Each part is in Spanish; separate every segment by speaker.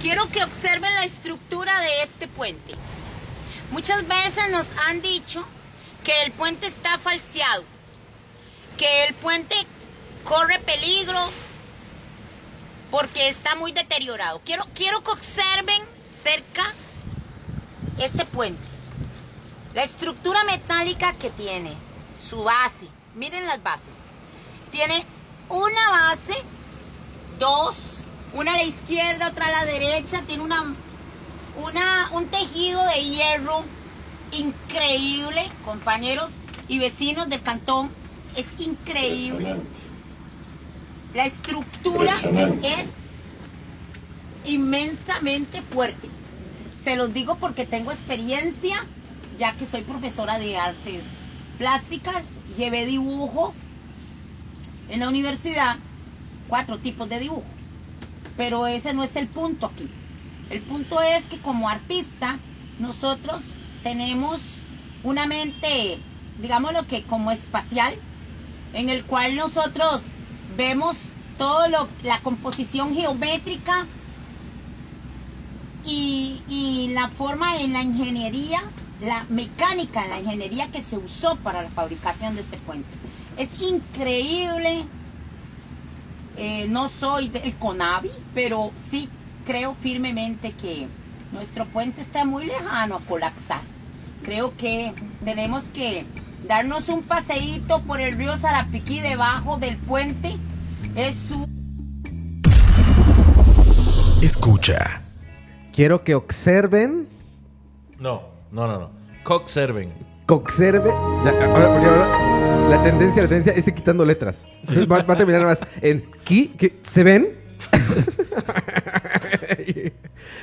Speaker 1: Quiero que observen la estructura de este puente. Muchas veces nos han dicho que el puente está falseado, que el puente corre peligro porque está muy deteriorado. Quiero, quiero que observen cerca este puente, la estructura metálica que tiene, su base. Miren las bases. Tiene una base, dos, una a la izquierda, otra a la derecha, tiene una, una, un tejido de hierro increíble, compañeros y vecinos del cantón, es increíble. La estructura
Speaker 2: Impresionante.
Speaker 1: es inmensamente fuerte. Se los digo porque tengo experiencia, ya que soy profesora de artes plásticas, llevé dibujo en la universidad, cuatro tipos de dibujo. Pero ese no es el punto aquí. El punto es que como artista, nosotros tenemos una mente, digamos lo que como espacial, en el cual nosotros vemos todo lo, la composición geométrica y, y la forma en la ingeniería, la mecánica en la ingeniería que se usó para la fabricación de este puente. Es increíble. eh, no soy del CONAVI, pero sí creo firmemente que nuestro puente está muy lejano a colapsar. Creo que tenemos que darnos un paseíto por el río Sarapiquí debajo del puente. Es un
Speaker 3: Escucha.
Speaker 4: Quiero que observen,
Speaker 5: No, no, no, no. Cock serving.
Speaker 4: que observe. Ya, ahora- porque ahora la tendencia, la tendencia es ir quitando letras. Va, va a terminar nada más en ki, que se ven.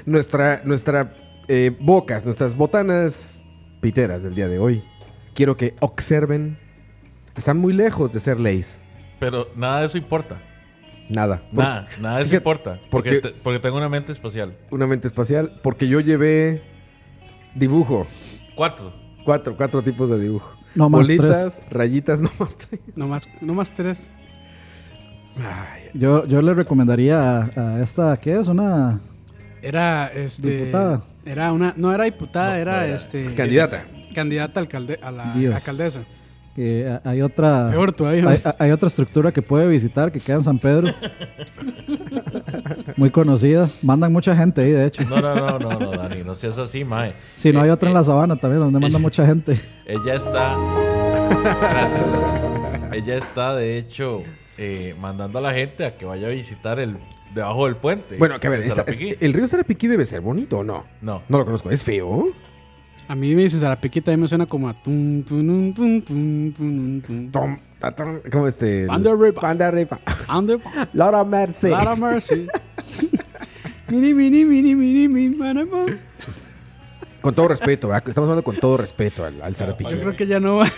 Speaker 4: nuestra, nuestra eh, bocas, nuestras botanas piteras del día de hoy. Quiero que observen. Están muy lejos de ser leyes.
Speaker 5: Pero nada de eso importa.
Speaker 4: Nada. Por-
Speaker 5: Nada, nada de eso
Speaker 4: fíjate,
Speaker 5: importa. Porque, te- porque tengo una mente espacial.
Speaker 4: Una mente espacial. Porque yo llevé dibujo.
Speaker 5: Cuatro.
Speaker 4: Cuatro, cuatro tipos de dibujo.
Speaker 6: No más
Speaker 4: Bolitas, rayitas, no más tres.
Speaker 6: No más, no más tres. Yo, yo le recomendaría a, a esta, ¿qué es? Una...
Speaker 7: Era este.
Speaker 6: Diputada.
Speaker 7: Era una. No era diputada, era, este.
Speaker 4: Candidata.
Speaker 7: Candidata alcalde, a la
Speaker 6: Dios. Ah.
Speaker 7: alcaldesa.
Speaker 6: que a- hay otra...
Speaker 7: Peor todavía.
Speaker 6: Hay, hay otra estructura que puede visitar que queda en San Pedro. Muy conocida. Mandan mucha gente ahí, de hecho.
Speaker 5: No, no, no, no, no, Dani. No seas así, mae.
Speaker 6: Si no, hay
Speaker 5: Eh,
Speaker 6: otra en
Speaker 5: eh,
Speaker 6: la sabana también, donde manda mucha gente.
Speaker 5: Ella está. Gracias, gracias. Ella está, de hecho, eh, mandando a la gente a que vaya a visitar el debajo del puente.
Speaker 4: Bueno, que a ver,
Speaker 5: De
Speaker 4: esa- es- eh,
Speaker 5: Sarapiquí.
Speaker 4: el río Sarapiquí debe ser bonito o no.
Speaker 5: No.
Speaker 4: No lo conozco. ¿Es feo?
Speaker 7: A mí me dicen Sarapiquita y me suena como a. Tun, tun, tun, tun, tun, tun, tun.
Speaker 4: Tom, ta, tom, ¿Cómo este? el-
Speaker 7: Banda Ripa.
Speaker 4: Banda Ripa.
Speaker 7: Under.
Speaker 4: Laura Mercy.
Speaker 7: Lara Mercy. mini, mini, mini, mini, mini, manamo.
Speaker 4: Con todo respeto, ¿verdad? Estamos hablando con todo respeto al, al Sarapiquí.
Speaker 7: Yo creo que ya no va.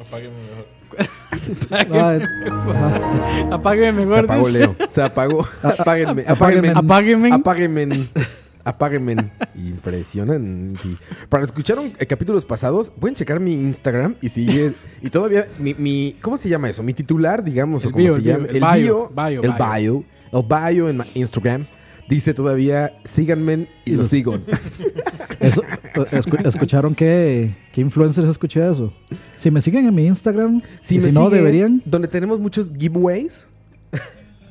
Speaker 5: Apágueme mejor.
Speaker 6: Ay, ajá.
Speaker 7: Apágueme
Speaker 4: Se
Speaker 7: mejor.
Speaker 4: apagó
Speaker 7: dice.
Speaker 4: Leo. Se apagó. Apáguenme. Apáguenme.
Speaker 6: Apáguenme.
Speaker 7: Apáguenme.
Speaker 4: Apáguenme. Apáguenme. Impresionante. Para escuchar un- eh, capítulos pasados, pueden checar mi Instagram y sigue. Y todavía mi, mi- ¿cómo se llama eso? Mi titular, digamos,
Speaker 7: El
Speaker 4: o como
Speaker 7: bio,
Speaker 4: se
Speaker 7: el bio,
Speaker 4: llama.
Speaker 7: el bio, bio,
Speaker 4: el bio. El bio en ma- Instagram. Dice todavía, síganme y, lo
Speaker 6: los-
Speaker 4: sigo.
Speaker 6: Eso, escu- ¿Escucharon qué, qué influencers escuché eso? Si me siguen en mi Instagram, si, si no,
Speaker 4: siguen,
Speaker 6: deberían.
Speaker 4: Donde tenemos muchos giveaways.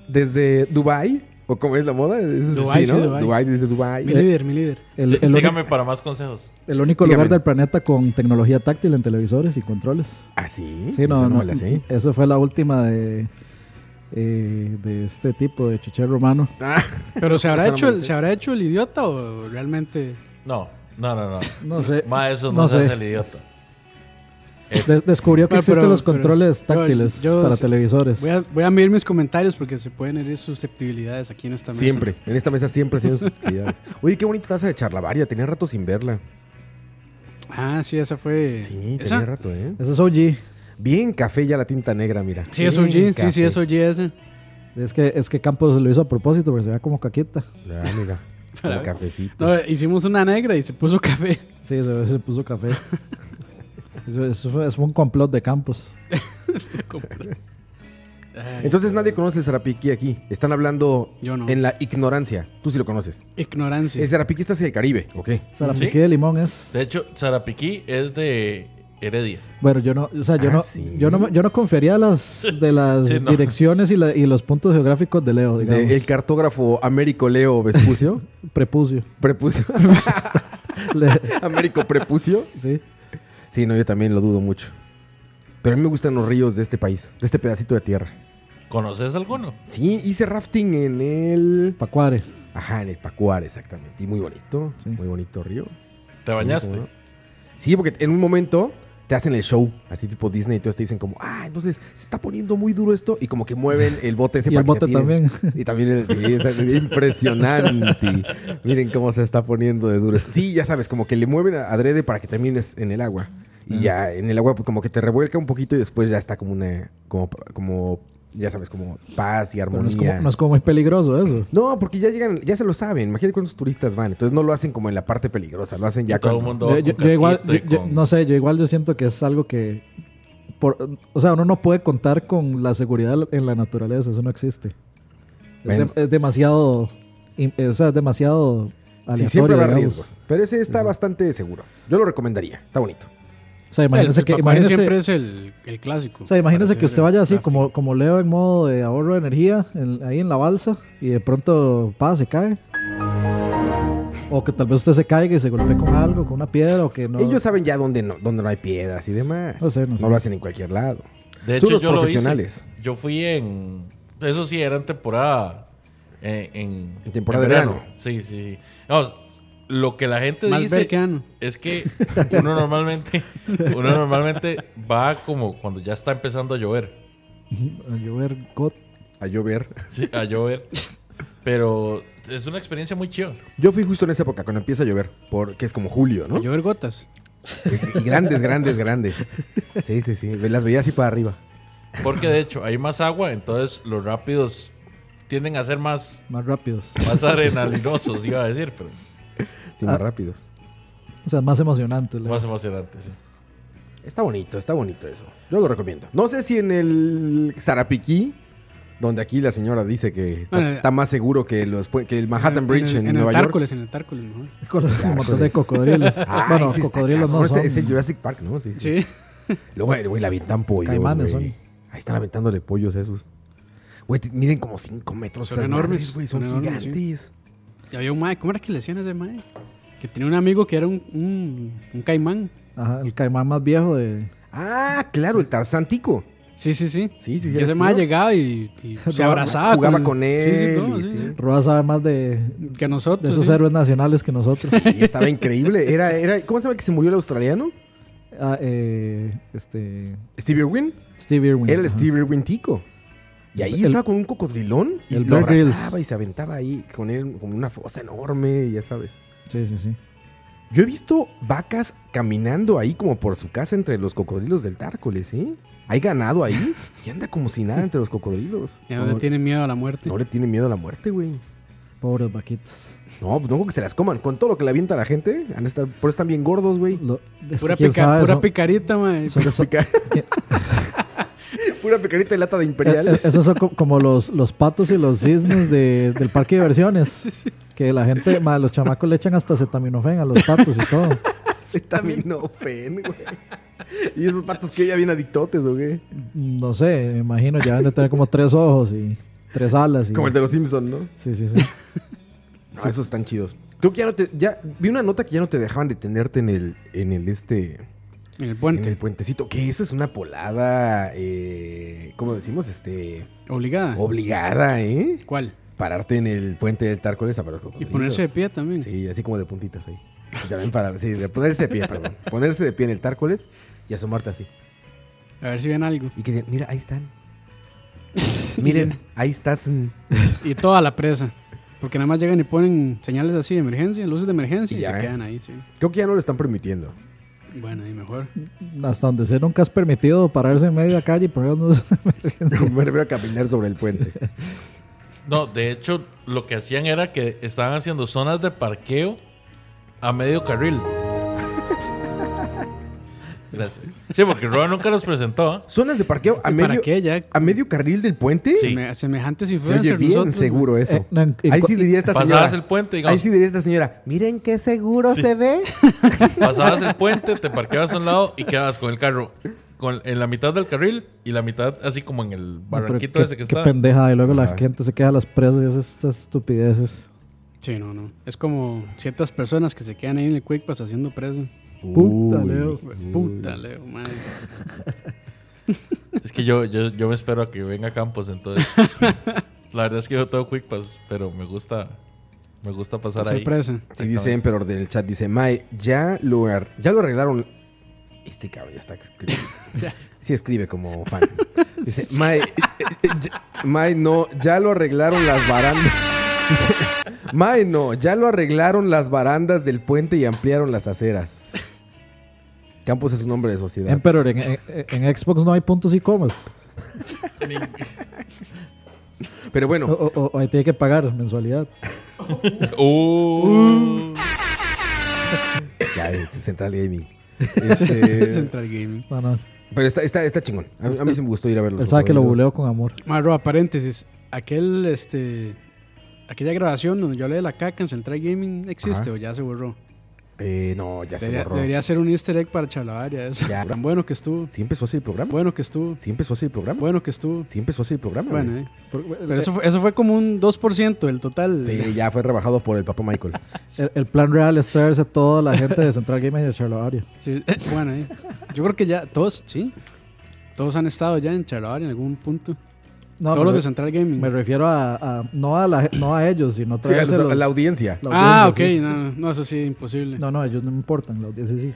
Speaker 4: Desde Dubai ¿O cómo es la moda? Es
Speaker 7: Dubái,
Speaker 4: así, ¿no?
Speaker 7: sí, Dubái.
Speaker 4: Dubái, dice Dubái.
Speaker 7: Mi líder, mi líder.
Speaker 6: El,
Speaker 5: Sí,
Speaker 6: el uni-
Speaker 5: sígame para más consejos.
Speaker 6: el único
Speaker 4: sígame.
Speaker 6: lugar del planeta con tecnología táctil en televisores y controles.
Speaker 4: ¿Ah, sí?
Speaker 6: Sí, no,
Speaker 4: Esa
Speaker 6: no,
Speaker 4: me la sé.
Speaker 6: Eso fue la última de, eh, de este tipo de chichero romano.
Speaker 4: Ah,
Speaker 7: Pero ¿se habrá,
Speaker 4: Esa no
Speaker 7: hecho
Speaker 4: me
Speaker 7: el,
Speaker 4: la sé.
Speaker 7: ¿se habrá hecho el idiota o realmente...?
Speaker 5: No, no, no, no.
Speaker 6: No sé.
Speaker 5: Más eso no,
Speaker 6: No
Speaker 5: se
Speaker 6: sé.
Speaker 5: hace el idiota.
Speaker 6: De- descubrió que
Speaker 7: Bueno,
Speaker 6: existen
Speaker 7: Ah, pero-
Speaker 6: los
Speaker 7: pero
Speaker 6: controles
Speaker 7: yo-
Speaker 6: táctiles
Speaker 7: yo
Speaker 6: para
Speaker 7: sé-
Speaker 6: televisores.
Speaker 7: Voy a, voy a medir mis comentarios porque se pueden herir susceptibilidades aquí en esta mesa.
Speaker 4: siempre. En esta mesa siempre hacemos actividades. Oye, qué bonita taza de charlavaria. Tenía rato sin verla.
Speaker 7: Ah, sí, esa fue...
Speaker 4: Sí,
Speaker 7: ¿Esa?
Speaker 4: tenía rato, ¿eh?
Speaker 6: Ese es OG.
Speaker 4: Bien café ya la tinta negra, mira.
Speaker 7: Sí, es
Speaker 4: Bien
Speaker 7: OG, sí, sí,
Speaker 4: café.
Speaker 7: es OG ese.
Speaker 6: Es que, es que Campos lo hizo a propósito, porque se veía como caquita.
Speaker 4: Ah, mira.
Speaker 7: Para
Speaker 4: Un
Speaker 7: ver.
Speaker 4: cafecito.
Speaker 7: No, hicimos una negra y se puso café.
Speaker 6: Sí, se, se puso café. eso, eso fue, eso fue un complot de Campos.
Speaker 7: Ay,
Speaker 4: Entonces nadie conoce el Sarapiquí aquí. Están hablando
Speaker 7: Yo no.
Speaker 4: en la ignorancia. Tú sí lo conoces.
Speaker 7: ignorancia.
Speaker 4: El Sarapiquí está hacia el Caribe, ¿ok?
Speaker 6: Sarapiquí de limón es.
Speaker 5: De hecho, Sarapiquí es de Heredia.
Speaker 6: Bueno, yo no, o sea, yo
Speaker 4: Ah,
Speaker 6: no,
Speaker 4: sí.
Speaker 6: yo no, me- yo no confiaría las de las
Speaker 5: Sí, no.
Speaker 6: direcciones y, la- y los puntos geográficos de Leo, digamos.
Speaker 4: De el cartógrafo Américo Leo Vespucio.
Speaker 6: Prepucio.
Speaker 4: Prepucio.
Speaker 6: Le-
Speaker 4: Américo Prepucio.
Speaker 6: sí.
Speaker 4: Sí, no, yo también lo dudo mucho. Pero a mí me gustan los ríos de este país, de este pedacito de tierra.
Speaker 5: ¿Conoces alguno?
Speaker 4: Sí, hice rafting en el.
Speaker 6: Pacuare.
Speaker 4: Ajá, en el Pacuar, exactamente. Y muy bonito.
Speaker 6: Sí.
Speaker 4: Muy bonito río.
Speaker 5: ¿Te
Speaker 4: Sí,
Speaker 5: bañaste?
Speaker 4: cómo no. Sí, porque en un momento te hacen el show, así tipo Disney, y todos te dicen como, ah, entonces se está poniendo muy duro esto, y como que mueven el bote ese
Speaker 6: Y
Speaker 4: para
Speaker 6: el
Speaker 4: que
Speaker 6: bote
Speaker 4: tiren.
Speaker 6: también.
Speaker 4: Y también el- sí, es, impresionante. Miren cómo se está poniendo de duro esto. Sí, ya sabes, como que le mueven a- adrede para que termines en el agua. Y ya en el agua pues, como que te revuelca un poquito y después ya está como una, como, como ya sabes, como paz y
Speaker 6: Pero
Speaker 4: armonía.
Speaker 6: no, es como, no es como muy peligroso eso.
Speaker 4: No, porque ya llegan, ya se lo saben. Imagínate cuántos turistas van. Entonces no lo hacen como en la parte peligrosa, lo hacen ya
Speaker 5: todo el
Speaker 4: cuando-
Speaker 5: mundo
Speaker 6: Yo,
Speaker 5: va
Speaker 6: yo-
Speaker 5: con
Speaker 6: yo igual,
Speaker 5: casquito y
Speaker 6: yo- yo-
Speaker 5: con-
Speaker 6: no sé, yo igual yo siento que es algo que, por, o sea, uno no puede contar con la seguridad en la naturaleza, eso no existe. Es, de-
Speaker 4: Bueno.
Speaker 6: es demasiado, im- o sea, es demasiado aleatorio,
Speaker 4: Sí, siempre habrá
Speaker 6: digamos.
Speaker 4: riesgos. Pero ese está bastante seguro. Yo lo recomendaría. Está bonito.
Speaker 6: O sea,
Speaker 7: El-
Speaker 6: imagínense
Speaker 7: el
Speaker 6: que,
Speaker 7: Pacuare
Speaker 6: imagínense-
Speaker 7: siempre es el, el clásico.
Speaker 6: o sea, imagínense
Speaker 7: Para
Speaker 6: que usted
Speaker 7: hacer
Speaker 6: vaya así
Speaker 7: rafting.
Speaker 6: como, como Leo en modo de ahorro de energía, en- ahí en la balsa, y de pronto, pa, se cae. O que tal vez usted se caiga y se golpee con algo, con una piedra, o que no...
Speaker 4: Ellos saben ya dónde no, dónde no hay piedras y demás.
Speaker 6: No sé, no sé.
Speaker 4: lo hacen en cualquier lado.
Speaker 5: De
Speaker 4: Son
Speaker 5: hecho,
Speaker 4: los
Speaker 5: yo
Speaker 4: profesionales.
Speaker 5: Lo hice. Yo fui en. Eso sí, era en temporada. eh, En,
Speaker 4: En temporada de verano.
Speaker 5: Sí, sí. Vamos, lo que la gente
Speaker 7: Más
Speaker 5: dice
Speaker 7: verqueano.
Speaker 5: es que uno normalmente uno normalmente va como cuando ya está empezando a llover.
Speaker 6: A llover got-
Speaker 4: A llover.
Speaker 5: Sí, a llover. Pero es una experiencia muy chiva.
Speaker 4: Yo fui justo en esa época, cuando empieza a llover. Porque es como julio, ¿no?
Speaker 7: A llover gotas.
Speaker 4: Y grandes, grandes, grandes. Sí, sí, sí. Las veía así para arriba.
Speaker 5: Porque de hecho hay más agua, entonces los rápidos tienden a ser más,
Speaker 6: más rápidos.
Speaker 5: más adrenalinosos, iba a decir, pero
Speaker 4: Sí,
Speaker 6: Ah.
Speaker 4: más rápidos.
Speaker 6: O sea, más emocionante. la-
Speaker 5: más emocionantes. sí.
Speaker 4: Está bonito, está bonito eso. Yo lo recomiendo. No sé si en el Sarapiquí, donde aquí la señora dice que está,
Speaker 7: Bueno,
Speaker 4: está más seguro que, los, pue- que el Manhattan Bridge en,
Speaker 7: el,
Speaker 4: Nueva
Speaker 7: el
Speaker 4: York.
Speaker 7: Tárcoles, en el Tárcoles, mejor.
Speaker 6: Con los
Speaker 4: Claro,
Speaker 6: un montón
Speaker 4: con
Speaker 6: de
Speaker 4: eso.
Speaker 6: cocodrilos.
Speaker 4: Ah,
Speaker 6: bueno,
Speaker 4: ese está
Speaker 6: cocodrilos no
Speaker 4: cabrón.
Speaker 6: son.
Speaker 4: Ese- Es el Jurassic Park, ¿no? Sí, sí.
Speaker 7: Sí.
Speaker 4: Luego, eh, güey, le aventan pollos,
Speaker 6: Caimanes
Speaker 4: güey.
Speaker 6: son.
Speaker 4: Ahí están aventándole pollos esos. Güey, te- miden como 5 metros.
Speaker 7: Son
Speaker 4: esas
Speaker 7: enormes,
Speaker 4: madres, güey, son,
Speaker 7: son enormes, sí.
Speaker 4: gigantes.
Speaker 7: Y había un mae, ¿cómo era que le decían a ese mae? Que tenía un amigo que era un, un, un caimán.
Speaker 6: Ajá, el caimán más viejo de.
Speaker 4: Ah, claro, el Tarzantico.
Speaker 7: Sí, sí, sí.
Speaker 4: Sí, sí,
Speaker 7: Y
Speaker 4: sí,
Speaker 7: ese
Speaker 4: sí,
Speaker 7: mae
Speaker 4: ¿no?
Speaker 7: llegaba y, y se abrazaba.
Speaker 4: Jugaba con él
Speaker 7: Sí, sí, todo,
Speaker 4: y
Speaker 7: sí,
Speaker 4: sí.
Speaker 6: Roa sabe más de,
Speaker 7: Que
Speaker 6: de
Speaker 7: nosotros.
Speaker 6: esos
Speaker 7: sí.
Speaker 6: héroes nacionales que nosotros.
Speaker 4: Y estaba increíble. Era, era, ¿Cómo se llama que se murió el australiano?
Speaker 6: Ah, eh, este.
Speaker 4: Steve Irwin.
Speaker 6: Steve Irwin.
Speaker 4: Era el
Speaker 6: ajá.
Speaker 4: Steve Irwin Tico. Y ahí
Speaker 6: El-
Speaker 4: estaba con un cocodrilón y
Speaker 6: el
Speaker 4: lo
Speaker 6: Bear Grylls.
Speaker 4: abrazaba y se aventaba ahí con él como una fosa enorme, y ya sabes.
Speaker 6: Sí, sí, sí.
Speaker 4: Yo he visto vacas caminando ahí como por su casa entre los cocodrilos del Tárcoles, ¿eh? Hay ganado ahí y anda como si nada entre los cocodrilos.
Speaker 7: Ya
Speaker 4: no,
Speaker 7: no le tiene miedo a la muerte.
Speaker 4: no le tiene miedo a la muerte, güey.
Speaker 6: Pobres vaquitas.
Speaker 4: No, pues no creo que se las coman. Con todo lo que le avienta a la gente, han de estar- por eso están bien gordos, güey.
Speaker 6: Lo- es
Speaker 7: Pura,
Speaker 6: que quién
Speaker 7: pica-
Speaker 6: sabe,
Speaker 7: pura
Speaker 6: son-
Speaker 7: picarita, mae.
Speaker 6: son- son-
Speaker 4: Pica- Pura pecarita de lata de
Speaker 6: eh,
Speaker 4: imperial.
Speaker 6: eh, Esos son co- como los, los patos y los cisnes de- del parque de diversiones. Que la gente, ma, los chamacos le echan hasta cetaminofen a los patos y todo.
Speaker 4: Acetaminofén, güey. Y esos patos que ya bien adictotes, ¿o qué?
Speaker 6: No sé, me imagino, ya van a tener como tres ojos y tres alas. y-
Speaker 4: Como el de los Simpsons, ¿no?
Speaker 6: Sí, sí, sí.
Speaker 4: No, esos están chidos. Creo que ya no te. Ya, vi una nota que ya no te dejaban detenerte en el. En el este.
Speaker 7: En el
Speaker 4: En
Speaker 7: puente.
Speaker 4: el puentecito. Que eso es una polada. Eh, ¿Cómo decimos? Este.
Speaker 7: Obligada.
Speaker 4: Obligada, ¿eh?
Speaker 7: ¿Cuál?
Speaker 4: Pararte en el puente del Tárcoles a ver los
Speaker 7: Y
Speaker 4: cocodrilos.
Speaker 7: ponerse de pie también.
Speaker 4: Sí, así como de puntitas ahí. Y También para. Sí, de ponerse de pie, perdón. Ponerse de pie en el Tárcoles y asomarte así.
Speaker 7: A ver si ven algo.
Speaker 4: Y que digan, mira, ahí están. Miren, ahí estás.
Speaker 7: Y toda la presa. Porque nada más llegan y ponen señales así de emergencia, luces de emergencia
Speaker 4: Y
Speaker 7: y,
Speaker 4: ya,
Speaker 7: se
Speaker 4: ¿eh?
Speaker 7: quedan ahí, sí.
Speaker 4: Creo que ya no lo están permitiendo.
Speaker 7: Bueno, y mejor.
Speaker 6: Hasta donde sé, nunca has permitido pararse en media calle y ponernos
Speaker 4: Me refiero a caminar sobre el puente.
Speaker 5: No, de hecho, lo que hacían era que estaban haciendo zonas de parqueo a medio carril. Gracias. Sí, porque Roa nunca los presentó. ¿eh?
Speaker 4: Zonas de parqueo a
Speaker 7: ¿Y para
Speaker 4: medio,
Speaker 7: qué ya?
Speaker 4: a medio carril del puente.
Speaker 5: Sí.
Speaker 7: Seme- semejantes
Speaker 4: Se oye
Speaker 7: influencers
Speaker 4: bien
Speaker 7: nosotros,
Speaker 4: seguro eso.
Speaker 6: Eh, no, en- en
Speaker 4: ahí
Speaker 6: co-
Speaker 4: sí diría esta
Speaker 5: Pasabas
Speaker 4: señora.
Speaker 5: el puente, digamos.
Speaker 4: ahí sí diría esta señora. Miren qué seguro se ve.
Speaker 5: Pasabas el puente, te parqueabas a un lado y quedabas con el carro con, en la mitad del carril y la mitad así como en el barranquito
Speaker 6: qué,
Speaker 5: ese que
Speaker 6: qué
Speaker 5: está.
Speaker 6: pendeja. Y luego la gente se queja a las presas y hace estas estupideces.
Speaker 7: Sí, no, no. Es como ciertas personas que se quedan ahí en el Quick Pass haciendo preso.
Speaker 6: Puta,
Speaker 4: Uy.
Speaker 6: Leo.
Speaker 7: Puta, Leo, madre.
Speaker 5: Es que yo, yo, yo me espero a que venga Campos, entonces. la verdad es que yo tengo quick pass, pero me gusta, me gusta pasar ahí.
Speaker 7: Sorpresa.
Speaker 4: Y dicen, pero en el chat dice, Mae, ya lo, ar- ya lo arreglaron. Este cabrón ya está escribiendo. sí escribe como fan. Dice, Mae, eh, eh, ya- Mae, no, ya lo arreglaron las barandas. Dice, Mae, no, ya lo arreglaron las barandas del puente y ampliaron las aceras. Campos es un hombre de sociedad.
Speaker 6: Emperor, en, en- en Xbox no hay puntos y comas.
Speaker 4: Pero bueno,
Speaker 6: O, o- o ahí tiene que pagar mensualidad.
Speaker 5: Uh.
Speaker 4: ya, eh, Central Gaming. Este,
Speaker 7: Central Gaming.
Speaker 6: No, no.
Speaker 4: pero está, está, está chingón. A, mí- a mí sí me gustó ir a verlo.
Speaker 6: Él sabe que lo buleo con amor.
Speaker 7: Marro, paréntesis. Aquel, este. Aquella grabación donde yo hablé de la caca en Central Gaming existe
Speaker 4: Ajá.
Speaker 7: o ya se borró.
Speaker 4: Eh, no, ya
Speaker 7: Debería,
Speaker 4: se borró.
Speaker 7: debería ser un easter egg para Chalabaria. Eso.
Speaker 4: Ya.
Speaker 7: Tan bueno que estuvo.
Speaker 4: ¿Sí empezó así el programa?
Speaker 7: Bueno que estuvo.
Speaker 4: ¿Sí empezó así el programa?
Speaker 7: Bueno que estuvo.
Speaker 4: ¿Sí empezó así el programa?
Speaker 7: Bueno,
Speaker 4: güey?
Speaker 7: eh. Pero eso fue, eso fue como un 2% del total.
Speaker 4: Sí, ya fue rebajado por el papá Michael.
Speaker 6: El, el plan real es traerse a toda la gente de Central Gaming y de Charlavaria.
Speaker 7: Sí, bueno, eh. yo creo que ya todos, sí. Todos han estado ya en Chalabar en algún punto.
Speaker 6: No, me,
Speaker 7: todos los de
Speaker 6: re-
Speaker 7: Central Gaming.
Speaker 6: me refiero a, a- no, a la- no a ellos, sino
Speaker 4: Sí, a los-
Speaker 6: traerse
Speaker 4: a
Speaker 6: los-
Speaker 4: la audiencia.
Speaker 6: la
Speaker 7: ah, ok,
Speaker 6: audiencia, sí.
Speaker 7: no, no, no, eso sí, imposible.
Speaker 6: No, no, ellos no me importan, la audiencia sí.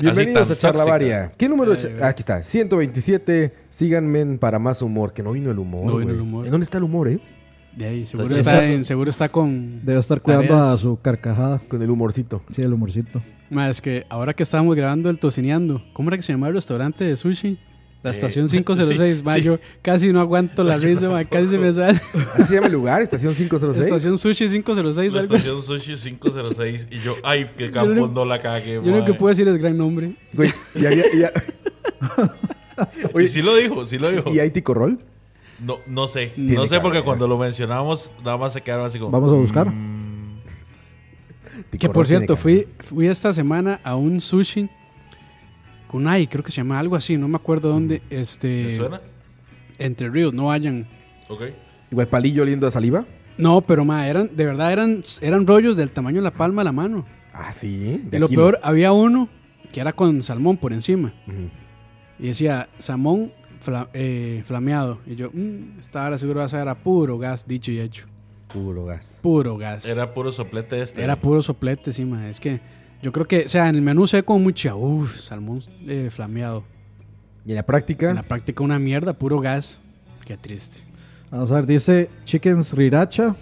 Speaker 4: Bienvenidos
Speaker 5: tan
Speaker 4: a Charla Varia. ¿Qué número? de cha-
Speaker 7: Ay,
Speaker 4: Aquí está, 127. Síganme para más humor. Que no vino el humor.
Speaker 7: No vino
Speaker 4: güey.
Speaker 7: el humor.
Speaker 4: ¿En dónde está el humor, eh?
Speaker 7: De ahí, seguro
Speaker 5: Entonces,
Speaker 7: está,
Speaker 6: está-
Speaker 7: en- seguro está con.
Speaker 6: Debe estar cuidando
Speaker 7: Tareas.
Speaker 6: a su carcajada.
Speaker 4: Con el humorcito.
Speaker 6: Sí, el humorcito.
Speaker 7: Ma, es que ahora que estábamos grabando el Tocineando, ¿cómo era que se llamaba el restaurante de sushi? La estación 506,
Speaker 5: Eh, sí,
Speaker 7: ma,
Speaker 5: sí.
Speaker 7: yo casi no aguanto la risa, ma, casi se me sale.
Speaker 4: Así se llama el lugar, estación 506.
Speaker 7: Estación Sushi 506,
Speaker 5: La
Speaker 7: algo así.
Speaker 5: estación Sushi 506 y yo, ay, que
Speaker 7: Yo lo-
Speaker 5: Campos no la cague,
Speaker 7: Yo lo que
Speaker 5: madre.
Speaker 7: puedo decir es gran nombre.
Speaker 4: Güey, y, había- y ha-
Speaker 5: Y sí lo dijo, sí lo dijo.
Speaker 4: y hay ticorrol.
Speaker 5: No, no sé,
Speaker 4: Tiene
Speaker 5: no
Speaker 4: que
Speaker 5: sé porque
Speaker 4: haber.
Speaker 5: cuando lo mencionamos, nada más se quedaron así como. "Mm,
Speaker 6: Vamos a buscar.
Speaker 7: Que por cierto, fui, fui esta semana a un sushi Kunai, creo que se llama algo así, no me acuerdo dónde. Este,
Speaker 5: ¿Me Mm. suena?
Speaker 7: Entre Ríos, no vayan.
Speaker 5: Ok.
Speaker 4: Güey, palillo oliendo a saliva.
Speaker 7: No, pero ma, eran, de verdad eran, eran rollos del tamaño de la palma de la mano.
Speaker 4: Ah, sí. de
Speaker 7: Y lo
Speaker 4: aquí, ¿no?
Speaker 7: peor, había uno que era con salmón por encima.
Speaker 4: Ujú.
Speaker 7: Y decía, salmón fla- eh, flameado. Y yo, "Mm, esta hora seguro va a ser a puro gas, dicho y hecho.
Speaker 4: Puro gas.
Speaker 7: Puro gas. Era,
Speaker 5: Era puro soplete este.
Speaker 7: puro soplete, sí, ma. Es que yo creo que, o sea, en el menú se ve como mucha, uff, salmón eh, flameado.
Speaker 4: Y en la práctica.
Speaker 7: En la práctica una mierda, puro gas. Qué triste.
Speaker 6: Vamos a ver, dice Chicken Sriracha,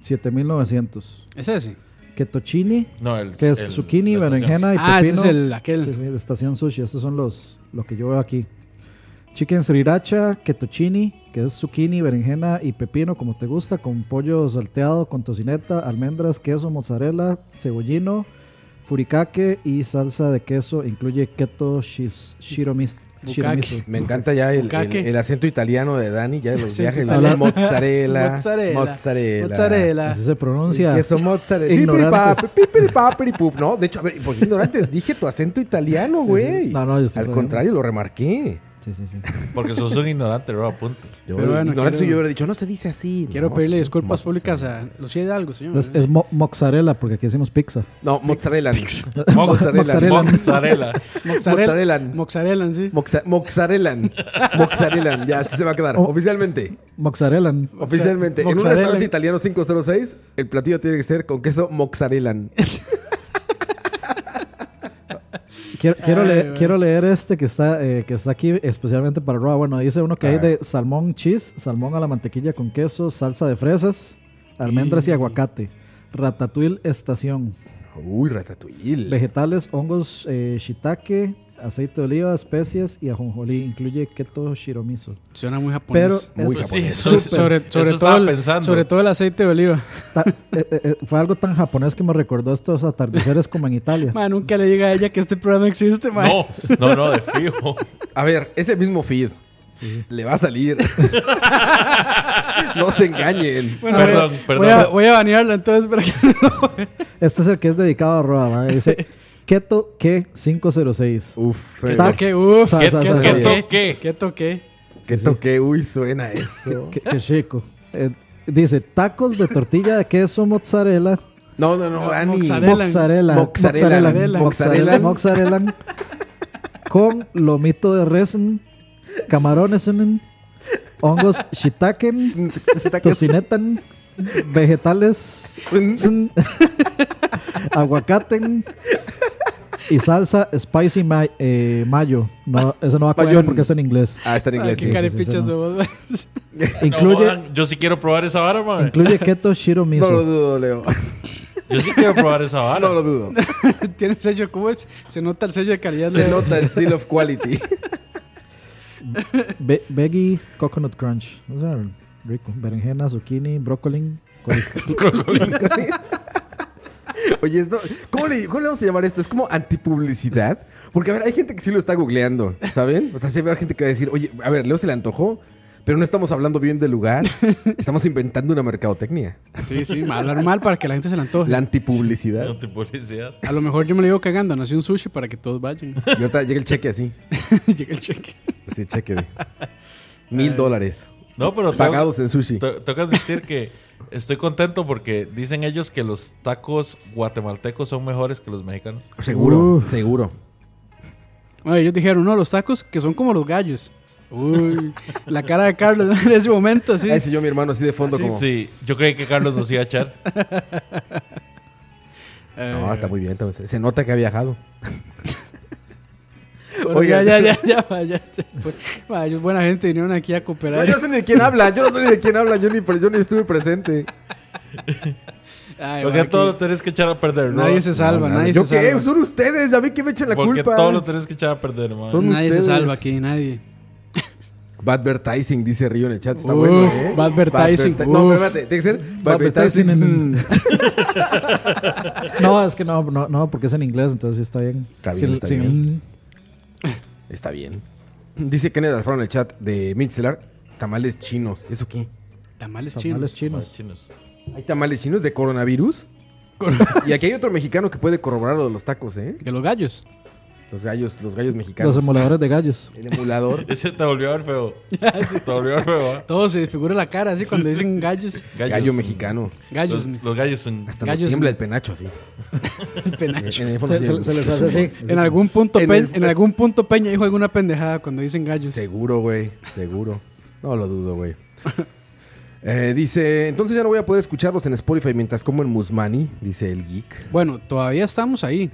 Speaker 6: 7900.
Speaker 7: ¿Es ese?
Speaker 6: Ketochini,
Speaker 5: No, el.
Speaker 6: que es
Speaker 5: el-
Speaker 6: zucchini,
Speaker 5: la estación.
Speaker 6: berenjena y pepino.
Speaker 7: ah, ese es el aquel.
Speaker 6: Sí, sí, de Estación Sushi. Estos son los lo que yo veo aquí. Chicken sriracha, kettuccini, que es zucchini, berenjena y pepino, como te gusta, con pollo salteado, con tocineta, almendras, queso, mozzarella, cebollino, furikake y salsa de queso. Incluye keto shis- shiromis-
Speaker 7: Bukkake.
Speaker 6: shiromiso.
Speaker 4: Me encanta ya el, el-
Speaker 7: Bukkake.
Speaker 4: el acento italiano de Dani, ya de los viajes. dice
Speaker 6: italiano.
Speaker 4: mozzarella,
Speaker 7: Mozzarella,
Speaker 4: mozzarella.
Speaker 7: mozzarella.
Speaker 6: Así se pronuncia.
Speaker 4: Queso mozzarella.
Speaker 6: Ignorantes.
Speaker 4: Pipiripap, pipiripup. No, pues, de hecho, a ver, ¿por qué ignorantes? Dije tu acento italiano, güey.
Speaker 6: No, no, yo estoy
Speaker 4: Al
Speaker 6: bien.
Speaker 4: contrario, lo remarqué.
Speaker 6: Sí, Sí, sí, sí.
Speaker 5: Porque sos un ignorante, Roa, punto.
Speaker 4: Yo,
Speaker 7: Pero bueno,
Speaker 4: ignorante
Speaker 7: quiero-
Speaker 4: soy yo hubiera dicho, no se dice así.
Speaker 7: Quiero
Speaker 4: No,
Speaker 7: pedirle disculpas
Speaker 4: mozzarella.
Speaker 7: públicas a Lucía Hidalgo, señor.
Speaker 6: Es, es mo- mozzarella, porque aquí decimos pizza.
Speaker 4: No, mozzarella.
Speaker 5: Mozzarella.
Speaker 6: Mozzarella.
Speaker 5: Mozzarella.
Speaker 7: Mozzarella.
Speaker 4: Mozzarella.
Speaker 7: Mozzarella, sí.
Speaker 4: Moxa- Mozzarella. Mozzarella. Ya, así se va a
Speaker 7: Oh.
Speaker 4: quedar. Oficialmente.
Speaker 6: Mozzarella.
Speaker 4: Oficialmente. En un
Speaker 6: mozzarella.
Speaker 4: restaurante italiano 506, el platillo tiene que ser con queso mozzarella.
Speaker 6: Quiero, quiero, leer, quiero leer este que está, eh, que está aquí especialmente para Roa. Bueno, dice uno que hay de salmón cheese, salmón a la mantequilla con queso, salsa de fresas, almendras
Speaker 4: Mm.
Speaker 6: y aguacate. Ratatouille estación.
Speaker 4: Uy, ratatouille.
Speaker 6: Vegetales, hongos, eh, shiitake, aceite de oliva, especias y ajonjolí. Incluye keto shiromiso.
Speaker 7: Suena muy
Speaker 6: Pero
Speaker 7: japonés.
Speaker 4: Pues, Muy
Speaker 6: es-
Speaker 5: Sí,
Speaker 4: japonés.
Speaker 5: eso,
Speaker 7: sobre, sobre
Speaker 5: eso
Speaker 7: todo
Speaker 5: estaba
Speaker 7: el,
Speaker 5: pensando.
Speaker 7: sobre todo el aceite de oliva.
Speaker 6: ta- eh, eh, eh, fue algo tan japonés que me recordó estos atardeceres como en Italia.
Speaker 7: Man, nunca le diga a ella que este programa existe, man.
Speaker 5: No, no, no, de fijo.
Speaker 4: A ver, ese mismo feed. Le va a salir. no se engañen.
Speaker 7: Bueno,
Speaker 5: Perdón,
Speaker 7: voy,
Speaker 5: perdón.
Speaker 7: Voy a, voy a banearla entonces para que no.
Speaker 6: Este es el que es dedicado a Roa. ¿verdad? Dice keto que 506.
Speaker 4: Uf,
Speaker 6: ¿Qué
Speaker 4: eh,
Speaker 6: tal?
Speaker 7: Toque, uff.
Speaker 6: Sa- sa- sa-
Speaker 5: sa- sa-
Speaker 7: ¿Qué toqué?
Speaker 4: que
Speaker 6: sí.
Speaker 4: toque. Uy, suena eso.
Speaker 6: Qué, qué chico. Eh, dice tacos de tortilla de queso mozzarella,
Speaker 4: No, no, no, Dani.
Speaker 7: mozzarella.
Speaker 6: mozzarella,
Speaker 4: Mozzarella.
Speaker 6: mozzarella, mozzarella,
Speaker 4: Mozzarella.
Speaker 6: mozzarella, con lomito de res, camarones, hongos shiitake, tocineta, vegetales, aguacate y salsa spicy ma- eh, mayo. No, eso no va a cuadrar
Speaker 4: Mayón.
Speaker 6: porque está en inglés.
Speaker 4: Ah, está en
Speaker 7: Ay,
Speaker 4: inglés.
Speaker 7: qué
Speaker 4: sí.
Speaker 7: carepichas
Speaker 6: sí,
Speaker 7: de
Speaker 6: no.
Speaker 7: vos.
Speaker 5: No,
Speaker 6: Incluye,
Speaker 5: man, yo sí quiero probar esa vara, man.
Speaker 6: incluye keto shiro
Speaker 4: No
Speaker 6: miso.
Speaker 4: lo dudo, Leo.
Speaker 5: Yo sí quiero probar esa vara.
Speaker 4: No lo dudo.
Speaker 7: Tiene sello, ¿cómo es? Se nota el sello de calidad.
Speaker 4: Se
Speaker 7: de-
Speaker 4: nota el seal of quality.
Speaker 6: Be- veggie coconut crunch. O sea, rico. Berenjena, zucchini, brócoli. col-
Speaker 4: Oye, esto, ¿cómo le, cómo le vamos a llamar esto? ¿Es como antipublicidad? Porque, a ver, hay gente que sí lo está googleando, ¿saben? O sea, sí va a haber gente que va a decir, oye, a ver, Leo se le antojó, pero no estamos hablando bien del lugar. Estamos inventando una mercadotecnia.
Speaker 7: Sí, sí, hablar mal para que la gente se la antoje.
Speaker 4: La antipublicidad.
Speaker 5: Antipublicidad.
Speaker 7: A lo mejor yo me lo digo cagando, nací un sushi para que todos vayan.
Speaker 4: Y ahorita llega el cheque así.
Speaker 7: Llega el cheque.
Speaker 4: Así, cheque de mil dólares
Speaker 5: No, pero tengo-
Speaker 4: pagados en sushi.
Speaker 5: to- Tengo que admitir que estoy contento porque dicen ellos que los tacos guatemaltecos son mejores que los mexicanos.
Speaker 4: Seguro,
Speaker 6: Uf.
Speaker 4: seguro.
Speaker 7: Bueno, ellos dijeron, no, los tacos que son como los gallos. Uy, la cara de Carlos en ese momento, sí.
Speaker 4: Ahí se yo, mi hermano, así de fondo, como.
Speaker 5: Sí, yo creí que Carlos nos iba a echar.
Speaker 7: Eh,
Speaker 4: No, está muy bien. está muy- Se nota que ha viajado.
Speaker 7: bueno,
Speaker 4: Oiga.
Speaker 7: ya, ya, ya, ya, ya, ya. Ma, ellos buena gente vinieron aquí a cooperar.
Speaker 4: No, yo no sé ni de quién habla. Yo no sé ni de quién habla. Yo ni, yo ni estuve presente.
Speaker 7: Ay, ma,
Speaker 5: Porque
Speaker 7: aquí
Speaker 5: todo lo tenés que echar a perder, ¿no?
Speaker 7: nadie se salva,
Speaker 4: No, nada.
Speaker 7: nadie
Speaker 4: ¿Yo
Speaker 7: se salva.
Speaker 4: qué? Son ustedes. A mí que me echan la
Speaker 5: Porque
Speaker 4: culpa.
Speaker 5: todo lo tenés que echar a perder, man.
Speaker 4: Son-
Speaker 7: Nadie
Speaker 4: ustedes.
Speaker 7: se salva aquí, nadie.
Speaker 4: Badvertising, dice Río en el chat. Está
Speaker 7: Uf,
Speaker 4: bueno, ¿eh?
Speaker 7: badvertising,
Speaker 4: Badverti- No,
Speaker 7: uf.
Speaker 4: pero espérate. Tiene que ser
Speaker 6: Badvertising
Speaker 4: badvertising.
Speaker 6: No, es que no, no, no, porque es en inglés, entonces sí está bien.
Speaker 4: Está bien,
Speaker 6: Sin-
Speaker 4: está
Speaker 6: sin
Speaker 4: bien.
Speaker 6: el-
Speaker 4: Está bien. Dice Kenneth Alfaro en el chat de Mixelar. Tamales chinos. ¿Eso qué?
Speaker 7: Tamales
Speaker 6: tamales
Speaker 7: chinos.
Speaker 5: Los
Speaker 6: chinos.
Speaker 5: chinos.
Speaker 4: ¿Hay tamales chinos de coronavirus? Y aquí hay otro mexicano que puede corroborar lo de los tacos, ¿eh?
Speaker 7: De los gallos.
Speaker 4: Los gallos, los gallos mexicanos.
Speaker 6: Los emuladores de gallos.
Speaker 4: El emulador.
Speaker 5: Ese te volvió a ver feo. Te volvió a ver feo, ¿ah?
Speaker 7: Todo se desfigura la cara, así cuando dicen gallos.
Speaker 5: Gallos.
Speaker 4: Gallo mexicano.
Speaker 7: Gallos,
Speaker 5: Los, los gallos son...
Speaker 4: Hasta nos
Speaker 7: Gallos-
Speaker 4: tiembla el penacho así.
Speaker 7: el penacho.
Speaker 4: En el fondo
Speaker 6: Se, se-
Speaker 4: tiembla.
Speaker 6: se les hace así.
Speaker 7: En algún punto,
Speaker 4: En
Speaker 7: Peña,
Speaker 4: el-
Speaker 7: en algún punto Peña dijo alguna pendejada cuando dicen gallos.
Speaker 4: Seguro, güey. Seguro. No lo dudo, güey. Eh, dice, entonces ya no voy a poder escucharlos en Spotify mientras como en Musmani, dice el geek.
Speaker 7: Bueno, todavía estamos ahí.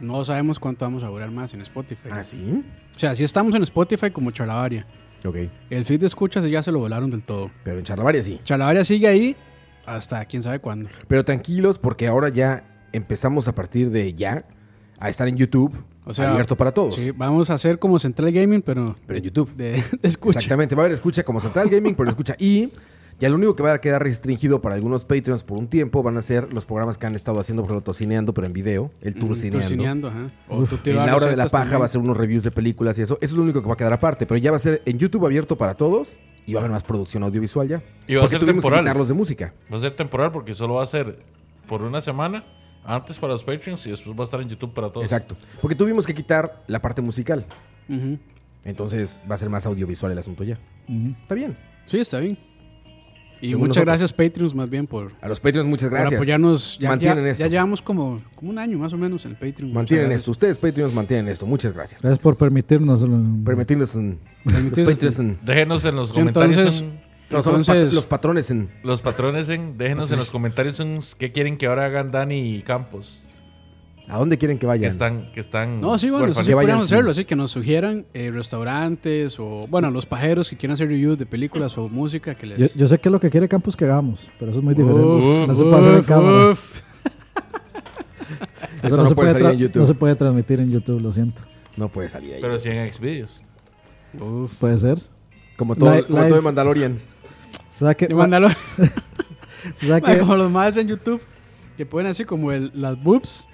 Speaker 7: No sabemos cuánto vamos a durar más en Spotify.
Speaker 4: Ah, sí.
Speaker 7: O sea, sí estamos en Spotify como Charlavaria.
Speaker 4: Ok.
Speaker 7: El feed de escuchas ya se lo volaron del todo.
Speaker 4: Pero en Charlavaria sí.
Speaker 7: Charlavaria sigue ahí hasta quién sabe cuándo.
Speaker 4: Pero tranquilos porque ahora ya empezamos a partir de ya a estar en YouTube
Speaker 7: O sea,
Speaker 4: abierto para todos.
Speaker 7: Sí, vamos a hacer como Central Gaming, pero,
Speaker 4: Pero en YouTube.
Speaker 7: de, de escucha.
Speaker 4: Exactamente, va a haber escucha como Central Gaming, pero escucha. Y ya lo único que va a quedar restringido para algunos Patreons por un tiempo van a ser los programas que han estado haciendo, por ejemplo, Tocineando, pero en video, el
Speaker 7: Mm,
Speaker 4: Turcineando.
Speaker 7: turcineando, ajá. O tu tío
Speaker 4: En la
Speaker 7: da
Speaker 4: hora de la
Speaker 7: recetas
Speaker 4: paja
Speaker 7: también.
Speaker 4: va a ser unos reviews de películas y eso. Eso es lo único que va a quedar aparte, pero ya va a ser en YouTube abierto para todos y va a haber más producción audiovisual ya.
Speaker 5: Y va a
Speaker 4: Porque
Speaker 5: ser
Speaker 4: tuvimos
Speaker 5: temporal.
Speaker 4: que quitarlos de música.
Speaker 5: Va a ser temporal porque solo va a ser por una semana. Antes para los Patreons y después va a estar en YouTube para todos.
Speaker 4: Exacto. Porque tuvimos que quitar la parte musical.
Speaker 7: Ujú.
Speaker 4: Entonces va a ser más audiovisual el asunto ya.
Speaker 6: Ujú.
Speaker 4: Está bien.
Speaker 7: Sí, está bien. Y
Speaker 4: Según
Speaker 7: muchas
Speaker 4: nosotros.
Speaker 7: gracias, Patreons, más bien, por,
Speaker 4: A los Patreons, muchas
Speaker 7: por
Speaker 4: gracias.
Speaker 7: apoyarnos. pues Ya,
Speaker 4: Mantienen
Speaker 7: ya-
Speaker 4: esto.
Speaker 7: ya llevamos como, como un año más o menos en el Patreon. Muchas
Speaker 4: Mantienen
Speaker 7: gracias.
Speaker 4: esto. Ustedes, Patreons, mantienen esto. Muchas gracias.
Speaker 6: Gracias por permitirnos.
Speaker 4: Permitirnos en.
Speaker 7: Permitirnos
Speaker 4: los Patreons en-
Speaker 5: Déjenos en los
Speaker 7: Sí,
Speaker 5: comentarios.
Speaker 7: entonces-
Speaker 5: un-
Speaker 4: No, son los, pat-
Speaker 7: Entonces-
Speaker 4: los patrones en.
Speaker 5: los patrones, en, déjenos en los comentarios un- qué quieren que ahora hagan Dani y Campos.
Speaker 4: ¿A dónde quieren que
Speaker 5: Que
Speaker 4: vayan?
Speaker 5: están, que están
Speaker 7: No, sí, bueno, eso
Speaker 5: huérfanos.
Speaker 7: sí
Speaker 4: Que vayan
Speaker 7: podríamos
Speaker 4: sin-
Speaker 7: hacerlo, así que nos sugieran eh, restaurantes o, bueno, los pajeros que quieran hacer reviews de películas o música que les...
Speaker 6: Yo, yo sé que es lo que quiere Campos que hagamos, pero eso es muy diferente.
Speaker 7: Uf,
Speaker 6: no se puede hacer en
Speaker 7: uf,
Speaker 6: cámara.
Speaker 7: uf.
Speaker 6: Eso no, se puede tra- no se puede transmitir en YouTube, lo siento.
Speaker 4: No puede salir ahí.
Speaker 5: Pero sí en Xvideos.
Speaker 6: Puede ser.
Speaker 4: como todo,
Speaker 6: Live-
Speaker 4: como todo
Speaker 6: live.
Speaker 4: de Mandalorian.
Speaker 6: Se da que,
Speaker 7: De Mandalor-
Speaker 6: se da que-
Speaker 7: Mae, como los más en YouTube que ponen así como el- las boobs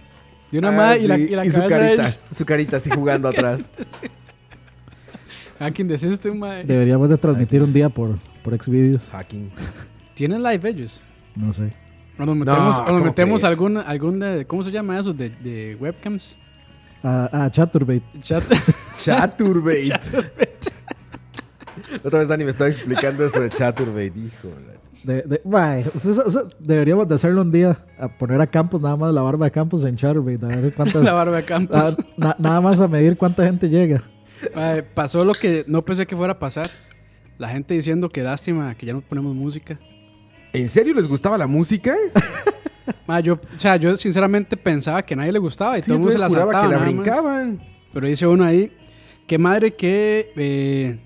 Speaker 7: de una
Speaker 4: Ah,
Speaker 7: madre y la,
Speaker 4: sí,
Speaker 7: y la
Speaker 4: y su
Speaker 7: cabeza de
Speaker 4: carita.
Speaker 7: ellos.
Speaker 4: Su carita así jugando atrás.
Speaker 7: Hacking the system, mae.
Speaker 6: deberíamos de transmitir un día por, por Xvideos.
Speaker 4: Hacking.
Speaker 7: ¿Tienen live ellos?
Speaker 6: No sé.
Speaker 7: O nos metemos, o nos
Speaker 4: ¿cómo
Speaker 7: metemos
Speaker 4: crees?
Speaker 7: algún, algún de, ¿cómo se llama eso? De, de webcams.
Speaker 6: A, a Chaturbate.
Speaker 7: Chat.
Speaker 4: Chaturbate. Otra vez Dani me estaba explicando eso de Chaturbate. Hijo.
Speaker 6: De- de- mae, eso- eso- eso- deberíamos de hacerlo un día. A poner a Campos, nada más la barba de Campos en Chaturbate. A ver cuántas.
Speaker 7: la barba de campus.
Speaker 6: a- na- nada más a medir cuánta gente llega.
Speaker 7: Mae, pasó lo que no pensé que fuera a pasar. La gente diciendo que lástima, que ya no ponemos música.
Speaker 4: ¿En serio les gustaba la música?
Speaker 7: Mae, yo, o sea, yo sinceramente pensaba que a nadie le gustaba y todo el mundo se la
Speaker 4: juraba
Speaker 7: saltaba.
Speaker 4: que la
Speaker 7: nada más.
Speaker 4: brincaban.
Speaker 7: Pero dice uno ahí, qué madre que... eh,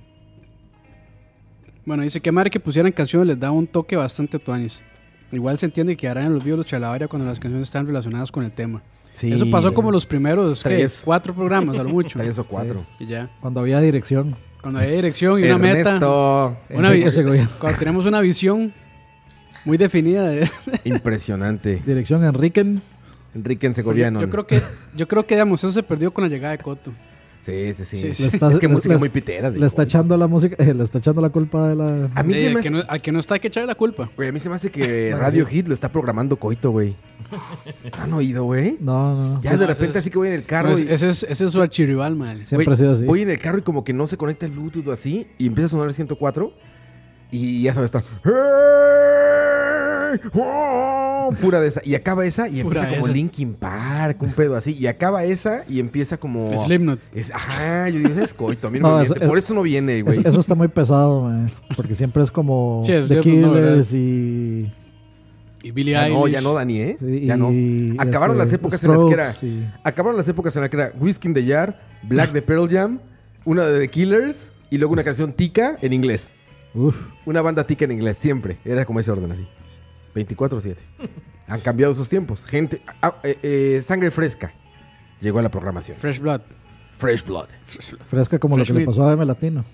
Speaker 7: bueno, dice, qué madre que pusieran canciones les da un toque bastante tuanis. Igual se entiende que harán en los videos los chalabaria cuando las canciones están relacionadas con el tema.
Speaker 4: Sí.
Speaker 7: Eso pasó como los primeros ¿qué?
Speaker 4: Tres.
Speaker 7: cuatro programas, a lo mucho.
Speaker 4: Tres o cuatro.
Speaker 7: Y ya,
Speaker 6: Cuando había dirección.
Speaker 7: cuando hay dirección y una meta,
Speaker 4: Ernesto.
Speaker 7: una vi-
Speaker 6: Enrique Segovia.
Speaker 7: cuando tenemos una visión muy definida de...
Speaker 4: Impresionante.
Speaker 6: Dirección Enriquen.
Speaker 4: Enrique en Segoviano.
Speaker 7: yo creo que, yo creo que, digamos, eso se perdió con la llegada de Coto.
Speaker 4: Sí, sí, sí.
Speaker 7: Sí, sí.
Speaker 6: Le está-
Speaker 4: es que
Speaker 6: le-
Speaker 4: música
Speaker 6: le-
Speaker 4: muy pitera.
Speaker 6: Le está
Speaker 4: digo.
Speaker 6: echando la música. eh, le está echando la culpa de la.
Speaker 4: A mí
Speaker 7: Eh,
Speaker 4: se me
Speaker 7: que
Speaker 4: hace-
Speaker 7: no- al que no está hay que echarle la culpa.
Speaker 4: Güey, a mí se me hace que Radio Hit lo está programando coito, güey. ¿Han oído, güey?
Speaker 6: No, no. no.
Speaker 4: Ya de
Speaker 7: no,
Speaker 4: repente
Speaker 7: ese es-
Speaker 4: así que voy en el carro
Speaker 7: No, es-
Speaker 4: y...
Speaker 7: Pues, ese, es, ese es su archirrival, man.
Speaker 6: Siempre ha
Speaker 4: Güey,
Speaker 6: sido así.
Speaker 4: Voy en el carro y como que no se conecta el Bluetooth o así y empieza a sonar el 104 y ya sabes, está... "Hey, oh", pura de esa. Y acaba esa y
Speaker 7: Pura
Speaker 4: empieza como
Speaker 7: esa.
Speaker 4: Linkin Park, un pedo así. Y acaba esa y empieza como...
Speaker 7: Pues, Slipknot.
Speaker 4: Es, ajá, yo digo, "Ese es coito, a mí no,
Speaker 6: No,
Speaker 4: me
Speaker 6: es-
Speaker 4: miente". Por eso no viene, güey.
Speaker 6: Es- eso está muy pesado, man, porque siempre es como
Speaker 7: Sí, es-
Speaker 6: The
Speaker 7: no,
Speaker 6: Killers y,
Speaker 7: Y Billy
Speaker 4: Ya Ah, no,
Speaker 7: Eilish.
Speaker 4: ya no, Dani, ¿eh?
Speaker 6: y-
Speaker 4: ya no.
Speaker 6: y,
Speaker 4: Acabaron
Speaker 6: este,
Speaker 4: las épocas en las que era...
Speaker 6: Strokes y-
Speaker 4: Acabaron las épocas en las que era Whiskey in the Jar, Black de Pearl Jam, una de The Killers y luego una canción tica en inglés.
Speaker 6: Uf,
Speaker 4: Una banda tica en inglés, siempre. Era como ese orden así. 24-7. Han cambiado esos tiempos. Gente, ah, eh, eh, sangre fresca. Llegó a la programación.
Speaker 7: Fresh Blood.
Speaker 4: Fresh Blood.
Speaker 6: fresca como
Speaker 7: Fresh
Speaker 6: lo que
Speaker 7: Meat.
Speaker 6: le pasó a M Latino.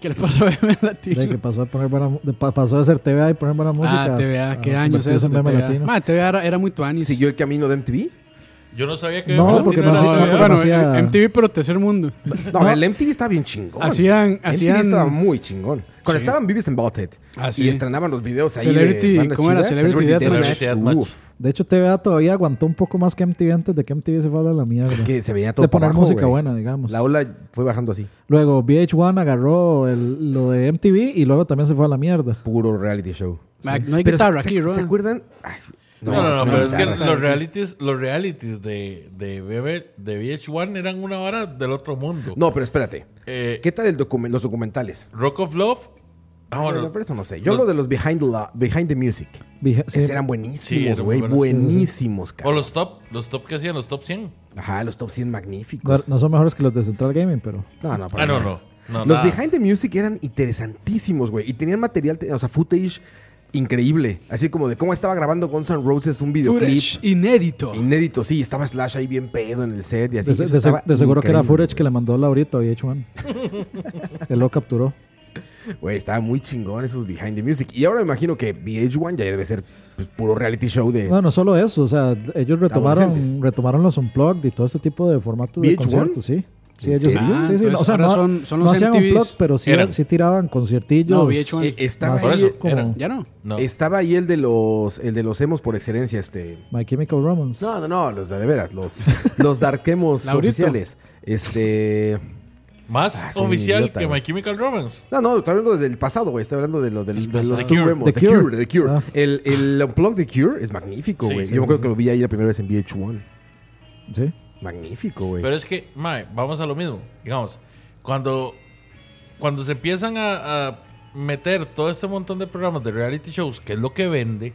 Speaker 7: ¿Qué le pasó a M Latino?
Speaker 6: De que pasó a poner buena mu- de pa- pasó de ser TVA y poner buena música.
Speaker 7: ah, TVA,
Speaker 6: a
Speaker 7: qué años
Speaker 6: convertirse
Speaker 7: eso.
Speaker 6: en
Speaker 7: de
Speaker 6: meme
Speaker 7: TVA.
Speaker 6: latino.
Speaker 7: Ma, TVA era, era muy tuanis.
Speaker 4: Siguió el camino de MTV.
Speaker 5: Yo no sabía que
Speaker 6: No,
Speaker 5: Latino
Speaker 6: porque no
Speaker 5: era
Speaker 6: hacía-
Speaker 5: de-
Speaker 6: no,
Speaker 7: bueno,
Speaker 6: hacía-
Speaker 7: eh, MTV pero tercer mundo.
Speaker 4: No, el MTV estaba bien chingón.
Speaker 7: Hacían-
Speaker 4: MTV
Speaker 7: hacían-
Speaker 4: estaba muy chingón. Cuando estaban Vives en Butthead
Speaker 7: Ah, sí.
Speaker 4: y estrenaban los videos ahí.
Speaker 7: Celebrity,
Speaker 4: de bandas
Speaker 7: ¿cómo era?
Speaker 4: chidas,
Speaker 7: Celebrity
Speaker 5: Deathmatch. Deathmatch.
Speaker 4: Uf,
Speaker 6: De hecho, TVA todavía aguantó un poco más que MTV antes de que MTV se fuera a la mierda.
Speaker 4: que se veía todo
Speaker 6: de
Speaker 4: para
Speaker 6: poner
Speaker 4: abajo,
Speaker 6: música
Speaker 4: güey.
Speaker 6: buena, digamos.
Speaker 4: La ola fue bajando así.
Speaker 6: Luego VH1 agarró el- lo de MTV y luego también se fue a la mierda.
Speaker 4: Puro reality show.
Speaker 7: Mac, no hay
Speaker 4: Pero
Speaker 7: guitarra
Speaker 4: se-
Speaker 7: aquí,
Speaker 4: ¿Se
Speaker 7: Roa.
Speaker 4: acuerdan? Ay,
Speaker 5: No, no, no, pero es que
Speaker 4: guitarra.
Speaker 5: los realities, los realities de, de, BB de VH1 eran una hora del otro mundo.
Speaker 4: No, pero espérate.
Speaker 5: Eh,
Speaker 4: ¿Qué tal el documen- los documentales?
Speaker 5: Rock of Love. Ah,
Speaker 4: Bueno,
Speaker 5: bueno,
Speaker 4: pero eso no sé. Yo
Speaker 5: los-
Speaker 4: hablo de los behind the, la- behind the music.
Speaker 6: Vije- sí,
Speaker 4: Esos eran
Speaker 5: Sí,
Speaker 4: buenísimos,
Speaker 5: eran
Speaker 4: güey.
Speaker 5: muy buenos.
Speaker 4: buenísimos,
Speaker 5: O
Speaker 4: cabrón.
Speaker 5: los top, los top que hacían, los top 100.
Speaker 4: Ajá, los top 100
Speaker 6: no,
Speaker 4: magníficos.
Speaker 6: no son mejores que los de Central Gaming, pero
Speaker 4: No, no, para
Speaker 5: Ah, no,
Speaker 4: nada.
Speaker 5: no. no
Speaker 4: Los
Speaker 5: nada.
Speaker 4: behind the music eran interesantísimos, güey. Y tenían material, te- o sea, footage increíble. Así como de cómo estaba grabando Guns N' Roses un videoclip.
Speaker 7: Footage inédito.
Speaker 4: Inédito, sí. Estaba Slash ahí bien pedo en el set y así.
Speaker 6: de, se-
Speaker 4: Eso
Speaker 6: de se-
Speaker 4: estaba
Speaker 6: de seguro que era
Speaker 4: increíble,
Speaker 6: footage que le mandó Laurito a VH1. Él lo capturó.
Speaker 4: Güey, estaba muy chingón esos Behind the Music. Y ahora me imagino que VH1 ya debe ser pues, puro reality show de... eh,
Speaker 6: No, no solo eso, o sea, ellos
Speaker 4: Adolescentes.
Speaker 6: retomaron, retomaron los unplugged y todo este tipo de formatos
Speaker 4: VH1?
Speaker 6: de conciertos, sí. Sí,
Speaker 4: ¿En
Speaker 6: ellos,
Speaker 4: serio?
Speaker 7: Ah,
Speaker 6: sí, sí, no,
Speaker 7: entonces
Speaker 6: o sea,
Speaker 7: ahora
Speaker 6: no,
Speaker 7: son- son
Speaker 6: no
Speaker 7: los
Speaker 6: hacían
Speaker 7: MTVs.
Speaker 6: unplugged, pero sí,
Speaker 5: Eran.
Speaker 6: sí tiraban conciertillos.
Speaker 7: No, VH1.
Speaker 4: Eh, estaba,
Speaker 6: Más
Speaker 5: Por
Speaker 4: ahí,
Speaker 5: eso,
Speaker 6: como-
Speaker 5: eran.
Speaker 7: Ya no.
Speaker 5: No.
Speaker 4: estaba ahí el de los el de los emos por excelencia, este...
Speaker 6: My Chemical Romance.
Speaker 4: No, no, no, los de, de veras, los, los darkemos
Speaker 7: Laurito.
Speaker 4: oficiales. Este...
Speaker 5: Más
Speaker 4: Ah, soy un
Speaker 5: oficial
Speaker 4: idiota,
Speaker 5: que
Speaker 4: güey.
Speaker 5: My Chemical Romance.
Speaker 4: No, no, está hablando del pasado, güey. Está hablando de lo del- de
Speaker 7: pasado.
Speaker 4: los
Speaker 7: The
Speaker 4: two
Speaker 5: Cure.
Speaker 4: Remos.
Speaker 6: The
Speaker 4: The Cure,
Speaker 6: Cure.
Speaker 4: The Cure.
Speaker 6: Ah.
Speaker 4: El, el Unplug The Cure es magnífico,
Speaker 5: Sí,
Speaker 4: güey.
Speaker 5: sí,
Speaker 4: Yo me acuerdo que lo vi ahí la primera vez en VH1.
Speaker 6: Sí.
Speaker 4: Magnífico, güey.
Speaker 5: Pero es que, mae, vamos a lo mismo. Digamos, cuando, cuando se empiezan a, a meter todo este montón de programas de reality shows, que es lo que vende,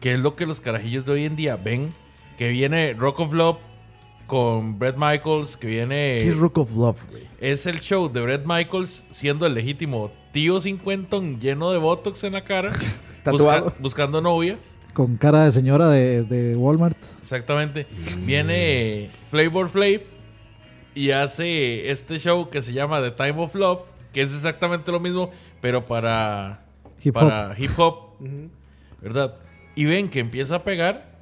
Speaker 5: que es lo que los carajillos de hoy en día ven, que viene Rock of Love con Bret Michaels, que viene...
Speaker 4: ¿Qué es Rock of Love, güey?
Speaker 5: Es el show de Bret Michaels siendo el legítimo tío cincuentón lleno de botox en la cara,
Speaker 4: Tatuado.
Speaker 5: buscando novia.
Speaker 6: Con cara de señora de, de Walmart.
Speaker 5: Exactamente. Viene Flavor Flav y hace este show que se llama The Time of Love, que es exactamente lo mismo, pero para
Speaker 6: Hip
Speaker 5: para hip hop, ¿verdad? Y ven que empieza a pegar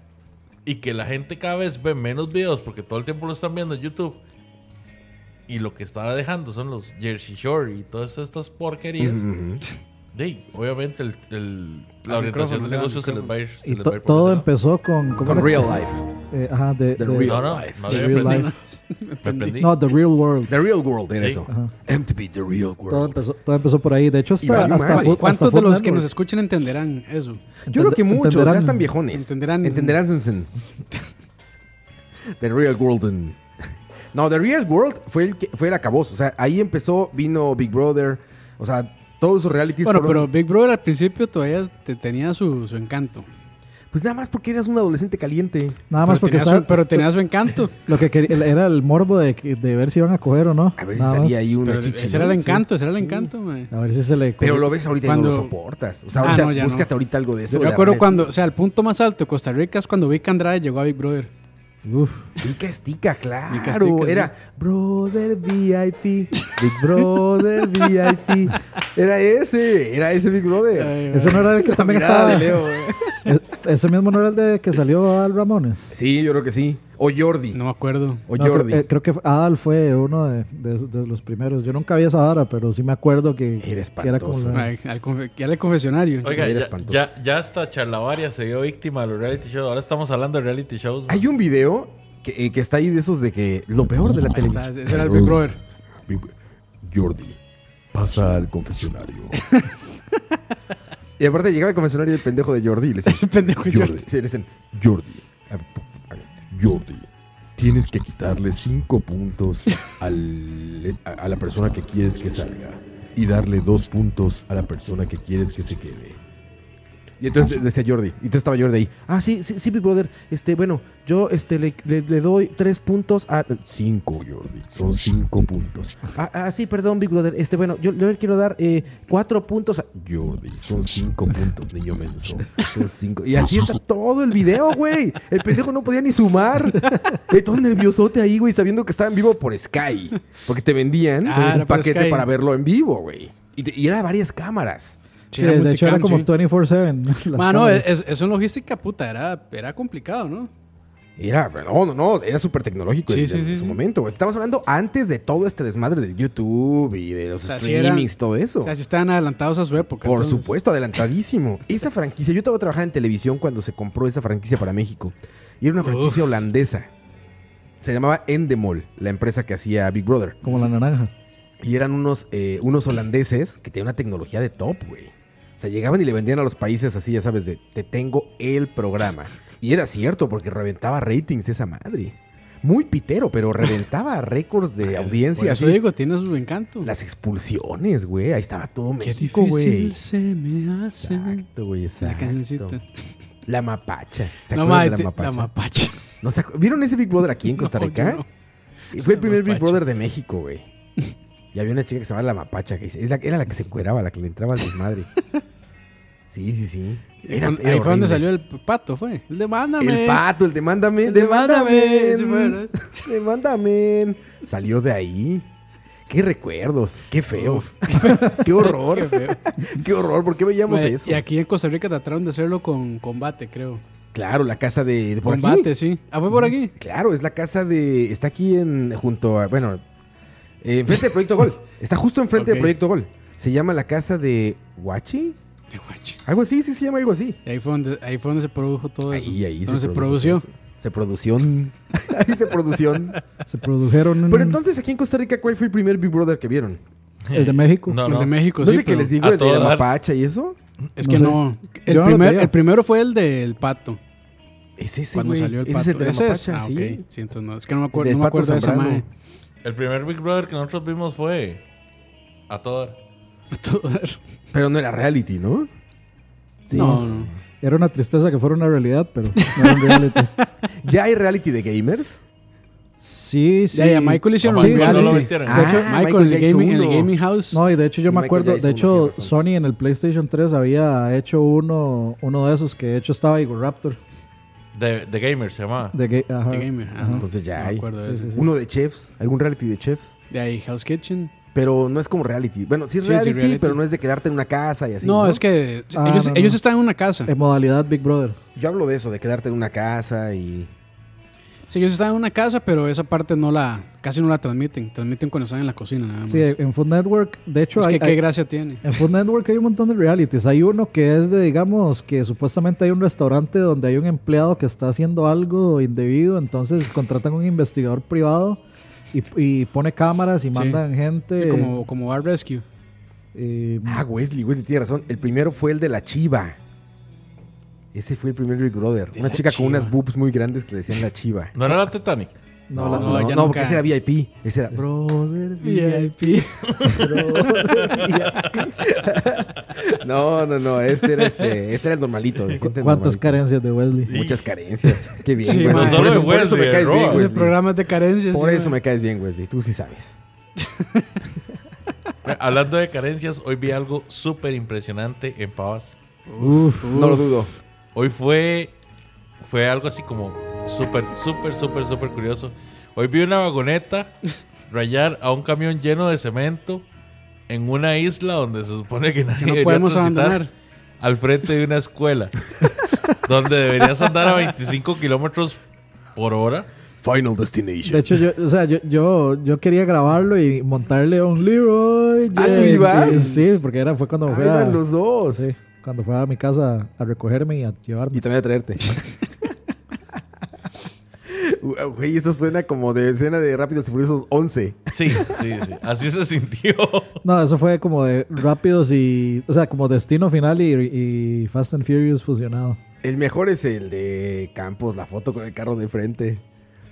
Speaker 5: y que la gente cada vez ve menos videos porque todo el tiempo lo están viendo en YouTube. Y lo que estaba dejando son los Jersey Shore y todas estas porquerías. De ahí, obviamente el- el- la
Speaker 7: Al
Speaker 5: orientación del
Speaker 7: micrófono, al
Speaker 5: negocio se les
Speaker 7: micrófono.
Speaker 5: va a ir. se
Speaker 6: Y
Speaker 5: les
Speaker 6: to-
Speaker 5: va a ir por
Speaker 6: todo
Speaker 5: ese lado.
Speaker 6: empezó con. ¿cómo
Speaker 4: Con
Speaker 6: era?
Speaker 4: Real Life.
Speaker 6: Eh, ajá, de,
Speaker 4: The
Speaker 6: de-
Speaker 4: Real.
Speaker 5: No, no,
Speaker 4: Life.
Speaker 5: no,
Speaker 6: The
Speaker 5: yo
Speaker 6: Real
Speaker 5: aprendí.
Speaker 6: Life.
Speaker 7: Me
Speaker 5: Me aprendí.
Speaker 6: No, The Real World.
Speaker 4: The Real World era
Speaker 5: Sí.
Speaker 4: eso.
Speaker 6: Ajá.
Speaker 4: MTV The Real
Speaker 6: Todo
Speaker 4: World.
Speaker 6: empezó, todo empezó por ahí. De hecho,
Speaker 4: Y
Speaker 6: hasta.
Speaker 4: valió
Speaker 6: hasta
Speaker 4: madre.
Speaker 6: Food-
Speaker 7: ¿Cuántos
Speaker 6: hasta
Speaker 7: de
Speaker 6: Food
Speaker 7: los que nos
Speaker 6: Network.
Speaker 7: escuchan entenderán eso?
Speaker 4: Yo creo que
Speaker 6: Entende-
Speaker 4: muchos, ya
Speaker 6: entenderán.
Speaker 4: están viejones.
Speaker 7: Entenderán.
Speaker 4: Entenderán. sensen. The Real World. No, The Real World fue el que fue el acabose. O sea, ahí empezó, vino Big Brother. O sea, todos esos realities
Speaker 7: Bueno,
Speaker 4: fueron-
Speaker 7: pero Big Brother al principio todavía te tenía su, su encanto.
Speaker 4: Pues nada más porque eras un adolescente caliente.
Speaker 6: Nada más
Speaker 7: pero
Speaker 6: porque
Speaker 7: tenía su-
Speaker 6: estaba- este
Speaker 7: pero tenía su encanto.
Speaker 6: Lo que quería- era el morbo de, que- de ver si iban a coger o no.
Speaker 4: A ver si
Speaker 6: Nada
Speaker 4: salía
Speaker 6: más.
Speaker 4: ahí una
Speaker 7: Pero
Speaker 4: chichi.
Speaker 7: ese
Speaker 4: ¿no?
Speaker 7: era el
Speaker 4: Sí.
Speaker 7: encanto, ese era el encanto, mae.
Speaker 6: A ver si se le.
Speaker 4: Pero lo ves ahorita y no lo
Speaker 7: Cuando-
Speaker 4: soportas. O sea,
Speaker 7: Ah,
Speaker 4: ahorita
Speaker 7: no, ya
Speaker 4: búscate
Speaker 7: no.
Speaker 4: ahorita algo de eso.
Speaker 7: Yo me
Speaker 4: de
Speaker 7: acuerdo
Speaker 4: Arnett.
Speaker 7: cuando, o sea, el punto más alto de Costa Rica es cuando Vic Andrade llegó a Big Brother.
Speaker 6: Uf.
Speaker 4: Pica estica, claro.
Speaker 7: Pica estica, sí.
Speaker 4: era Brother VIP. Big Brother VIP. Era ese. Era ese Big Brother.
Speaker 6: Ese no era el que también
Speaker 4: Mirada de
Speaker 6: estaba.
Speaker 4: Leo, eh.
Speaker 6: E- Ese mismo no era el de que salió Adal Ramones.
Speaker 4: Sí, yo creo que sí. O Jordi.
Speaker 7: No me acuerdo.
Speaker 4: O
Speaker 6: No,
Speaker 4: Jordi.
Speaker 6: Creo, eh, creo que fue- Adal fue uno de, de- de los primeros. Yo nunca vi esa vara, pero sí me acuerdo que,
Speaker 4: Era
Speaker 6: que era como
Speaker 4: espantoso.
Speaker 6: la-
Speaker 7: Mae, al confe- ya le confesionario.
Speaker 5: Oiga,
Speaker 4: Era
Speaker 5: ya,
Speaker 4: espantoso.
Speaker 5: ya, ya hasta Charlavaria se dio víctima de los reality shows. Ahora estamos hablando de reality shows.
Speaker 4: Hay un video que, eh, que está ahí de esos de que lo peor de la
Speaker 7: Ahí está,
Speaker 4: televisión.
Speaker 7: ese ese era el Big Brother.
Speaker 4: Jordi, pasa al confesionario. y aparte llegaba el confesionario del pendejo de Jordi y le decían,
Speaker 7: Pendejo yo.
Speaker 4: Jordi, sí, le decían, Jordi, a ver, a ver, Jordi, tienes que quitarle cinco puntos al- a, a la persona que quieres que salga y darle dos puntos a la persona que quieres que se quede. Y entonces decía Jordi, y entonces estaba Jordi ahí. Ah, sí, sí, sí, Big Brother. Este, bueno, yo este, le, le- le doy tres puntos a. Cinco, Jordi. Son cinco puntos. Ah, ah, sí, perdón, Big Brother. Este, bueno, yo, yo le quiero dar eh, cuatro puntos a. Jordi, son cinco puntos, niño menso. Son cinco. Y así está todo el video, güey. El pendejo no podía ni sumar. Eh, todo nerviosote ahí, güey, sabiendo que estaba en vivo por Sky. Porque te vendían
Speaker 7: Ah, era
Speaker 4: un
Speaker 7: por
Speaker 4: paquete
Speaker 7: Sky.
Speaker 4: para verlo en vivo, güey. Y, te- y era de varias cámaras.
Speaker 6: Sí, de hecho, era como 24-7. las
Speaker 7: Mano,
Speaker 6: cámaras.
Speaker 7: es- eso en logística, puta, era, era complicado, ¿no?
Speaker 4: Era, no, no, no, era súper tecnológico
Speaker 7: Sí,
Speaker 4: en,
Speaker 7: sí,
Speaker 4: en
Speaker 7: sí,
Speaker 4: su
Speaker 7: sí.
Speaker 4: momento. güey. Estamos hablando antes de todo este desmadre del YouTube y de los
Speaker 7: O sea, sí
Speaker 4: streamings
Speaker 7: eran-
Speaker 4: y todo eso.
Speaker 7: O sea, sí estaban adelantados a su época.
Speaker 4: Por
Speaker 7: entonces.
Speaker 4: supuesto, adelantadísimo. Esa franquicia, yo estaba trabajando en televisión cuando se compró esa franquicia para México. Y era una franquicia holandesa. Se llamaba Endemol, la empresa que hacía Big Brother.
Speaker 6: como la naranja.
Speaker 4: Y eran unos, eh, unos holandeses que tenían una tecnología de top, güey. O sea, llegaban y le vendían a los países así, ya sabes, de te tengo el programa. Y era cierto, porque reventaba ratings esa madre. Muy pitero, pero reventaba récords de
Speaker 7: Por
Speaker 4: audiencia.
Speaker 7: eso
Speaker 4: así.
Speaker 7: digo, tiene su encanto.
Speaker 4: Las expulsiones, güey. Ahí estaba todo
Speaker 7: Qué
Speaker 4: México,
Speaker 7: difícil
Speaker 4: güey.
Speaker 7: se me hace.
Speaker 4: Exacto, güey,
Speaker 7: La cancioncita.
Speaker 4: exacto. La mapacha. ¿Se
Speaker 7: No,
Speaker 4: acuerdan
Speaker 7: mae,
Speaker 4: de
Speaker 7: te-
Speaker 4: la mapacha?
Speaker 7: la mapache.
Speaker 4: ¿No se acu- ¿Vieron ese Big Brother aquí en Costa
Speaker 7: No,
Speaker 4: Rica?
Speaker 7: yo no.
Speaker 4: Y Fue el primer Big
Speaker 7: Mapacha.
Speaker 4: Brother de México, güey. Y había una chica que se llamaba La Mapacha, que es la- era la que se encueraba, la que le entraba al desmadre. Sí, sí, sí. Era, era
Speaker 7: Ahí fue
Speaker 4: horrible.
Speaker 7: donde salió el pato, fue. El de mándame.
Speaker 4: El pato, el demándame,
Speaker 7: El demándame, sí fue,
Speaker 4: demándame.
Speaker 7: ¿no?
Speaker 4: Demándame. Salió de ahí. Qué recuerdos, qué feo. qué horror. qué, horror, ¿por qué veíamos
Speaker 7: Mae,
Speaker 4: eso?
Speaker 7: Y aquí en Costa Rica trataron de hacerlo con combate, creo.
Speaker 4: Claro, la casa de, de por aquí.
Speaker 7: combate, sí. Ah, fue por aquí.
Speaker 4: Claro, es la casa de. Está aquí en. junto a. Bueno. eh, Enfrente de Proyecto Gol. Está justo enfrente de
Speaker 7: Ok.
Speaker 4: Proyecto Gol. Se llama la casa de. ¿Guachi?
Speaker 7: Te guacho.
Speaker 4: Algo así, sí se llama algo así.
Speaker 7: Y ahí fue donde, ahí fue donde se produjo todo eso.
Speaker 4: Ahí, ahí
Speaker 7: Donde se,
Speaker 4: produjo
Speaker 7: produció.
Speaker 4: todo eso. Se producción. se producción.
Speaker 6: Se produjeron.
Speaker 4: Pero entonces, aquí en Costa Rica, ¿cuál fue el primer Big Brother que vieron?
Speaker 6: El de México.
Speaker 5: No,
Speaker 7: el de
Speaker 5: no.
Speaker 7: México,
Speaker 4: ¿No
Speaker 7: sí.
Speaker 4: es el que
Speaker 7: pero
Speaker 4: les digo
Speaker 5: a
Speaker 4: el de
Speaker 5: todo
Speaker 4: la
Speaker 5: dar.
Speaker 4: mapacha y eso?
Speaker 7: Es
Speaker 6: No
Speaker 7: que
Speaker 6: sé.
Speaker 7: no. El,
Speaker 6: Yo no lo
Speaker 7: primer-
Speaker 6: veía.
Speaker 7: el primero fue el del pato.
Speaker 4: Es ese,
Speaker 7: Cuando
Speaker 4: güey.
Speaker 7: salió el
Speaker 4: Ese
Speaker 7: pato.
Speaker 4: es el de la
Speaker 7: Ese es.
Speaker 4: mapacha,
Speaker 7: Ah,
Speaker 4: sí.
Speaker 7: ok. Sí, entonces no. Es que no me
Speaker 4: El
Speaker 7: acuerdo,
Speaker 4: del
Speaker 7: no me
Speaker 4: pato
Speaker 7: acuerdo de esa
Speaker 4: Zambrano.
Speaker 7: madre.
Speaker 5: El primer Big Brother que nosotros vimos fue a toda.
Speaker 4: Pero no era reality, ¿no? Sí.
Speaker 7: No, no.
Speaker 6: Era una tristeza que fuera una realidad, pero no era un reality.
Speaker 4: ¿Ya hay reality de gamers?
Speaker 6: Sí, sí.
Speaker 7: Ya, ya, Michael hicieron
Speaker 6: Sí,
Speaker 7: un
Speaker 5: no
Speaker 6: sí,
Speaker 5: lo
Speaker 6: sí.
Speaker 7: reality.
Speaker 5: metieron.
Speaker 4: Ah,
Speaker 7: Michael,
Speaker 4: Michael ya
Speaker 7: el,
Speaker 4: hizo
Speaker 7: gaming, el
Speaker 4: uno.
Speaker 7: Gaming House.
Speaker 6: No, y de hecho yo
Speaker 4: Sí,
Speaker 6: me
Speaker 4: Michael
Speaker 6: acuerdo,
Speaker 4: ya hizo
Speaker 6: de
Speaker 4: uno, tiene
Speaker 6: hecho
Speaker 4: razón.
Speaker 6: Sony en el PlayStation 3 había hecho uno, uno de esos que de hecho estaba Igor Raptor.
Speaker 5: De, de Gamer se llamaba.
Speaker 6: De ga- ajá.
Speaker 7: The Gamer. Ah, no.
Speaker 4: Entonces ya
Speaker 7: No me
Speaker 4: hay.
Speaker 7: acuerdo de
Speaker 6: Sí,
Speaker 7: ese.
Speaker 6: sí, sí.
Speaker 4: Uno de chefs, algún reality de chefs.
Speaker 7: De ahí, House Kitchen.
Speaker 4: Pero no es como reality. Bueno, sí es
Speaker 7: Sí, sí,
Speaker 4: reality,
Speaker 7: reality.
Speaker 4: pero no es de quedarte en una casa y así.
Speaker 7: no, es que
Speaker 6: Ah,
Speaker 7: ellos,
Speaker 6: no, Eh, no.
Speaker 7: ellos están en una casa.
Speaker 6: En modalidad Big Brother.
Speaker 4: Yo hablo de eso, de quedarte en una casa y.
Speaker 7: Sí, ellos están en una casa, pero esa parte no la, casi no la transmiten. Transmiten cuando están en la cocina, nada más.
Speaker 6: Sí, en Food Network, de hecho
Speaker 7: es
Speaker 6: hay,
Speaker 7: que qué
Speaker 6: hay-
Speaker 7: gracia tiene.
Speaker 6: en Food Network hay un montón de realities. Hay uno que es de, digamos, que supuestamente hay un restaurante donde hay un empleado que está haciendo algo indebido, entonces contratan un investigador privado y, y pone cámaras y mandan gente.
Speaker 7: Sí, como, como Bar Rescue.
Speaker 6: eh,
Speaker 7: Mm.
Speaker 4: Ah, Wesley, Wesley tiene razón. El primero fue el de la chiva. Ese fue el primer Big Brother. Una
Speaker 7: la
Speaker 4: chica con
Speaker 7: chiva.
Speaker 4: unas boobs muy grandes que le decían la chiva.
Speaker 5: No era la Titanic.
Speaker 6: no,
Speaker 4: no,
Speaker 6: la-
Speaker 7: no, ya
Speaker 4: no,
Speaker 7: nunca.
Speaker 4: porque ese era VIP. Ese era Brother VIP. no, no, no. Este era, este, este era el normalito. de gente
Speaker 6: ¿Cuántas
Speaker 4: normalita.
Speaker 6: carencias de Wesley?
Speaker 4: Muchas carencias. Qué bien,
Speaker 7: Sí,
Speaker 4: Wesley. Por,
Speaker 7: man.
Speaker 4: eso,
Speaker 5: Solo de
Speaker 4: por eso me
Speaker 5: Wesley,
Speaker 4: caes bien,
Speaker 5: Roa.
Speaker 7: Ese
Speaker 6: Pues
Speaker 4: Wesley.
Speaker 7: programa es de carencias.
Speaker 4: Por
Speaker 7: sí,
Speaker 4: eso
Speaker 7: man.
Speaker 4: me caes bien, Wesley. Tú sí sabes.
Speaker 5: Eh, Hablando de carencias, hoy vi algo súper impresionante en Pavas.
Speaker 6: Uf.
Speaker 4: No lo dudo.
Speaker 5: Hoy fue, fue algo así como súper, súper, súper, súper curioso. Hoy vi una vagoneta rayar a un camión lleno de cemento en una isla donde se supone que nadie
Speaker 7: Que no
Speaker 5: debería
Speaker 7: podemos
Speaker 5: transitar,
Speaker 7: abandonar.
Speaker 5: al frente de una escuela donde deberías andar a 25 kilómetros por hora.
Speaker 3: Final Destination.
Speaker 6: De hecho, yo, o sea, yo, yo, yo quería grabarlo y montarle un Leroy.
Speaker 4: Ah, ¿tú
Speaker 6: Jenkins.
Speaker 4: ibas?
Speaker 6: Sí, porque era, fue cuando
Speaker 4: Ahí
Speaker 6: fue a,
Speaker 4: van los dos.
Speaker 6: sí, cuando fue a mi casa a recogerme y a
Speaker 4: Y
Speaker 6: llevarme.
Speaker 4: también a traerte. Güey, eso suena como de escena de Rápidos y Furiosos 11.
Speaker 5: Sí, sí, sí. Así se sintió.
Speaker 6: No, eso fue como de rápidos y. O sea, como destino final y, y Fast and Furious fusionado.
Speaker 4: El mejor es el de Campos, la foto con el carro de frente.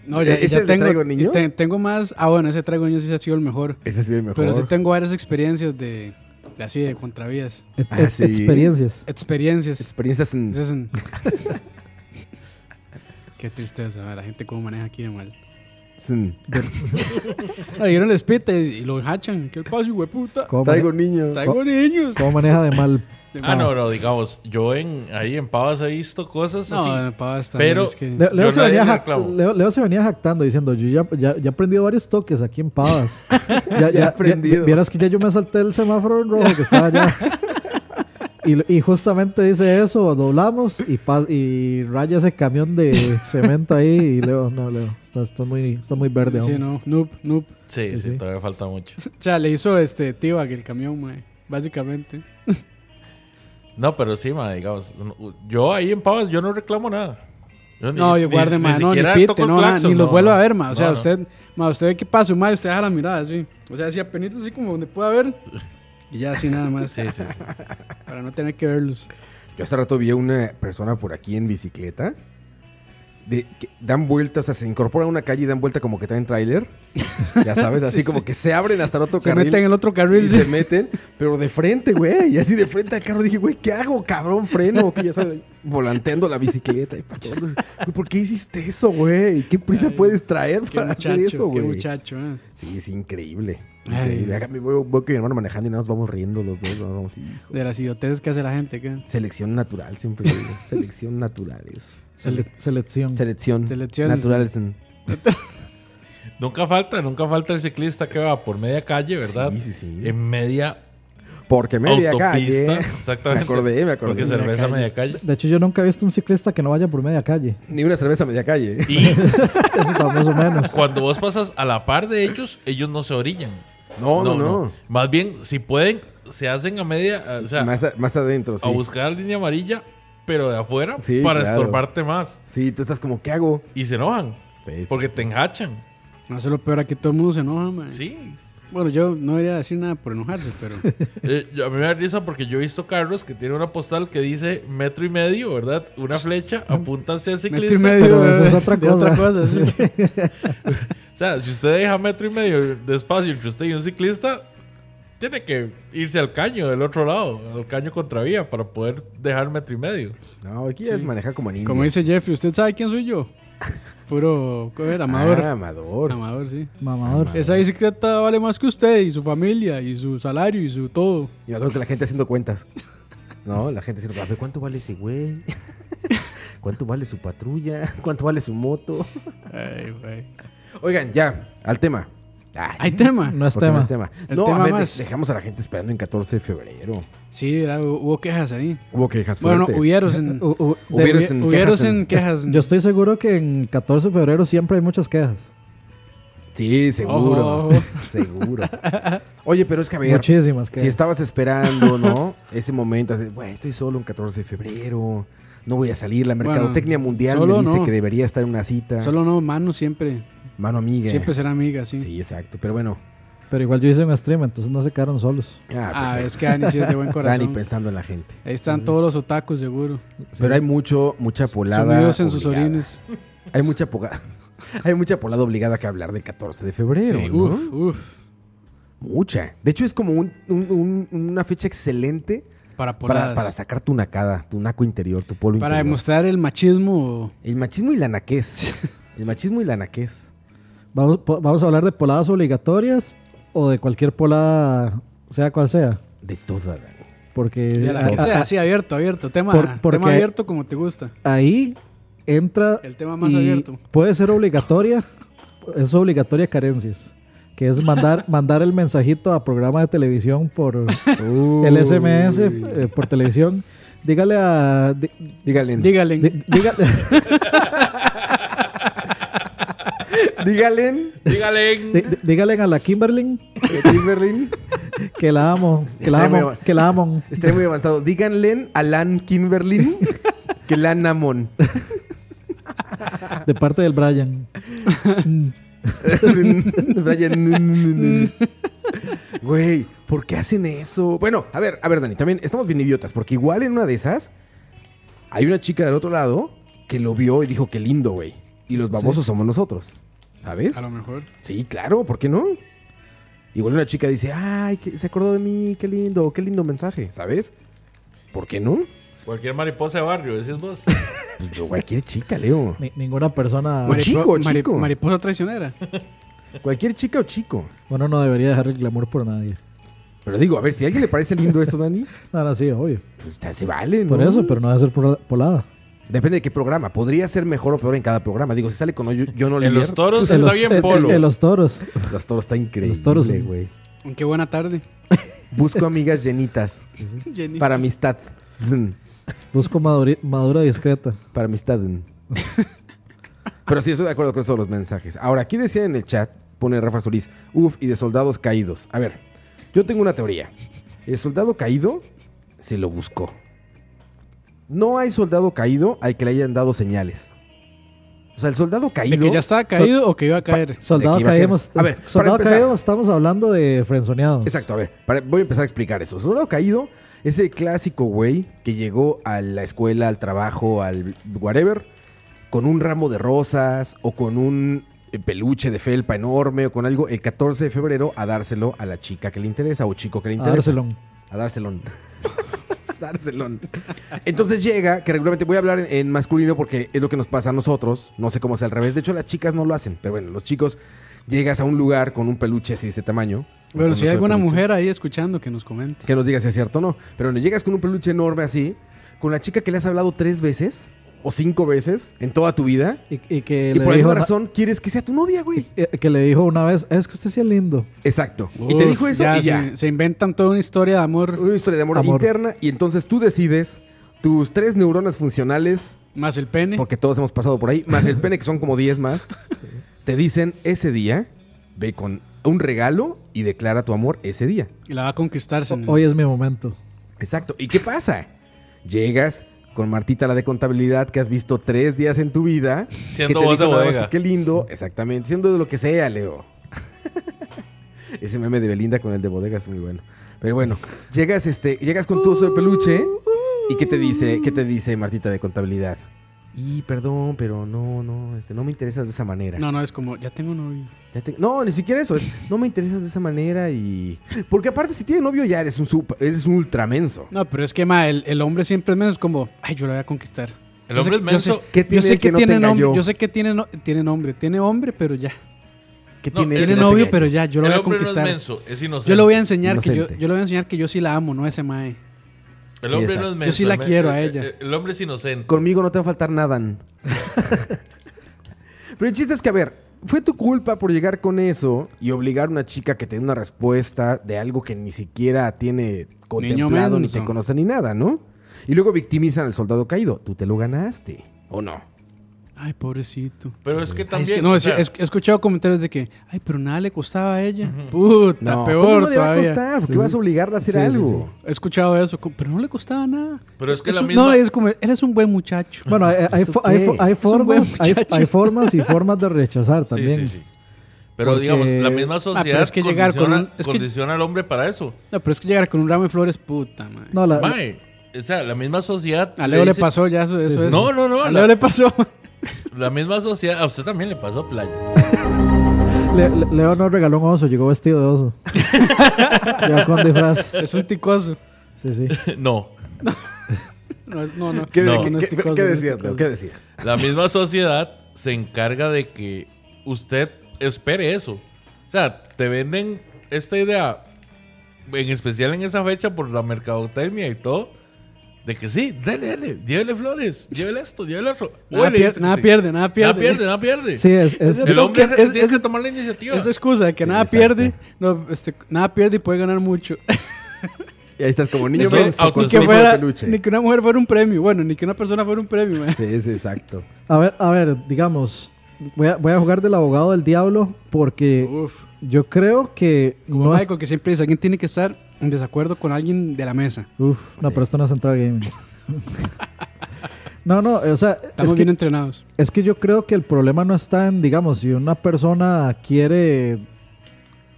Speaker 7: No,
Speaker 6: ¿E
Speaker 7: ya,
Speaker 4: ¿Ese
Speaker 7: ya
Speaker 4: es el de
Speaker 7: tengo,
Speaker 4: Traigo Niños?
Speaker 7: te- tengo más. Ah, bueno, ese traigo niños sí ha sido el mejor.
Speaker 4: Ese ha sido el mejor.
Speaker 7: Pero sí tengo varias experiencias de, de así, de contravías.
Speaker 6: E-
Speaker 4: Ah,
Speaker 6: e-
Speaker 4: sí.
Speaker 6: Experiencias.
Speaker 7: Experiencias.
Speaker 4: Experiencias en...
Speaker 7: Esas en- Qué tristeza, ma, la gente cómo maneja aquí de mal.
Speaker 4: en-
Speaker 7: Ah, Dieron el espita y y lo hachan. ¿Qué paso, güey, puta?
Speaker 6: ¿Cómo,
Speaker 4: Traigo
Speaker 6: mane-
Speaker 4: niños.
Speaker 7: Traigo niños.
Speaker 6: cómo maneja de mal?
Speaker 5: Ah, no, no, digamos, yo en, ahí en Pavas he visto cosas así.
Speaker 7: No, no, pa, basta.
Speaker 5: Pero-
Speaker 7: es que-
Speaker 6: Le- Leo,
Speaker 5: Yo
Speaker 6: se
Speaker 5: nadie
Speaker 6: venía
Speaker 5: le
Speaker 6: jac-
Speaker 5: reclamo.
Speaker 6: Leo- Leo se venía jactando diciendo, yo ya, ya, ya he aprendido varios toques aquí en Pavas. ya, ya,
Speaker 4: he aprendido.
Speaker 6: ya- vieras que ya yo me salté el semáforo en rojo que estaba allá. Y, y justamente dice eso, doblamos y, pas- y raya ese camión de cemento ahí y Leo, no, Leo, está, está muy, está muy verde.
Speaker 7: Sí,
Speaker 6: aún.
Speaker 7: no, noob, noob.
Speaker 5: sí,
Speaker 6: sí,
Speaker 5: sí,
Speaker 6: sí.
Speaker 5: todavía falta mucho.
Speaker 7: O sea, le hizo este T-Bag el camión, mae, básicamente.
Speaker 5: No, pero sí, ma, digamos, no, yo ahí en Pavas yo no reclamo nada. Yo ni-
Speaker 7: No, yo
Speaker 5: ni-
Speaker 7: guarde,
Speaker 5: ni
Speaker 7: ma, no, ni
Speaker 5: siquiera toco
Speaker 7: pite,
Speaker 5: el
Speaker 7: no, nada,
Speaker 5: claxon,
Speaker 7: ni los
Speaker 5: no,
Speaker 7: vuelvo
Speaker 5: no.
Speaker 7: a ver, ma. O sea,
Speaker 5: No, no.
Speaker 7: usted, ma, usted ve qué pasa, ma, usted deja la mirada, sí. O sea, así apenas así como donde pueda ver. Y ya así nada más.
Speaker 5: Sí, sí, sí.
Speaker 7: Para no tener que verlos.
Speaker 4: Oh, Yo hace rato vi a una persona por aquí en bicicleta. De, que dan vueltas, o sea, se incorpora a una calle y dan vuelta como que traen tráiler. Ya sabes, así como que se abren hasta el otro
Speaker 7: Se
Speaker 4: carril.
Speaker 7: mete en el otro
Speaker 4: Y
Speaker 7: carril.
Speaker 4: se meten, pero de frente, güey. Y así de frente al carro dije, güey, ¿qué hago, cabrón? Freno, que ya sabes, volanteando la bicicleta. Y para todos. Güey, ¿Por qué hiciste eso, güey? ¿Qué prisa puedes traer
Speaker 7: Qué
Speaker 4: para
Speaker 7: muchacho,
Speaker 4: hacer eso,
Speaker 7: qué
Speaker 4: güey?
Speaker 7: muchacho, eh.
Speaker 4: Sí, es increíble.
Speaker 7: Ay.
Speaker 4: Increíble. Acá me voy, voy con mi hermano manejando y nada, nos vamos riendo los dos. nos vamos, hijo.
Speaker 7: De las idioteces que hace la gente, ¿qué?
Speaker 4: Selección natural, siempre digo. Selección natural, eso.
Speaker 6: Sele- selección.
Speaker 4: Selección.
Speaker 7: Selección.
Speaker 4: Natural.
Speaker 5: Nunca falta, nunca falta el ciclista que va por media calle, ¿verdad?
Speaker 4: Sí, sí, sí.
Speaker 5: En media,
Speaker 4: Porque media
Speaker 5: autopista.
Speaker 4: calle.
Speaker 5: Exactamente.
Speaker 4: ¿eh? Me acordé, me acordé.
Speaker 5: Porque
Speaker 4: Media
Speaker 5: cerveza
Speaker 7: calle.
Speaker 5: media calle.
Speaker 6: de hecho, yo nunca he visto un ciclista que no vaya por media calle.
Speaker 4: Ni una cerveza media calle. ¿eh?
Speaker 5: Y
Speaker 6: Eso está más o menos.
Speaker 5: cuando vos pasas a la par de ellos, ellos no se orillan.
Speaker 4: No, no, no.
Speaker 5: Más bien, si pueden, se hacen a media, o sea,
Speaker 4: Más, a- más adentro, sí.
Speaker 5: a buscar la línea amarilla pero de afuera,
Speaker 4: Sí,
Speaker 5: para
Speaker 4: claro.
Speaker 5: estorbarte más.
Speaker 4: Sí, tú estás como, ¿qué hago?
Speaker 5: Y se enojan,
Speaker 4: Sí, sí,
Speaker 5: porque te enhachan.
Speaker 7: No sé lo peor, aquí todo el mundo se enoja, mae.
Speaker 5: Sí.
Speaker 7: Bueno, yo no debería decir nada por enojarse, pero.
Speaker 5: Eh, yo- a mí me da risa porque yo he visto carros que tienen una postal que dice metro y medio, ¿verdad? Una flecha apunta hacia el
Speaker 7: Metro y
Speaker 5: ciclista.
Speaker 7: medio.
Speaker 6: Pero eso
Speaker 7: de-
Speaker 6: es otra
Speaker 7: de
Speaker 6: cosa.
Speaker 7: sí.
Speaker 5: O sea, si usted deja metro y medio de espacio entre usted y un ciclista, tiene que irse al caño del otro lado, al caño contravía, para poder dejar metro y medio.
Speaker 4: No, aquí es manejar como niño.
Speaker 7: Como dice Jeffrey, ¿usted sabe quién soy yo? Puro. ¿cómo era? Amador.
Speaker 4: Ah, amador.
Speaker 7: Amador, sí.
Speaker 6: Mamador.
Speaker 7: Esa bicicleta vale más que usted y su familia y su salario y su todo.
Speaker 4: Y algo que la gente haciendo cuentas. No, la gente haciendo, a ver, ¿cuánto vale ese güey? ¿Cuánto vale su patrulla? ¿Cuánto vale su moto?
Speaker 7: Ay, güey.
Speaker 4: Oigan, ya, al tema. Ay,
Speaker 7: Hay tema.
Speaker 6: No es
Speaker 4: porque
Speaker 6: tema.
Speaker 4: No, es tema.
Speaker 7: El
Speaker 4: No,
Speaker 7: tema
Speaker 4: a ver, de-
Speaker 7: más.
Speaker 4: dejamos a la gente esperando en 14 de febrero.
Speaker 7: Sí, era- hubo quejas ahí.
Speaker 4: Hubo quejas
Speaker 7: Bueno,
Speaker 4: fuertes.
Speaker 7: hubieron en,
Speaker 6: U- u-
Speaker 4: Hubieron-
Speaker 6: debi-
Speaker 4: en
Speaker 7: hubieron
Speaker 4: quejas en-
Speaker 7: en quejas.
Speaker 6: Yo estoy seguro que en 14 de febrero siempre hay muchas quejas.
Speaker 4: Sí, seguro.
Speaker 7: Ojo, ojo.
Speaker 4: Seguro. Oye, pero es que a ver,
Speaker 6: Muchísimas quejas.
Speaker 4: si estabas esperando, ¿no? Ese momento, así, "Güey, estoy solo en 14 de febrero. No voy a salir. La
Speaker 7: Bueno,
Speaker 4: mercadotecnia mundial me
Speaker 7: solo
Speaker 4: dice
Speaker 7: no.
Speaker 4: que debería estar en una cita.
Speaker 7: Solo no, mano siempre.
Speaker 4: Mano amiga.
Speaker 7: Siempre será amiga, sí.
Speaker 4: Sí, exacto. Pero bueno.
Speaker 6: Pero igual yo hice un stream, entonces no se quedaron solos.
Speaker 4: Ah,
Speaker 7: Ah, es que Dani sí es de buen
Speaker 4: Dani pues,
Speaker 7: corazón.
Speaker 4: pensando en la gente.
Speaker 7: Ahí están todos los otakus, seguro.
Speaker 4: Pero hay mucho, mucha polada.
Speaker 7: Sumidos en sus
Speaker 4: obligada.
Speaker 7: orines.
Speaker 4: Hay mucha poga- Hay mucha polada obligada que hablar del 14 de febrero.
Speaker 7: Sí,
Speaker 4: ¿no?
Speaker 7: uf, uf.
Speaker 4: Mucha. De hecho, es como un- un- un- una fecha excelente para,
Speaker 7: Para poladas.
Speaker 4: para
Speaker 7: Para,
Speaker 4: sacar tu nacada, tu naco interior, tu polo interior.
Speaker 7: demostrar el machismo.
Speaker 4: El machismo y la naquez. El machismo y la naquez.
Speaker 6: Vamos, po- vamos a hablar de poladas obligatorias o de cualquier polada, sea cual sea.
Speaker 4: De toda, Dani.
Speaker 6: Porque
Speaker 7: De la que
Speaker 6: a- a-
Speaker 7: sea, sí, abierto, abierto. Tema,
Speaker 6: Por- porque-
Speaker 7: tema abierto como te gusta.
Speaker 6: ahí entra.
Speaker 7: El tema más
Speaker 6: y
Speaker 7: abierto.
Speaker 6: Puede ser obligatoria. Es obligatoria carencias. Que es mandar, mandar el mensajito a programa de televisión por el SMS, eh, por televisión. Dígale a. di-
Speaker 4: Dígale.
Speaker 7: Dígale.
Speaker 6: di- dígale-
Speaker 4: Dígale.
Speaker 6: di-
Speaker 5: Dígale,
Speaker 6: di- dígale a la Kimberly
Speaker 4: eh, Kimberlin.
Speaker 6: que la amo. Que la
Speaker 4: Está muy
Speaker 6: amo.
Speaker 4: bueno.
Speaker 6: Que la amo.
Speaker 4: Estaré muy avanzado. Díganle a Lan Kimberlin que Lan Amon.
Speaker 6: De parte del Brian.
Speaker 4: Brian. Güey, ¿por qué hacen eso? Bueno, a ver, a ver, Dani, también estamos bien idiotas, porque igual en una de esas hay una chica del otro lado que lo vio y dijo que lindo, güey. Y los babosos somos nosotros, ¿sabes?
Speaker 7: A lo mejor.
Speaker 4: Sí, claro, ¿por qué no? Igual una chica dice, ay, que se acordó de mí, qué lindo, qué lindo mensaje, ¿sabes? ¿Por qué no?
Speaker 5: cualquier mariposa de barrio, decís vos.
Speaker 4: Pues yo, cualquier chica, Leo.
Speaker 6: Ni- ninguna persona.
Speaker 4: Bueno. chico,
Speaker 7: Maripo- mari-
Speaker 4: chico.
Speaker 7: Mariposa traicionera.
Speaker 4: Cualquier chica o chico.
Speaker 6: Bueno, no debería dejar el glamour por nadie. Ah,
Speaker 4: Pero digo, a ver, si a alguien le parece lindo eso, Dani,
Speaker 6: No, no, sí, obvio.
Speaker 4: pues se vale, ¿no?
Speaker 6: Por eso, pero no debe ser por- polada.
Speaker 4: Depende de qué programa. Podría ser mejor o peor en cada programa. Digo, si sale con yo, yo no
Speaker 5: En
Speaker 4: Olivier,
Speaker 5: los toros
Speaker 6: En
Speaker 5: está
Speaker 6: los-
Speaker 5: bien
Speaker 7: eh,
Speaker 6: en-
Speaker 5: polo.
Speaker 6: en- en los toros.
Speaker 4: Los toros está increíble,
Speaker 6: Los toros, sí.
Speaker 4: güey.
Speaker 7: Qué buena tarde.
Speaker 4: Busco amigas llenitas
Speaker 7: Jenny.
Speaker 4: para amistad. Zn.
Speaker 6: Busco maduri- madura discreta.
Speaker 4: Para amistad. Zn. Pero sí, estoy de acuerdo con todos los mensajes. Ahora, aquí decían en el chat, pone Rafa Solís, uf, y de soldados caídos. A ver, yo tengo una teoría. El soldado caído se lo buscó. No hay soldado caído al que le hayan dado señales. O sea, el soldado caído...
Speaker 7: ¿De que ya estaba caído o que iba a caer?
Speaker 6: Soldado
Speaker 4: De que iba a
Speaker 6: caído.
Speaker 4: caer. A ver, para
Speaker 6: soldado
Speaker 4: empezar.
Speaker 6: caído, estamos hablando de frenzoneados.
Speaker 4: Exacto, a ver, para- voy a empezar a explicar eso. Soldado caído es el clásico güey que llegó a la escuela, al trabajo, al whatever, con un ramo de rosas o con un eh, peluche de felpa enorme o con algo el 14 de febrero a dárselo a la chica que le interesa o chico que le
Speaker 6: A
Speaker 4: interesa.
Speaker 6: Arcelon.
Speaker 4: A dárselón. dárselón. Entonces llega, que regularmente voy a hablar en, en masculino porque es lo que nos pasa a nosotros. No sé cómo sea al revés. De hecho, las chicas no lo hacen. Pero bueno, los chicos llegas a un lugar con un peluche así de ese tamaño.
Speaker 7: Bueno,
Speaker 4: Con
Speaker 7: si hay
Speaker 4: ese
Speaker 7: alguna
Speaker 4: peluche.
Speaker 7: mujer ahí escuchando que nos comente.
Speaker 4: Que nos diga si es cierto o no. Pero bueno, llegas con un peluche enorme así, con la chica que le has hablado tres veces o cinco veces en toda tu vida.
Speaker 6: Y, y que,
Speaker 4: Y
Speaker 6: le
Speaker 4: por
Speaker 6: dijo
Speaker 4: alguna
Speaker 6: una-
Speaker 4: razón quieres que sea tu novia, güey.
Speaker 6: eh, que le dijo una vez, es que usted sí es lindo.
Speaker 4: Exacto. y te
Speaker 7: Uf,
Speaker 4: dijo eso y ya.
Speaker 7: Se, se inventan toda una historia de amor,
Speaker 4: Una historia de amor,
Speaker 6: Amor.
Speaker 4: interna. Y entonces tú decides tus tres neuronas funcionales,
Speaker 7: más el pene.
Speaker 4: porque todos hemos pasado por ahí, más el pene que son como 10 más, te dicen ese día, ve con un regalo y declara tu amor ese día. Mm.
Speaker 7: Y la va a conquistarse.
Speaker 6: Hoy es mi momento.
Speaker 4: Exacto. ¿Y qué pasa? Llegas con Martita, la de contabilidad, que has visto tres días en tu vida.
Speaker 5: Siendo
Speaker 4: que te
Speaker 5: voz de
Speaker 4: dijo nada más
Speaker 5: bodega.
Speaker 4: que Qué lindo, exactamente. Siendo de lo que sea, Leo. Ese meme de Belinda con el de bodega es muy bueno. Pero bueno, llegas, este, llegas con tu oso de peluche y ¿qué te dice, qué te dice Martita de contabilidad? Y perdón, pero no, no, este, no me interesas de esa manera.
Speaker 7: No, no, es como, ya tengo novio.
Speaker 4: Ya te- No, ni siquiera eso. Es, no me interesas de esa manera y. Porque aparte, si tiene novio, ya eres un super, eres un ultramenso.
Speaker 7: No, pero es que, ma, el, el hombre siempre es menos como, ay, yo lo voy a conquistar.
Speaker 5: El
Speaker 7: Yo
Speaker 5: hombre es
Speaker 7: que-
Speaker 5: menso.
Speaker 7: Yo sé,
Speaker 4: ¿Qué
Speaker 7: yo
Speaker 4: tiene
Speaker 7: sé
Speaker 4: el
Speaker 7: que,
Speaker 4: que no
Speaker 7: tiene
Speaker 4: tenga
Speaker 7: nombre,
Speaker 4: yo?
Speaker 7: yo sé que tiene, no- tiene nombre, tiene hombre, pero ya.
Speaker 4: Que
Speaker 5: No,
Speaker 4: tiene,
Speaker 5: él
Speaker 4: que
Speaker 7: Tiene
Speaker 4: no sé
Speaker 7: novio,
Speaker 4: qué.
Speaker 7: pero ya, yo lo
Speaker 5: el
Speaker 7: voy a
Speaker 5: hombre
Speaker 7: conquistar.
Speaker 5: no es menso, es inocente.
Speaker 7: yo le voy a enseñar que yo,
Speaker 4: Inocente.
Speaker 7: yo le voy a enseñar que yo sí la amo, no a ese mae.
Speaker 5: El
Speaker 4: Sí,
Speaker 5: hombre
Speaker 4: exacto.
Speaker 5: no es
Speaker 7: Yo
Speaker 5: menso.
Speaker 7: sí la
Speaker 5: el-
Speaker 7: quiero a
Speaker 5: el-
Speaker 7: ella.
Speaker 5: El, el hombre es inocente.
Speaker 4: Conmigo no te va a faltar nada. pero el chiste es que, a ver, fue tu culpa por llegar con eso y obligar a una chica que te dé una respuesta de algo que ni siquiera tiene contemplado, ni
Speaker 7: menso.
Speaker 4: te conoce ni nada, ¿no? Y luego victimizan al soldado caído. Tú te lo ganaste, ¿o no?
Speaker 7: Ay, pobrecito.
Speaker 5: Pero es que
Speaker 7: Ay,
Speaker 5: también.
Speaker 7: es que no,
Speaker 5: o
Speaker 7: es-
Speaker 5: sea,
Speaker 7: es- he escuchado comentarios de que, ay, pero nada le costaba a ella. Puta,
Speaker 4: No,
Speaker 7: peor
Speaker 4: ¿Cómo no le va a
Speaker 7: todavía.
Speaker 4: costar? Porque vas a obligarla a hacer
Speaker 6: Sí, sí,
Speaker 4: algo.
Speaker 6: sí.
Speaker 7: He escuchado eso, como, pero no le costaba nada.
Speaker 5: Pero es que la
Speaker 7: un-
Speaker 5: misma-
Speaker 7: No, es como, eres un buen muchacho.
Speaker 6: Bueno, hay, hay
Speaker 4: ¿Eso
Speaker 6: fo- hay
Speaker 4: qué?
Speaker 6: fo- hay
Speaker 7: Es un buen
Speaker 6: formas, hay,
Speaker 7: muchacho.
Speaker 6: hay formas y formas de rechazar
Speaker 5: sí,
Speaker 6: también.
Speaker 5: sí, sí. Pero
Speaker 6: Porque-
Speaker 5: digamos, la misma
Speaker 7: Ah, pero
Speaker 5: sociedad
Speaker 7: es que llegar con
Speaker 5: condiciona,
Speaker 7: un- es que-
Speaker 5: condiciona al hombre para eso.
Speaker 7: No, pero es que llegar con un ramo de flores, puta, mae.
Speaker 6: No, la-
Speaker 5: Mae, o sea, la misma sociedad.
Speaker 7: a Leo le,
Speaker 5: dice-
Speaker 7: pasó ya eso, eso
Speaker 6: sí.
Speaker 7: es.
Speaker 5: No, no, no,
Speaker 7: A
Speaker 5: la-
Speaker 7: Leo le pasó.
Speaker 5: La misma sociedad. A usted también le pasó playa.
Speaker 6: Le- Le- Leo nos regaló un oso, llegó vestido de oso. ya con disfraz.
Speaker 7: es un ticoso.
Speaker 6: Sí, sí.
Speaker 5: No.
Speaker 7: No, es- no, no.
Speaker 4: ¿Qué,
Speaker 5: No.
Speaker 7: no, este
Speaker 4: qué-
Speaker 7: no es
Speaker 4: qué-
Speaker 7: ticoso,
Speaker 4: qué
Speaker 7: no es
Speaker 4: decías, Leo?
Speaker 7: ticoso.
Speaker 4: ¿Qué decías?
Speaker 5: La misma sociedad se encarga de que usted espere eso. O sea, te venden esta idea, en especial en esa fecha por la mercadotecnia y todo, de que sí, dele, dele, llévele flores, llévele esto, llévele otro.
Speaker 7: Nada
Speaker 5: Uy, le
Speaker 7: pier-
Speaker 5: dicen
Speaker 7: nada
Speaker 5: que sí.
Speaker 7: pierde, nada pierde.
Speaker 5: Nada pierde, nada pierde.
Speaker 6: Sí, es, es-
Speaker 5: El hombre
Speaker 7: Es-
Speaker 5: es, el que
Speaker 7: es-
Speaker 5: tiene
Speaker 7: es-
Speaker 5: que tomar la iniciativa.
Speaker 7: Esa excusa de que nada
Speaker 4: exacto.
Speaker 7: pierde, no, este, nada pierde y puede ganar mucho.
Speaker 4: Y ahí estás como niño
Speaker 5: Eso,
Speaker 4: menso con
Speaker 5: autosuficiente.
Speaker 7: ni,
Speaker 4: tu
Speaker 7: que
Speaker 4: oso
Speaker 7: fuera-
Speaker 4: de peluche.
Speaker 7: ni que una mujer fuera un premio, bueno, ni que una persona fuera un premio. mae.
Speaker 4: Sí, es exacto.
Speaker 6: a ver, a ver, digamos, voy a, voy a jugar del abogado del diablo porque
Speaker 7: Uf.
Speaker 6: yo creo que
Speaker 7: Como
Speaker 6: no es-
Speaker 7: Michael que siempre dice, alguien tiene que estar en desacuerdo con alguien de la mesa.
Speaker 6: Uf, no, pero esto no es entrada gaming. no, no, o sea, es
Speaker 7: Estamos
Speaker 6: que,
Speaker 7: bien entrenados.
Speaker 6: es que yo creo que el problema no está en, digamos, si una persona quiere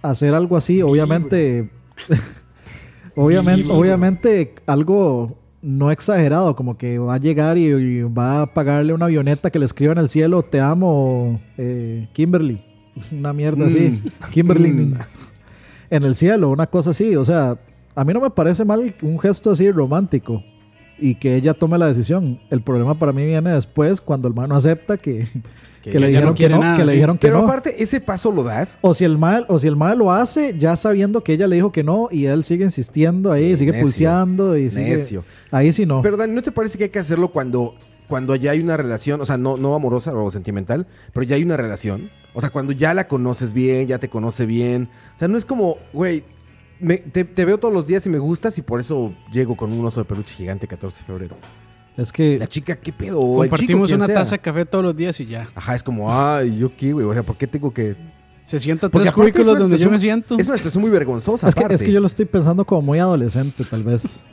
Speaker 6: hacer algo así, obviamente, obviamente, obviamente algo no exagerado, como que va a llegar y, y va a pagarle una avioneta que le escriba en el cielo, te amo, eh, Kimberly, una mierda así,
Speaker 7: Mm.
Speaker 6: Kimberly en el cielo, una cosa así, o sea, a mí no me parece mal un gesto así romántico y que ella tome la decisión. El problema para mí viene después cuando el man no acepta que, que
Speaker 4: que ya
Speaker 6: le
Speaker 7: no
Speaker 6: dijeron que
Speaker 7: quiere
Speaker 6: no,
Speaker 7: nada,
Speaker 6: que le
Speaker 7: sí.
Speaker 6: dijeron que
Speaker 4: Pero
Speaker 6: no.
Speaker 4: aparte, ese paso lo das.
Speaker 6: O si el mal, o si el mal lo hace ya sabiendo que ella le dijo que no y él sigue insistiendo ahí,
Speaker 4: Sí,
Speaker 6: sigue
Speaker 4: necio,
Speaker 6: pulseando y sigue
Speaker 4: necio.
Speaker 6: ahí sí no.
Speaker 4: Pero Dani, ¿no te parece que hay que hacerlo cuando, cuando ya hay una relación? O sea, no, no amorosa o sentimental, pero ya hay una relación. O sea, cuando ya la conoces bien, ya te conoce bien. O sea, no es como, güey, me- te, te veo todos los días y me gustas y por eso llego con un oso de peluche gigante 14 de febrero.
Speaker 6: es que
Speaker 4: La chica, ¿qué pedo? O el chico,
Speaker 7: Compartimos
Speaker 4: quien
Speaker 7: una
Speaker 4: sea.
Speaker 7: taza de café todos los días y ya.
Speaker 4: Ajá, es como, ay, yo qué, güey. O sea, ¿por qué tengo que...?
Speaker 7: Se sienta
Speaker 4: Porque
Speaker 7: tres
Speaker 4: aparte es
Speaker 7: cubículos
Speaker 4: una
Speaker 7: donde yo
Speaker 4: situación-
Speaker 7: me siento.
Speaker 4: Es una situación muy vergonzosa,
Speaker 6: es que, es
Speaker 4: aparte.
Speaker 6: que yo lo estoy pensando como muy adolescente, tal vez.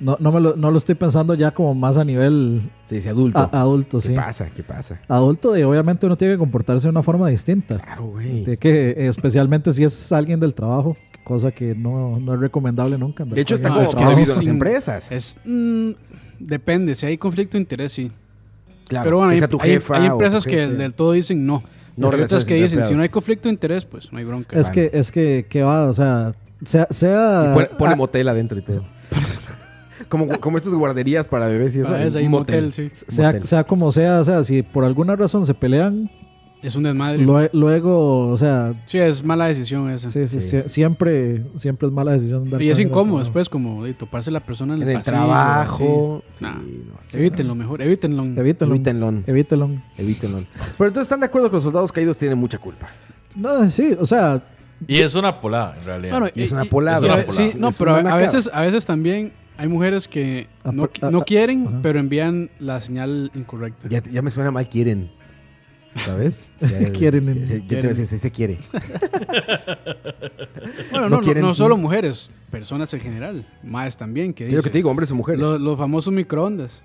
Speaker 6: No, no, me lo, no lo estoy pensando ya como más a nivel
Speaker 4: Se dice adulto.
Speaker 6: a- adulto,
Speaker 4: ¿Qué
Speaker 6: sí.
Speaker 4: pasa? ¿Qué pasa?
Speaker 6: Adulto de obviamente uno tiene que comportarse de una forma distinta.
Speaker 4: Claro, güey.
Speaker 7: Este,
Speaker 6: De que eh, especialmente si es alguien del trabajo, cosa que no, no es recomendable nunca. andar
Speaker 4: De hecho,
Speaker 6: con
Speaker 4: está
Speaker 6: alguien
Speaker 4: como
Speaker 6: del trabajo.
Speaker 7: que
Speaker 4: prohibido en las
Speaker 7: sí.
Speaker 4: empresas.
Speaker 7: Es, mm, depende, si hay conflicto de interés, sí.
Speaker 4: Claro,
Speaker 7: Pero bueno,
Speaker 4: que
Speaker 7: hay,
Speaker 4: sea tu
Speaker 7: hay-
Speaker 4: jefa
Speaker 7: hay
Speaker 4: o tu
Speaker 7: empresas que
Speaker 4: jefe.
Speaker 7: del todo dicen no.
Speaker 4: No
Speaker 7: hay
Speaker 4: relaciones
Speaker 7: otras que dicen, si
Speaker 4: empleados.
Speaker 7: no hay conflicto de interés, pues no hay bronca.
Speaker 6: Es que, es que, ¿qué va? O sea, sea. sea-
Speaker 4: Y pone, pone
Speaker 6: ah,
Speaker 4: motel adentro y todo. como, como estas guarderías para bebés y eso.
Speaker 7: Ah, es ahí,
Speaker 4: un
Speaker 7: motel, sí.
Speaker 6: sea, sea como sea, o sea, si por alguna razón se pelean,
Speaker 7: Es un desmadre.
Speaker 6: lue- luego, o sea,
Speaker 7: Sí, es mala decisión esa.
Speaker 6: sí, sí,
Speaker 4: Sí.
Speaker 6: sie- siempre, siempre es mala decisión. andar
Speaker 7: y
Speaker 6: con
Speaker 7: es
Speaker 6: alguien del
Speaker 7: incómodo pues.
Speaker 6: trabajo.
Speaker 7: después, como de toparse la persona en el,
Speaker 4: En el
Speaker 7: pasillo,
Speaker 4: trabajo.
Speaker 7: así.
Speaker 4: Sí,
Speaker 7: Nah,
Speaker 4: no sé.
Speaker 7: Ah, Evítenlo mejor, evítenlo.
Speaker 6: Evítenlo.
Speaker 4: Evítenlo.
Speaker 6: Evítenlo.
Speaker 4: Evítenlo. Pero entonces están de acuerdo que los soldados caídos tienen mucha culpa.
Speaker 6: No, sí, o sea,
Speaker 5: Y es una polada, en realidad.
Speaker 7: Bueno,
Speaker 4: Y es una polada.
Speaker 5: Es
Speaker 7: a-
Speaker 5: una polada.
Speaker 7: sí, no,
Speaker 4: Es
Speaker 7: pero
Speaker 4: una
Speaker 7: a
Speaker 4: nacada.
Speaker 7: veces, a veces también hay mujeres que
Speaker 6: Ah,
Speaker 7: no,
Speaker 6: por- ah,
Speaker 7: no
Speaker 6: ah,
Speaker 7: quieren,
Speaker 6: ajá.
Speaker 7: pero envían la señal incorrecta.
Speaker 4: Ya, ya me suena mal, quieren. ¿Sabes? Ya-
Speaker 6: Quieren.
Speaker 4: ya- Ya te voy a decir, sí se quiere. no
Speaker 7: Bueno, no, no,
Speaker 4: quieren,
Speaker 7: no
Speaker 4: sí.
Speaker 7: solo mujeres, personas en general, más también que
Speaker 4: Es lo que
Speaker 7: dicen.
Speaker 4: te digo, hombres o mujeres.
Speaker 7: Los, los famosos microondas.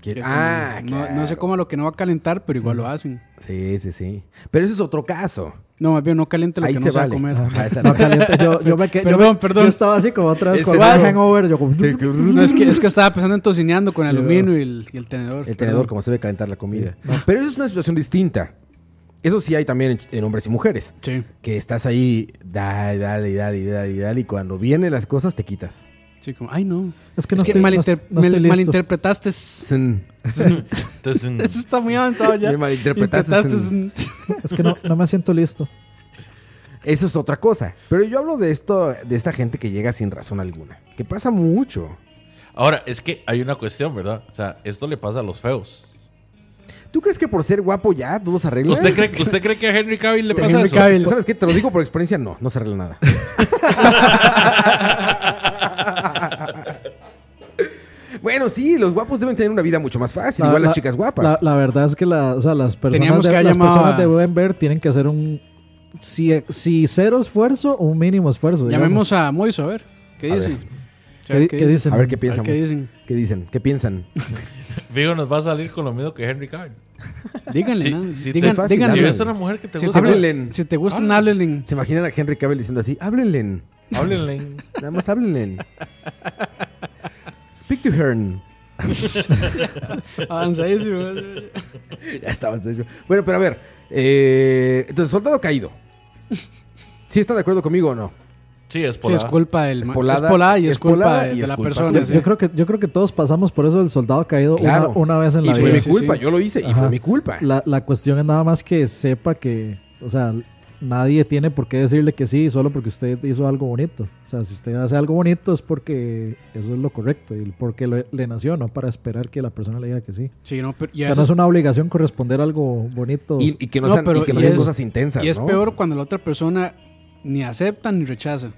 Speaker 4: Que-
Speaker 7: que es
Speaker 4: ah,
Speaker 7: como, no- no,
Speaker 4: claro.
Speaker 7: se coma lo que no va a calentar, pero igual lo hacen.
Speaker 4: Sí, sí, sí. Pero ese es otro caso.
Speaker 7: No, más bien no caliente lo
Speaker 4: Ahí
Speaker 7: que no
Speaker 4: se
Speaker 7: se va
Speaker 4: vale.
Speaker 7: a comer.
Speaker 4: Ajá, esa-
Speaker 6: No calienta. Yo, yo me quedé. yo,
Speaker 7: Perdón,
Speaker 6: me-
Speaker 7: perdón.
Speaker 6: Yo estaba así como otra vez
Speaker 4: Ese
Speaker 6: con el
Speaker 4: vago.
Speaker 6: hangover. Yo como.
Speaker 4: Sí, que-
Speaker 7: No, es que, es que estaba pensando en tocineando con el aluminio y el, y el tenedor.
Speaker 4: El tenedor, como se debe calentar la comida. Pero eso es una situación distinta. Eso sí hay también en, ch- en hombres y mujeres.
Speaker 7: Sí,
Speaker 4: Que estás ahí, dale, dale, dale, dale, dale. Y cuando vienen las cosas, te quitas.
Speaker 7: sí, como, ay no.
Speaker 6: Es que
Speaker 7: Es
Speaker 6: no
Speaker 7: que
Speaker 6: estoy- no-
Speaker 7: malinter-
Speaker 6: no estoy
Speaker 7: mal-
Speaker 6: listo.
Speaker 7: malinterpretaste.
Speaker 4: Zen.
Speaker 5: Entonces, mm,
Speaker 7: Eso está muy avanzado ya.
Speaker 4: Me malinterpretaste.
Speaker 7: Interpretaste-
Speaker 6: Es que no, no me siento listo.
Speaker 4: Eso es otra cosa. Pero yo hablo de esto, de esta gente que llega sin razón alguna. Que pasa mucho.
Speaker 5: ahora, es que hay una cuestión, ¿verdad? O sea, esto le pasa a los feos.
Speaker 4: ¿Tú crees que por ser guapo ya todo se arregla?
Speaker 5: ¿Usted cree, ¿usted cree que a Henry Cavill le
Speaker 4: Te-
Speaker 5: pasa eso?
Speaker 4: ¿Sabes- ¿Sabes qué? Te lo digo por experiencia, no, no se arregla nada. bueno, sí, los guapos deben tener una vida mucho más fácil, igual las chicas guapas.
Speaker 6: La, la verdad es que la- o sea, las personas,
Speaker 7: Teníamos
Speaker 6: de,
Speaker 7: que haber
Speaker 6: las
Speaker 7: llamado
Speaker 6: personas
Speaker 7: a-
Speaker 6: de buen ver tienen que hacer un. Si, si cero esfuerzo, un mínimo esfuerzo. digamos.
Speaker 7: Llamemos a Moiso a ver. ¿Qué
Speaker 4: A
Speaker 7: dice?
Speaker 4: ver.
Speaker 7: O sea,
Speaker 6: ¿Qué, di- qué dicen?
Speaker 4: a ver qué piensan.
Speaker 7: ¿qué dicen?
Speaker 4: ¿Qué dicen? ¿Qué piensan?
Speaker 5: Figo nos va a salir con lo mismo que Henry Cavill.
Speaker 7: Díganle,
Speaker 5: Sí,
Speaker 7: ¿no?
Speaker 5: sí, te-
Speaker 7: Digan-
Speaker 4: fácil,
Speaker 5: Si
Speaker 7: díganle.
Speaker 5: ves a una mujer que te
Speaker 7: Si
Speaker 5: gusta,
Speaker 7: te,
Speaker 4: Háblenle.
Speaker 7: si te gustan, háblenle.
Speaker 4: ¿Se imaginan a Henry Cavill diciendo así? Háblenle,
Speaker 5: háblenle.
Speaker 4: nada más háblenle. Speak to her.
Speaker 7: Avanzadísimo.
Speaker 4: Ya estaba en serio. Bueno, pero a ver. eh, entonces, soldado caído. ¿Sí están de acuerdo conmigo o no?
Speaker 5: Sí, es por
Speaker 7: Sí, es culpa del
Speaker 4: Es
Speaker 7: ma-
Speaker 4: polada,
Speaker 7: es polada y es,
Speaker 4: es
Speaker 7: culpa
Speaker 4: polada
Speaker 7: de,
Speaker 4: y
Speaker 7: de
Speaker 4: es
Speaker 7: la
Speaker 4: culpa
Speaker 7: persona.
Speaker 6: Yo,
Speaker 7: sí.
Speaker 6: yo creo que, yo creo que todos pasamos por eso del soldado caído una-
Speaker 4: Claro.
Speaker 6: una, vez en
Speaker 4: Y
Speaker 6: la
Speaker 4: fue
Speaker 6: vida.
Speaker 4: mi
Speaker 7: sí,
Speaker 4: culpa,
Speaker 7: sí.
Speaker 4: yo lo hice y
Speaker 6: Ajá.
Speaker 4: fue mi culpa.
Speaker 6: La, la cuestión es nada más que sepa que, o sea, nadie tiene por qué decirle que sí solo porque usted hizo algo bonito. O sea, si usted hace algo bonito es porque eso es lo correcto y porque le, le nació, no para esperar que la persona le diga que sí.
Speaker 7: Sí, no, pero- y
Speaker 6: O sea,
Speaker 7: a
Speaker 6: no
Speaker 7: veces-
Speaker 6: es una obligación corresponder algo bonito.
Speaker 4: Y, y que no,
Speaker 7: No,
Speaker 4: sean, y
Speaker 7: pero
Speaker 4: que no
Speaker 7: y
Speaker 4: sean
Speaker 7: es-
Speaker 4: cosas intensas.
Speaker 7: y es
Speaker 4: ¿no?
Speaker 7: peor cuando la otra persona ni acepta ni rechaza.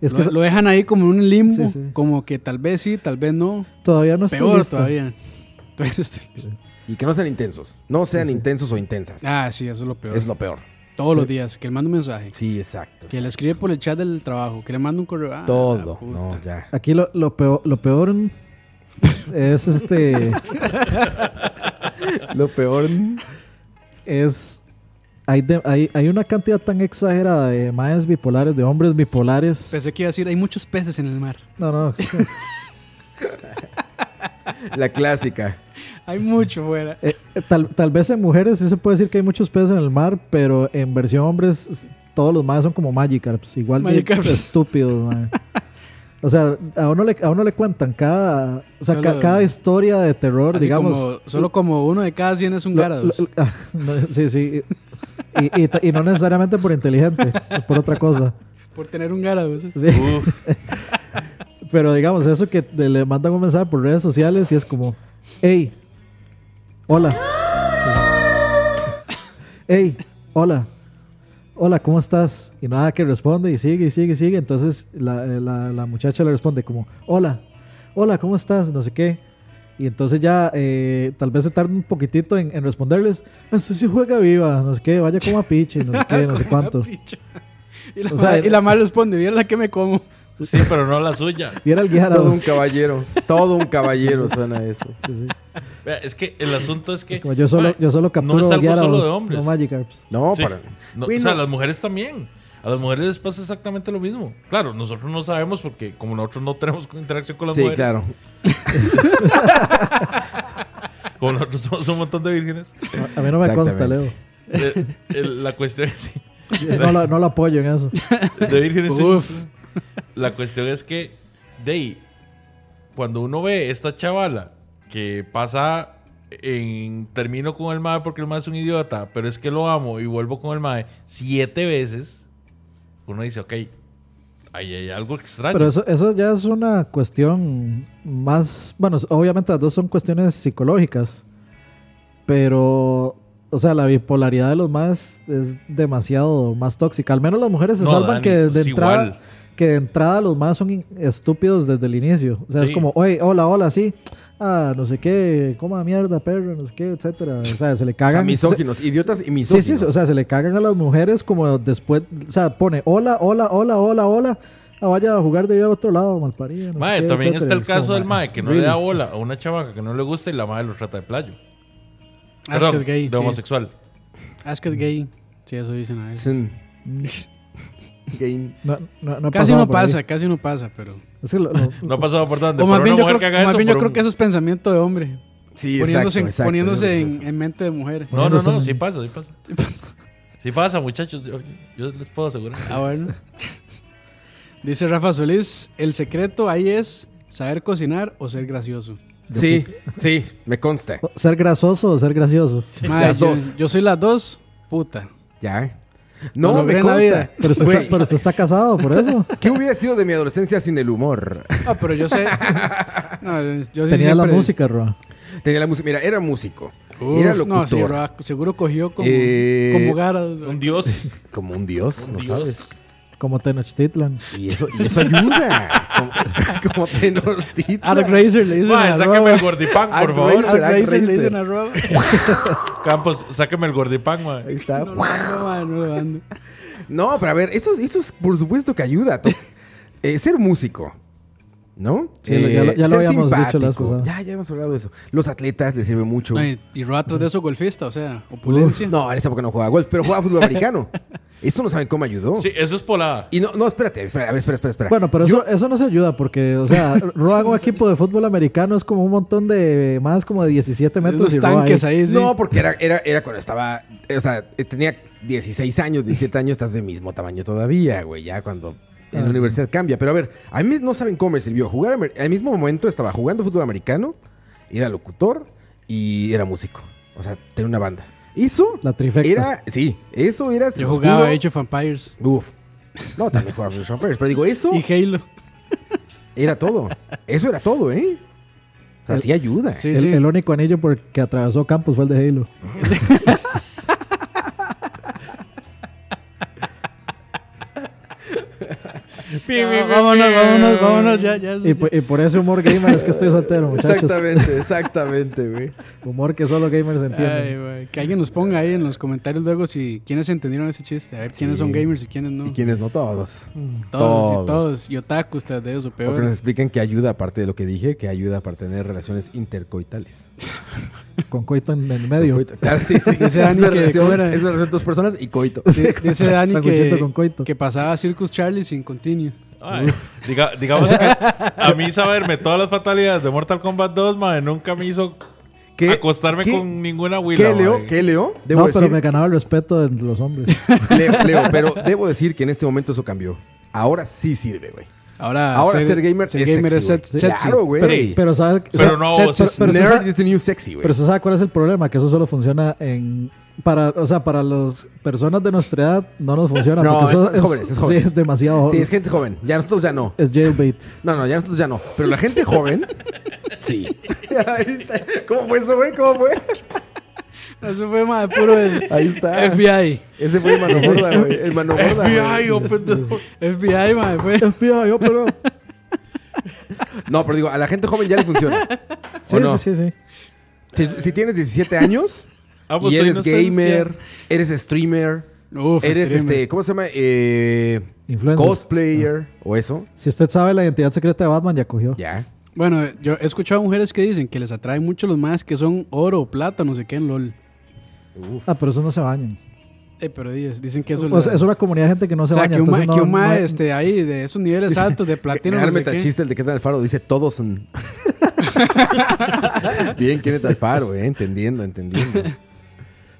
Speaker 6: es que
Speaker 7: lo, lo dejan ahí como en un limbo,
Speaker 6: Sí, sí.
Speaker 7: como que tal vez sí, tal vez no.
Speaker 6: todavía no estoy
Speaker 7: Peor
Speaker 6: listo.
Speaker 7: todavía. Todavía no estoy listo.
Speaker 4: Y que no sean intensos. No sean
Speaker 6: Sí, sí.
Speaker 4: intensos o intensas.
Speaker 7: Ah, sí, eso es lo peor.
Speaker 4: es lo peor.
Speaker 7: Todos los días, que le manda un mensaje.
Speaker 4: Sí, exacto.
Speaker 7: Que
Speaker 4: exacto.
Speaker 7: le escribe por el chat del trabajo, que le manda un correo. Ah,
Speaker 4: Todo.
Speaker 7: puta.
Speaker 4: No, ya.
Speaker 6: Aquí lo, lo peor, lo peor es este
Speaker 4: Lo peor.
Speaker 6: es hay, de- hay, hay una cantidad tan exagerada de madres bipolares, de hombres bipolares.
Speaker 7: Pensé que iba a decir, hay muchos peces en el mar.
Speaker 6: No, no, es-
Speaker 4: La clásica.
Speaker 7: Hay mucho fuera.
Speaker 6: Eh, eh, tal, tal vez en mujeres sí se puede decir que hay muchos peces en el mar, pero en versión hombres s- todos los más son como Magikarps, igual de
Speaker 7: Magikarps.
Speaker 6: estúpidos, mae. O sea, a uno le, a uno le cuentan cada, o sea, ca-
Speaker 7: Solo-
Speaker 6: cada historia de terror,
Speaker 7: Así
Speaker 6: digamos.
Speaker 7: como- solo como uno de cada 100 es un
Speaker 6: lo-
Speaker 7: Garados.
Speaker 6: lo- ah, no, sí, sí. Y, y ta- y no necesariamente por inteligente, por otra cosa.
Speaker 7: por tener un ¿eh? Garados.
Speaker 6: Sí. Pero digamos, eso que te- le mandan un mensaje por redes sociales y es como, hey, hola. Hey, hola. Hola, ¿cómo estás? Y nada que responde y sigue y sigue y sigue. Entonces la, eh, la- la muchacha le responde como, hola, hola, ¿cómo estás? No sé qué. Y entonces ya eh, tal vez se tarda un poquitito en, en responderles, "Ah, usted sí juega viva, no sé qué, vaya como a piche, no sé
Speaker 7: Ah,
Speaker 6: qué, no sé cuánto.
Speaker 7: Y la,
Speaker 6: O sea,
Speaker 7: madre, y la madre responde, mira la que me como.
Speaker 5: Sí, pero no la suya.
Speaker 6: Viera el guijarado.
Speaker 4: Todo un caballero. Todo un caballero suena eso.
Speaker 6: Sí, sí.
Speaker 5: Vea, Es que el asunto es que.
Speaker 6: Es como yo solo,
Speaker 5: mae,
Speaker 6: yo solo capturo
Speaker 5: No es algo
Speaker 6: Gyarados,
Speaker 5: solo de hombres.
Speaker 6: no Magikarps.
Speaker 4: No,
Speaker 5: Sí.
Speaker 4: para.
Speaker 5: No,
Speaker 4: Bueno,
Speaker 5: O sea, las mujeres también. A las mujeres les pasa exactamente lo mismo. Claro, nosotros no sabemos porque, como nosotros no tenemos interacción con las
Speaker 4: sí,
Speaker 5: mujeres,
Speaker 4: claro.
Speaker 5: como nosotros somos un montón de vírgenes,
Speaker 6: A- A mí no me consta, Leo.
Speaker 4: Exactamente.
Speaker 5: eh, el- la cuestión es. sí,
Speaker 6: No lo, no lo apoyo en eso.
Speaker 5: De vírgenes. sí.
Speaker 7: Uf.
Speaker 5: La cuestión es que, de ahí, cuando uno ve esta chavala que pasa en termino con el mae porque el mae es un idiota, pero es que lo amo y vuelvo con el mae siete veces, uno dice, ok, ahí hay algo extraño.
Speaker 6: Pero eso, eso ya es una cuestión más. Bueno, s- obviamente las dos son cuestiones psicológicas. Pero. O sea, la bipolaridad de los más es demasiado más tóxica. Al menos las mujeres se
Speaker 5: No,
Speaker 6: salvan
Speaker 5: Dani,
Speaker 6: que de,
Speaker 5: es
Speaker 6: entrada.
Speaker 5: igual.
Speaker 6: Que de entrada los más son in- estúpidos desde el inicio. O sea,
Speaker 5: Sí.
Speaker 6: es como, oye, hola, hola, sí. Ah, no sé qué, coma mierda, perro, no sé qué, etcétera. O sea, se le
Speaker 4: O sea,
Speaker 6: cagan. se-
Speaker 4: misóginos, idiotas y
Speaker 6: Sí,
Speaker 4: misóginos.
Speaker 6: sí, o sea, se le cagan a las mujeres como después, o sea, pone hola, hola, hola, hola, hola, ah, vaya a jugar de vida a otro lado, malparido. no sé
Speaker 5: Mae,
Speaker 6: qué,
Speaker 5: también
Speaker 6: etcétera.
Speaker 5: está el
Speaker 6: Es como,
Speaker 5: caso del
Speaker 6: mae,
Speaker 5: mae que no
Speaker 6: really.
Speaker 5: le da bola a una chavaca que no le gusta y la mae lo trata de playo.
Speaker 7: Ah, es
Speaker 5: Perdón,
Speaker 7: que es gay.
Speaker 5: de
Speaker 7: Sí.
Speaker 5: homosexual.
Speaker 7: Ah, es que es gay. Sí, eso dicen a veces.
Speaker 4: Sin- Gain.
Speaker 6: No, no, no he
Speaker 7: Casi
Speaker 6: pasado
Speaker 7: no
Speaker 6: por ahí.
Speaker 7: pasa, casi no pasa, pero.
Speaker 6: Es que lo- lo-
Speaker 5: No ha pasado por donde.
Speaker 7: O más
Speaker 5: por
Speaker 7: bien,
Speaker 5: una
Speaker 7: yo
Speaker 5: mujer
Speaker 7: creo,
Speaker 5: que haga
Speaker 7: más
Speaker 5: eso,
Speaker 7: bien yo
Speaker 5: por
Speaker 7: creo
Speaker 5: un-
Speaker 7: que eso es pensamiento de hombre.
Speaker 4: Sí,
Speaker 7: poniéndose en,
Speaker 4: exacto,
Speaker 7: poniéndose
Speaker 4: exacto.
Speaker 7: en, en mente de mujer.
Speaker 5: No, no, no,
Speaker 6: en-
Speaker 5: sí pasa, sí pasa. Sí pasa, muchachos. Yo, yo les puedo asegurar.
Speaker 7: Ah, bueno. Dice Rafa Solís: el secreto ahí es saber cocinar o ser gracioso.
Speaker 4: Sí, sí, me consta.
Speaker 6: ser grasoso o ser gracioso.
Speaker 7: Madre,
Speaker 4: Las
Speaker 7: yo,
Speaker 4: dos.
Speaker 7: yo soy las dos, puta.
Speaker 4: Ya.
Speaker 7: Lo
Speaker 4: No,
Speaker 7: logré
Speaker 4: me
Speaker 7: en la
Speaker 4: consta.
Speaker 7: vida.
Speaker 6: Pero usted,
Speaker 4: Güey,
Speaker 6: está, pero usted está casado, por eso.
Speaker 4: ¿Qué hubiera sido de mi adolescencia sin el humor?
Speaker 7: Ah, pero yo sé. No, yo sí
Speaker 6: Tenía la
Speaker 7: siempre-
Speaker 6: música, Roa.
Speaker 4: Tenía la música. Mira, era músico.
Speaker 7: Uf,
Speaker 4: era
Speaker 7: no, sí,
Speaker 4: locutor.
Speaker 7: Roa, seguro cogió como,
Speaker 4: Eh,
Speaker 7: como Gara.
Speaker 5: Un dios.
Speaker 4: como un dios, no
Speaker 5: dios.
Speaker 4: sabes.
Speaker 6: Como Tenochtitlan.
Speaker 4: Y eso, y eso ayuda. como, como Tenochtitlan.
Speaker 7: Art Racer le dicen
Speaker 5: Mae,
Speaker 7: a
Speaker 5: sáqueme
Speaker 7: Roa.
Speaker 5: el gordipan,
Speaker 4: Al
Speaker 5: por favor.
Speaker 4: Razer,
Speaker 7: Art
Speaker 4: al
Speaker 7: Racer le
Speaker 4: Razer.
Speaker 7: dicen a Roa.
Speaker 5: Campos, sáqueme el gordipan, mae.
Speaker 4: Ahí está.
Speaker 7: No lo ando, madre, no lo ando.
Speaker 4: No, pero a ver, eso, eso es, por supuesto que ayuda. To- eh, ser músico, ¿no?
Speaker 6: Sí, ya lo- ya lo
Speaker 4: ser
Speaker 6: habíamos dicho la vez
Speaker 4: simpático.
Speaker 6: pasada.
Speaker 4: Ya, ya hemos hablado de eso. Los atletas les sirve mucho.
Speaker 7: No, y, y Roa tras de eso golfista, o sea, opulencia.
Speaker 4: No, en esa época no jugaba golf, pero jugaba fútbol americano. Eso no saben cómo ayudó.
Speaker 5: Sí, eso es polada.
Speaker 4: Y no, no, espérate, espera, a ver, espera, espera, espera.
Speaker 6: Bueno, pero eso, eso no se ayuda porque, o sea, Roa en un equipo de fútbol americano es como un montón de más como de 17 metros.
Speaker 7: Unos
Speaker 6: y Roa
Speaker 7: tanques
Speaker 6: ahí.
Speaker 7: ahí, sí.
Speaker 4: No, porque era, era, era cuando estaba, eh, o sea, eh, tenía 16 años, 17 años, estás de mismo tamaño todavía, güey, ya cuando en la
Speaker 6: Ah.
Speaker 4: universidad cambia. Pero a ver, a mí no saben cómo me sirvió jugar, amer- al mismo momento estaba jugando fútbol americano, era locutor y era músico, o sea, tenía una banda. Eso
Speaker 6: La trifecta.
Speaker 4: era, sí, eso era... se
Speaker 7: Yo
Speaker 4: los
Speaker 7: jugaba
Speaker 4: juro,
Speaker 7: Age of Empires
Speaker 4: Uf. No, también jugaba Age of Empires, pero digo, eso
Speaker 7: y Halo.
Speaker 4: era todo. Eso era todo, ¿eh? O sea, sí ayuda.
Speaker 7: Sí,
Speaker 6: El,
Speaker 7: sí.
Speaker 6: el único anillo por el que atravesó campus fue el de Halo.
Speaker 5: Pi, pi, pi,
Speaker 7: vámonos,
Speaker 5: pi.
Speaker 7: vámonos, vámonos, ya, ya.
Speaker 6: Y, pues, por- y por ese humor gamer es que estoy soltero, muchachos.
Speaker 4: Exactamente, exactamente, güey.
Speaker 6: Humor que solo gamers
Speaker 7: Ay,
Speaker 6: entienden.
Speaker 7: güey, que alguien nos ponga ahí en los comentarios luego si quiénes entendieron ese chiste. A ver quiénes son gamers y quiénes no.
Speaker 4: Y quienes no todos.
Speaker 7: todos,
Speaker 4: todos.
Speaker 7: y todos. Y otakus, tras de eso,
Speaker 4: Porque nos
Speaker 7: peor.
Speaker 4: explican que ayuda, aparte de lo que dije, que ayuda para tener relaciones intercoitales.
Speaker 6: Con coito en el medio.
Speaker 4: Coito. Claro, sí, sí.
Speaker 7: Dice
Speaker 4: es,
Speaker 7: Dani
Speaker 4: una
Speaker 7: que
Speaker 4: relación,
Speaker 7: cómo era.
Speaker 4: es una relación de dos personas y coito.
Speaker 7: Di- Dice Dani
Speaker 6: Sanguchito con coito.
Speaker 7: que, que pasaba Circus Charlie sin continuo.
Speaker 5: Ay, diga- digamos que a mí saberme todas las fatalidades de Mortal Kombat 2, mae, nunca me hizo
Speaker 4: ¿Qué-
Speaker 5: acostarme
Speaker 4: qué-
Speaker 5: con ninguna Willa.
Speaker 4: ¿Qué leo?
Speaker 5: mae.
Speaker 4: ¿Qué leo? Debo
Speaker 6: No, pero
Speaker 4: decir,
Speaker 6: me ganaba el respeto de los hombres.
Speaker 4: leo, leo, pero debo decir que en este momento eso cambió. Ahora sí sirve, güey.
Speaker 7: Ahora,
Speaker 4: Ahora ser, gamer es
Speaker 7: Ah, gamer
Speaker 4: sexy, güey.
Speaker 7: es se- sexy.
Speaker 4: Claro, güey.
Speaker 6: Pero,
Speaker 5: Sí.
Speaker 6: pero ¿sabe-
Speaker 5: Pero no,
Speaker 7: Set-
Speaker 5: sí,
Speaker 7: set-
Speaker 6: pero se
Speaker 4: Nerd
Speaker 6: sa-
Speaker 4: is the new sexy, güey.
Speaker 6: Pero se sabe cuál es el problema, que eso solo funciona en para, o sea, para las personas de nuestra edad no nos funciona.
Speaker 4: No, es-
Speaker 6: porque eso
Speaker 4: es jóvenes, es
Speaker 6: sí,
Speaker 4: jóvenes.
Speaker 6: es demasiado
Speaker 4: Sí,
Speaker 6: joven.
Speaker 4: es gente joven. Ya nosotros ya no.
Speaker 6: es jailbait.
Speaker 4: No, no, ya nosotros ya no. Pero la gente joven, sí. ¿Cómo fue eso, güey? ¿Cómo fue?
Speaker 7: Eso fue más puro el
Speaker 4: Ahí está.
Speaker 7: FBI.
Speaker 4: Ese fue el mano gorda, güey. El mano gorda. güey.
Speaker 5: FBI, open the door.
Speaker 7: FBI, mae, fue.
Speaker 6: FBI, oh, pero...
Speaker 4: No, pero digo, a la gente joven ya le funciona.
Speaker 6: Sí,
Speaker 4: ¿O no?
Speaker 6: sí, sí, sí.
Speaker 4: Si, si tienes 17 años
Speaker 5: Amo
Speaker 4: y
Speaker 5: su
Speaker 4: eres
Speaker 5: inocencia.
Speaker 4: gamer, eres streamer,
Speaker 7: Uf,
Speaker 4: eres
Speaker 7: streamer.
Speaker 4: este, ¿cómo se llama? Eh,
Speaker 6: Influencer.
Speaker 4: cosplayer o eso,
Speaker 6: Si usted sabe la identidad secreta de Batman, ya cogió.
Speaker 4: ya.
Speaker 7: Bueno, yo he escuchado mujeres que dicen que les atraen mucho los más que son oro, plata, no sé qué en LOL.
Speaker 6: Ah, pero eso no se bañan.
Speaker 7: Eh, pero ellos dicen que eso
Speaker 6: O
Speaker 7: les-
Speaker 6: sea, es una comunidad de gente que no se
Speaker 7: O sea,
Speaker 6: baña.
Speaker 7: que un ma,
Speaker 6: entonces no-
Speaker 7: que un ma,
Speaker 6: no-
Speaker 7: este, ahí de esos niveles altos de platino. no sé
Speaker 4: Realmente el
Speaker 7: qué.
Speaker 4: chiste, el de Kenneth Alfaro, dice todos son. Bien, Kenneth Alfaro, eh, entendiendo, entendiendo.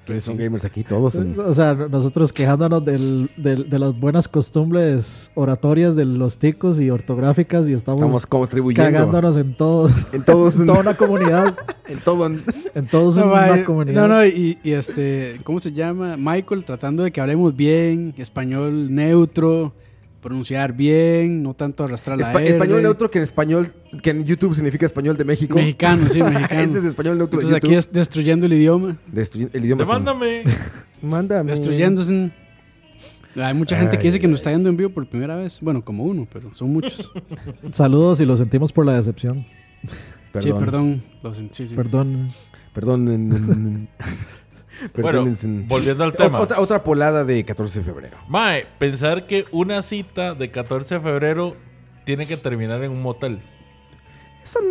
Speaker 4: ¿Quiénes son gamers aquí? Todos son.
Speaker 6: O sea, nosotros quejándonos del- del- de las buenas costumbres oratorias de los ticos y ortográficas y estamos,
Speaker 4: Estamos contribuyendo.
Speaker 6: cagándonos en todo.
Speaker 4: En todos.
Speaker 6: En toda una comunidad.
Speaker 4: En todo.
Speaker 6: En todos
Speaker 7: No,
Speaker 6: una
Speaker 7: mae,
Speaker 6: comunidad.
Speaker 7: no, no, y, y este, ¿cómo se llama? Michael tratando de que hablemos bien, español neutro, pronunciar bien, no tanto arrastrar la
Speaker 4: Espa-
Speaker 7: R.
Speaker 4: español neutro que en español, que en YouTube significa español de México.
Speaker 7: Mexicano, sí, mexicano.
Speaker 4: Este es español neutro de
Speaker 7: Entonces aquí
Speaker 4: YouTube.
Speaker 7: es destruyendo el idioma,
Speaker 4: Destruy- el idioma.
Speaker 5: Demándame.
Speaker 4: sin- Mándame.
Speaker 7: destruyéndose. Hay mucha gente
Speaker 4: Ay,
Speaker 7: que dice que nos está yendo en vivo por primera vez. Bueno, como uno, pero son muchos.
Speaker 6: Saludos y lo sentimos por la decepción.
Speaker 4: Perdón.
Speaker 7: Sí, perdón. Lo sen- sí, sí.
Speaker 6: Perdón.
Speaker 4: Perdón. en- en-
Speaker 5: Bueno,
Speaker 4: Pertenecen-
Speaker 5: volviendo al
Speaker 4: Ot-
Speaker 5: tema.
Speaker 4: Otra, otra polada de 14 de febrero.
Speaker 5: Mae, pensar que una cita de 14 de febrero tiene que terminar en un motel.
Speaker 4: Son.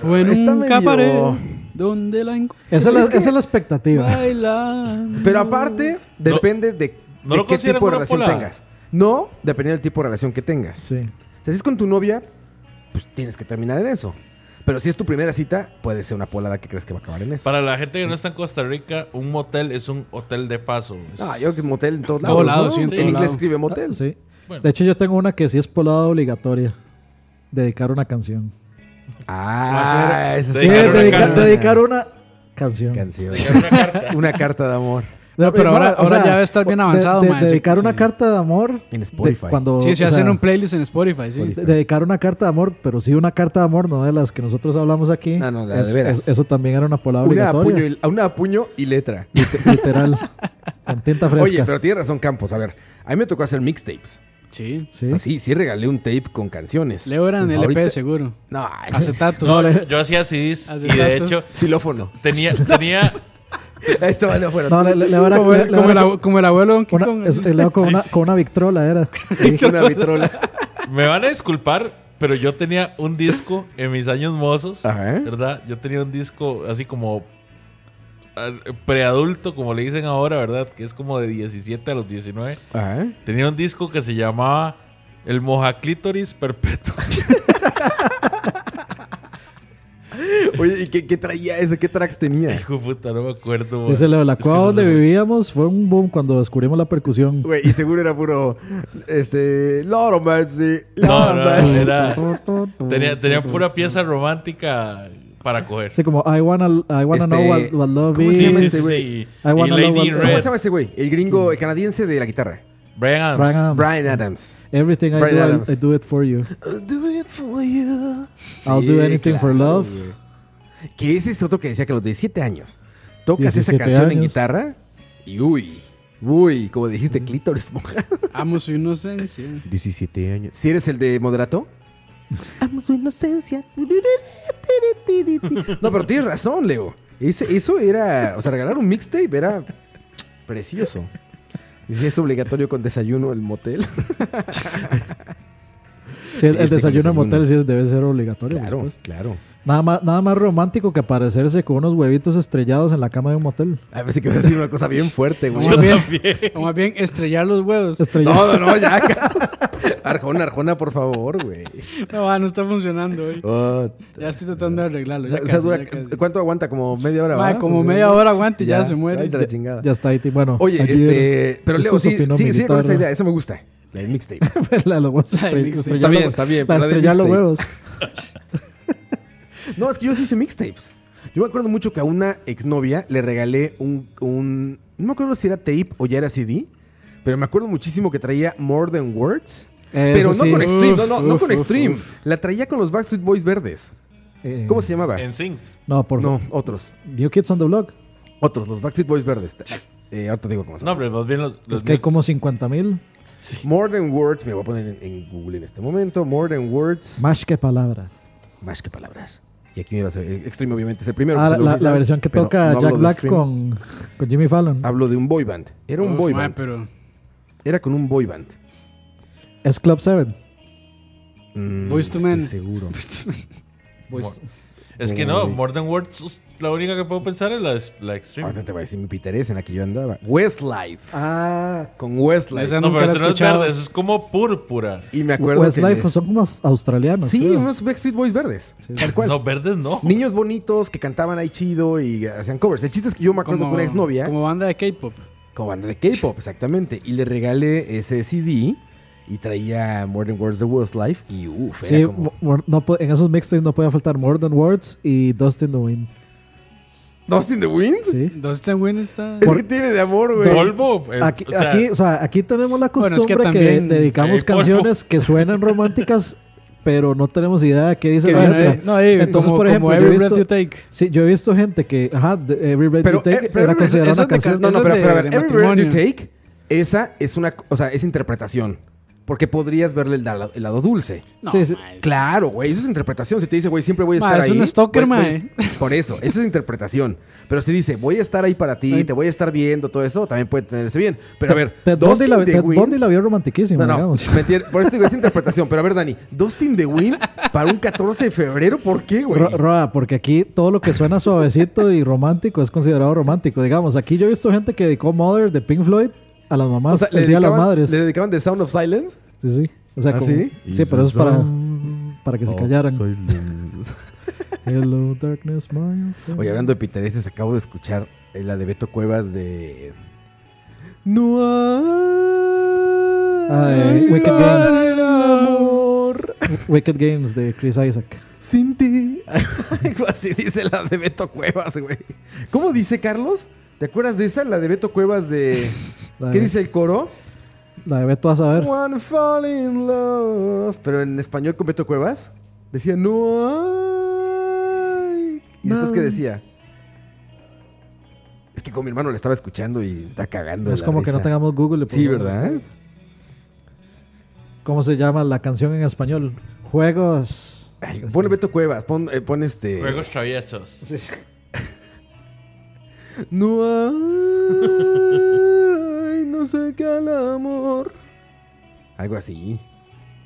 Speaker 7: Fue en
Speaker 4: Está
Speaker 7: un
Speaker 4: medio-
Speaker 7: cabaret donde la encontré
Speaker 6: Esa es la,
Speaker 4: Es que-
Speaker 6: esa es la expectativa.
Speaker 7: bailando.
Speaker 4: Pero aparte, depende de,
Speaker 5: ¿No
Speaker 4: de
Speaker 5: lo
Speaker 4: qué
Speaker 5: consideran
Speaker 4: tipo de
Speaker 5: una
Speaker 4: relación
Speaker 5: polada?
Speaker 4: tengas. No, dependiendo del tipo de relación que tengas.
Speaker 6: Sí.
Speaker 4: O sea, si es con tu novia, pues tienes que terminar en eso. Pero si es tu primera cita, puede ser una polada que crees que va a acabar en eso.
Speaker 5: Para la gente que no está en Costa Rica, un motel es un hotel de paso. Es-
Speaker 4: Ah, yo creo que motel en todos lados.
Speaker 7: Todo lado,
Speaker 4: ¿no?
Speaker 7: sí, en
Speaker 4: en
Speaker 7: todo
Speaker 4: inglés
Speaker 7: lado.
Speaker 4: escribe motel.
Speaker 6: Ah, sí.
Speaker 5: Bueno.
Speaker 6: De hecho, yo tengo una que sí es polada obligatoria. Dedicar una canción.
Speaker 4: Ah, esa
Speaker 5: Sí,
Speaker 4: es
Speaker 6: Sí,
Speaker 5: Dedicar
Speaker 6: dedicar,
Speaker 5: una canción.
Speaker 6: dedicar una canción.
Speaker 4: canción.
Speaker 5: Dejar una carta.
Speaker 4: Una carta de amor.
Speaker 6: No,
Speaker 7: pero ahora-
Speaker 6: o
Speaker 7: ahora ya debe estar bien
Speaker 6: de-
Speaker 7: avanzado,
Speaker 6: de-
Speaker 7: mae, sí,
Speaker 6: dedicar una
Speaker 7: sí.
Speaker 6: carta de amor.
Speaker 4: En
Speaker 6: de-
Speaker 4: Spotify.
Speaker 6: cuando,
Speaker 7: Sí, se
Speaker 6: o
Speaker 7: hacen
Speaker 6: sea,
Speaker 7: un playlist en Spotify, sí.
Speaker 4: Spotify.
Speaker 6: de- dedicar una carta de amor, pero sí una carta de amor, no de las que nosotros hablamos aquí.
Speaker 4: No, no, de- de
Speaker 6: Es-
Speaker 4: veras.
Speaker 6: es- eso también era una palabra
Speaker 4: Una a, puño
Speaker 6: obligatoria.
Speaker 4: y, una a puño y letra.
Speaker 6: Lit- Literal. con tinta fresca.
Speaker 4: Oye, pero tienes razón, Campos. A ver, a mí me tocó hacer mixtapes.
Speaker 7: Sí.
Speaker 6: Sí.
Speaker 4: O sea, sí, sí regalé un tape con canciones.
Speaker 7: Pues, Leo era en
Speaker 4: Sí,
Speaker 7: LP
Speaker 4: pues, ahorita-
Speaker 7: seguro.
Speaker 4: No,
Speaker 7: Acetatos.
Speaker 6: No, le-
Speaker 5: Yo hacía CDs
Speaker 7: Hace
Speaker 5: y de
Speaker 7: ratos.
Speaker 5: hecho
Speaker 4: Xilófono.
Speaker 5: tenía, tenía
Speaker 4: Ahí estaba Leo afuera.
Speaker 6: no, le- le- le ahora-
Speaker 7: como,
Speaker 6: le-
Speaker 7: el,
Speaker 6: le
Speaker 7: como, el,
Speaker 6: ahora-
Speaker 7: abue- como el abuelo Donkey
Speaker 6: una-
Speaker 7: Kong.
Speaker 6: es- el lado con, una, con una Victrola era.
Speaker 4: Una vitrola.
Speaker 5: Me van a disculpar, pero yo tenía un disco en mis años mozos,
Speaker 4: Ajá.
Speaker 5: ¿verdad? Yo tenía un disco así como al- preadulto, como le dicen ahora, ¿verdad? Que es como de 17 a los 19.
Speaker 4: Ajá.
Speaker 5: Tenía un disco que se llamaba El Mojaclítoris Perpetuo.
Speaker 4: Oye, ¿y qué, qué traía ese? ¿Qué tracks tenía?
Speaker 5: Hijo de puta, no me acuerdo. güey.
Speaker 6: Dice Leo, la
Speaker 5: Es que
Speaker 6: cueva
Speaker 5: eso
Speaker 6: donde
Speaker 5: se-
Speaker 6: vivíamos fue un boom cuando descubrimos la percusión.
Speaker 4: Güey, y seguro era puro. Este. Lord of Mercy.
Speaker 5: No,
Speaker 4: Lord
Speaker 5: no,
Speaker 4: of Mercy.
Speaker 5: era- tenía, tenía pura pieza romántica para coger.
Speaker 6: Así como, I wanna, I wanna
Speaker 4: Este,
Speaker 6: know what, what love
Speaker 4: ¿cómo
Speaker 6: is.
Speaker 4: se
Speaker 5: Sí,
Speaker 4: llama
Speaker 5: sí,
Speaker 4: este
Speaker 5: sí,
Speaker 4: güey?
Speaker 5: sí.
Speaker 6: I wanna
Speaker 5: Y
Speaker 6: love
Speaker 5: Lady
Speaker 6: what-
Speaker 5: Red.
Speaker 4: ¿Cómo se llama ese güey? El gringo el canadiense de la guitarra.
Speaker 5: Brian Adams.
Speaker 6: Brian Adams.
Speaker 4: Brian Adams.
Speaker 6: Everything I
Speaker 4: Brian
Speaker 6: do, I-
Speaker 4: Adams.
Speaker 6: I, do it for you.
Speaker 4: I'll do it for you.
Speaker 6: I'll do anything for love.
Speaker 4: güey. Que ese es otro que decía que a los 17 años tocas esa
Speaker 6: 17
Speaker 4: canción en
Speaker 6: años.
Speaker 4: guitarra y uy, uy, como dijiste, clítoris mojado.
Speaker 7: Amo su inocencia.
Speaker 4: 17 años. Si eres el de moderato. Amo su inocencia. No, pero tienes razón, Leo. Ese- eso era. O sea, regalar un mixtape era precioso. Dice, Es obligatorio con desayuno el motel.
Speaker 6: Sí, el,
Speaker 4: Sí,
Speaker 6: el
Speaker 4: sí,
Speaker 6: desayuno en
Speaker 4: desayuno.
Speaker 6: motel sí debe ser obligatorio. por
Speaker 4: Claro,
Speaker 6: supuesto.
Speaker 4: claro.
Speaker 6: Nada más, nada más romántico que aparecerse con unos huevitos estrellados en la cama de un motel.
Speaker 4: A ver si que vas a decir una cosa bien fuerte,
Speaker 7: O
Speaker 4: güey.
Speaker 7: más, bien, o más bien estrellar los huevos.
Speaker 6: Estrellados.
Speaker 4: No, no, no, ya. Arjona, Arjona, por favor, güey.
Speaker 7: No, ah, no está funcionando hoy.
Speaker 4: Oh,
Speaker 7: Ya estoy tratando de arreglarlo. Ya
Speaker 4: o sea,
Speaker 7: casi,
Speaker 4: dura-
Speaker 7: ya casi.
Speaker 4: ¿Cuánto aguanta? Como media hora.
Speaker 7: Ma,
Speaker 4: ¿verdad?
Speaker 7: Ah, como
Speaker 4: Pues,
Speaker 7: media hora aguante y ya,
Speaker 4: ya,
Speaker 7: se muere.
Speaker 4: ahí está la chingada.
Speaker 6: Ya está ahí. ti- Bueno,
Speaker 4: Oye,
Speaker 6: aquí
Speaker 4: este. Pero
Speaker 6: Jesús
Speaker 4: Leo, sí,
Speaker 6: opinó
Speaker 4: sí, sí, con esa
Speaker 6: militar.
Speaker 4: idea, esa me gusta. La del mixtape.
Speaker 6: La de los huevos
Speaker 7: Ay,
Speaker 6: estre-
Speaker 7: mixtape.
Speaker 6: estrellar
Speaker 4: Está bien,
Speaker 6: los-
Speaker 4: está bien,
Speaker 6: la
Speaker 4: pero de
Speaker 6: estrellar los
Speaker 4: mixtape.
Speaker 6: huevos.
Speaker 4: No, es que yo sí hice mixtapes. Yo me acuerdo mucho que a una exnovia le regalé un, un- No me acuerdo si era tape o ya era CD. Pero me acuerdo muchísimo que traía More Than Words.
Speaker 6: Eso
Speaker 4: Pero no
Speaker 6: sí.
Speaker 4: con Extreme, no, no, no
Speaker 7: Uf,
Speaker 4: con
Speaker 7: uf,
Speaker 4: Extreme. La traía con los Backstreet Boys verdes.
Speaker 6: Eh,
Speaker 4: ¿Cómo se llamaba?
Speaker 5: En Sync.
Speaker 6: No, por
Speaker 4: No, otros.
Speaker 6: New Kids on the Block.
Speaker 4: Otros, los Backstreet Boys verdes. Eh, ahorita te digo cómo se
Speaker 5: No,
Speaker 4: llama.
Speaker 5: hombre, más bien los, los
Speaker 6: Es que hay como 50 mil.
Speaker 4: More Than Words, me voy a poner en, en Google en este momento. More Than Words.
Speaker 6: Más que palabras.
Speaker 4: más que palabras. Y aquí me va a ser Extreme, obviamente, es el primero.
Speaker 6: Ah,
Speaker 4: pues,
Speaker 6: la,
Speaker 4: el
Speaker 6: la-
Speaker 4: original,
Speaker 6: la versión que
Speaker 4: pero
Speaker 6: toca
Speaker 4: no hablo
Speaker 6: Jack
Speaker 4: de Ah.
Speaker 6: Black
Speaker 4: Extreme.
Speaker 6: con, con Jimmy Fallon.
Speaker 4: Hablo de un boy band. Era un
Speaker 7: Uf,
Speaker 4: boy
Speaker 7: ma,
Speaker 4: band.
Speaker 7: pero
Speaker 4: Era con un boy band.
Speaker 6: Es Club 7.
Speaker 4: Mm,
Speaker 7: Boyz
Speaker 4: no
Speaker 7: II
Speaker 4: estoy
Speaker 7: Men.
Speaker 4: seguro.
Speaker 5: Mo- Es que no, More Than Words, us- la única que puedo pensar es la, de- la Extreme.
Speaker 4: Ahorita te voy a decir mi Peterés en la que yo andaba. Westlife.
Speaker 6: Ah,
Speaker 4: Con Westlife.
Speaker 7: Esa-
Speaker 5: No,
Speaker 7: nunca
Speaker 5: pero
Speaker 7: la he
Speaker 5: eso no es
Speaker 7: escuchado.
Speaker 5: verde, eso es como púrpura.
Speaker 4: Y me acuerdo
Speaker 6: Westlife
Speaker 4: que les-
Speaker 6: son como aus- australianos.
Speaker 4: Sí,
Speaker 6: creo.
Speaker 4: unos Backstreet Boys verdes. Tal cual.
Speaker 5: No, verdes no.
Speaker 4: Niños bonitos que cantaban ahí chido y hacían covers. El chiste es que yo me acuerdo
Speaker 7: como,
Speaker 4: que una exnovia...
Speaker 7: como banda de K-pop.
Speaker 4: Como banda de K-pop, exactamente. Y le regalé ese CD y traía More Than Words The Worst Life. Y uff, era
Speaker 6: Sí,
Speaker 4: como.
Speaker 6: mo- mo- no po- en esos mixtapes no podía faltar More Than Words y Dust in the Wind.
Speaker 4: ¿Dust in the Wind?
Speaker 6: Sí.
Speaker 7: Dustin Win está.
Speaker 4: Es que tiene de amor, güey.
Speaker 5: Polvo. eh,
Speaker 6: Aquí,
Speaker 5: o sea,
Speaker 6: aquí, o sea, aquí tenemos la
Speaker 7: Bueno,
Speaker 6: costumbre
Speaker 7: es que
Speaker 6: que,
Speaker 7: también-
Speaker 6: dedicamos
Speaker 5: Eh, polvo.
Speaker 6: canciones que suenan románticas, pero no tenemos idea de qué dice
Speaker 4: Que
Speaker 6: la
Speaker 7: Bueno,
Speaker 4: dice-
Speaker 6: letra.
Speaker 7: eh, no, eh,
Speaker 6: Entonces,
Speaker 7: como,
Speaker 6: por ejemplo,
Speaker 7: como
Speaker 6: yo he
Speaker 7: Every Breath
Speaker 6: visto-
Speaker 7: You Take.
Speaker 6: Sí, yo he visto gente que, ajá, de- Every Breath
Speaker 4: Pero,
Speaker 6: You Take
Speaker 4: eh, pero
Speaker 6: era
Speaker 4: Every Breath-
Speaker 6: considerada una
Speaker 7: eso es de
Speaker 6: canción.
Speaker 7: ca-
Speaker 4: No, no,
Speaker 7: Eso
Speaker 4: pero,
Speaker 7: es
Speaker 4: pero a
Speaker 7: de-
Speaker 4: ver,
Speaker 7: de
Speaker 4: Every Breath You
Speaker 7: matrimonio.
Speaker 4: Take, esa es una. O sea, es interpretación. Porque podrías verle el, da- el lado dulce.
Speaker 7: No,
Speaker 6: Sí, sí.
Speaker 7: ma, es-
Speaker 4: Claro, güey, eso es interpretación. Si te dice, güey, siempre voy a
Speaker 7: Ma,
Speaker 4: estar
Speaker 7: es
Speaker 4: ahí.
Speaker 7: un
Speaker 4: güey,
Speaker 7: stalker, ma,
Speaker 4: güey, Por eso, eso es interpretación. Pero si dice, voy a estar ahí para ti,
Speaker 6: Ay.
Speaker 4: te voy a estar viendo, todo eso, también puede tenerse bien. Pero a ver,
Speaker 6: Ted Bundy la,
Speaker 4: de
Speaker 6: Ted Bundy la vio
Speaker 4: no,
Speaker 6: romantiquísima,
Speaker 4: no,
Speaker 6: digamos.
Speaker 4: ¿me entiendes? Por eso te digo, es interpretación. Pero a ver, Dani, Dustin the Wind para un 14 de febrero, ¿por qué, güey?
Speaker 6: Ro- Roa, porque aquí todo lo que suena suavecito y romántico es considerado romántico. Digamos, aquí yo he visto gente que dedicó Mother de Pink Floyd a las mamás,
Speaker 4: O sea,
Speaker 6: el día de las madres.
Speaker 4: le dedicaban The Sound of Silence.
Speaker 6: Sí, sí. O sea,
Speaker 4: ¿Ah,
Speaker 6: como-
Speaker 4: sí? Oh,
Speaker 6: sí, pero eso es para, para que se callaran. Hello, darkness, my old friend.
Speaker 4: Oye, hablando de pitereses, acabo de escuchar eh, la de Beto Cuevas de. No hay.
Speaker 6: Ay, Wicked
Speaker 4: para
Speaker 6: Games.
Speaker 4: el amor
Speaker 6: Wicked Games de Chris Isaac.
Speaker 4: Sin ti. Algo así dice la de Beto Cuevas, güey. ¿Cómo dice Carlos? ¿Te acuerdas de esa? La de Beto Cuevas de.
Speaker 6: La
Speaker 4: ¿Qué
Speaker 6: de-
Speaker 4: dice el coro?
Speaker 6: La de Beto a saber.
Speaker 4: One fall in love. Pero en español con Beto Cuevas decía no hay. ¿Y después
Speaker 6: No.
Speaker 4: qué decía? Es que con mi hermano le estaba escuchando y me está cagando. de
Speaker 6: es
Speaker 4: la
Speaker 6: como que no
Speaker 4: risa.
Speaker 6: tengamos Google. por
Speaker 4: Sí,
Speaker 6: favor.
Speaker 4: ¿verdad?
Speaker 6: ¿Cómo se llama la canción en español? Juegos.
Speaker 4: Ay,
Speaker 6: Este,
Speaker 4: pon Beto Cuevas, pon, eh, pon este.
Speaker 5: Juegos traviesos.
Speaker 4: No hay, no sé qué al amor. Algo así.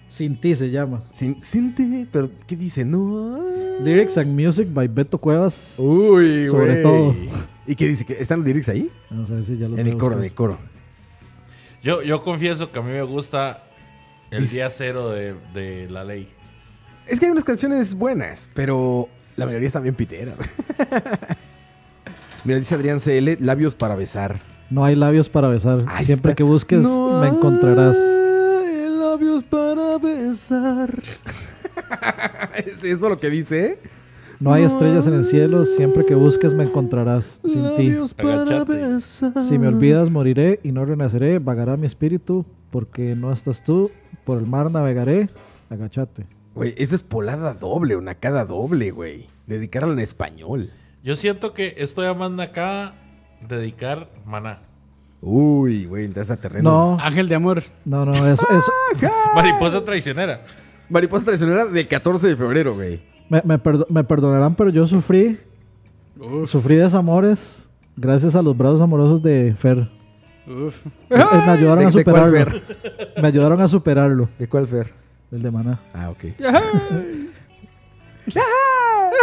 Speaker 6: Sin ti se llama.
Speaker 4: Sin, sin ti, pero ¿qué dice? No hay.
Speaker 6: Lyrics and Music by Beto
Speaker 4: Uh.
Speaker 6: Cuevas.
Speaker 4: Uy,
Speaker 6: Sobre
Speaker 4: güey.
Speaker 6: todo.
Speaker 4: ¿Y qué dice? ¿Que ¿Están los lyrics ahí?
Speaker 6: Vamos a ver si ya lo
Speaker 4: En el
Speaker 6: puedo
Speaker 4: coro, en
Speaker 6: buscar.
Speaker 4: el coro.
Speaker 5: Yo, yo confieso que a mí me gusta el
Speaker 4: Dice-
Speaker 5: día cero de, de la ley.
Speaker 4: Es que hay unas canciones buenas, pero la mayoría están bien piteras. Mira, dice Adrián CL, labios para besar.
Speaker 6: No hay labios para besar.
Speaker 4: Ahí
Speaker 6: Siempre
Speaker 4: está.
Speaker 6: que busques
Speaker 4: No
Speaker 6: me encontrarás.
Speaker 4: hay labios para besar. ¿Es eso lo que dice?
Speaker 6: No hay estrellas en el cielo. Siempre que busques me encontrarás. Sin ti.
Speaker 4: labios para
Speaker 5: Agáchate.
Speaker 4: besar.
Speaker 6: Si me olvidas moriré y no renaceré. Vagará mi espíritu porque no estás tú. Por el mar navegaré. Agachate.
Speaker 4: Güey, esa es polada doble, una cada doble, güey. Dedicarla en español.
Speaker 5: Yo siento que estoy amando acá dedicar maná.
Speaker 4: Uy, güey, entraste a terrenos.
Speaker 6: No,
Speaker 7: Ángel de amor.
Speaker 6: no, no. Eso, eso,
Speaker 5: Mariposa traicionera.
Speaker 4: Mariposa traicionera del 14 de febrero, güey.
Speaker 6: Me, me perdo- me perdonarán, pero yo sufrí. Sufrí desamores gracias a los brazos amorosos de Fer.
Speaker 7: Uf.
Speaker 6: Eh, me ayudaron
Speaker 4: ¿De-
Speaker 6: a
Speaker 4: de cuál
Speaker 6: superarlo. Me ayudaron a superarlo,
Speaker 4: ¿De cuál, Fer?
Speaker 6: el de Maná.
Speaker 4: Ah, ok.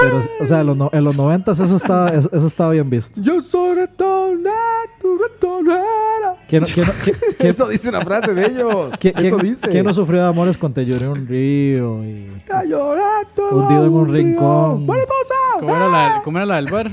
Speaker 6: Pero, o sea, en los, no- en los 90 eso estaba, es- eso estaba bien visto.
Speaker 4: Yo soy ratonera, tu ratonera.
Speaker 6: ¿Quién, no- quién no- quién- quién-
Speaker 4: Eso dice una frase de ellos.
Speaker 6: quién-
Speaker 4: Eso
Speaker 6: quién-
Speaker 4: dice.
Speaker 6: quién no sufrió de amores con Te lloré en un río? y-
Speaker 4: Está llorando.
Speaker 6: Hundido en un
Speaker 4: río.
Speaker 6: rincón.
Speaker 4: ¡Mariposa!
Speaker 7: ¿Cómo era, la, cómo era la del bar?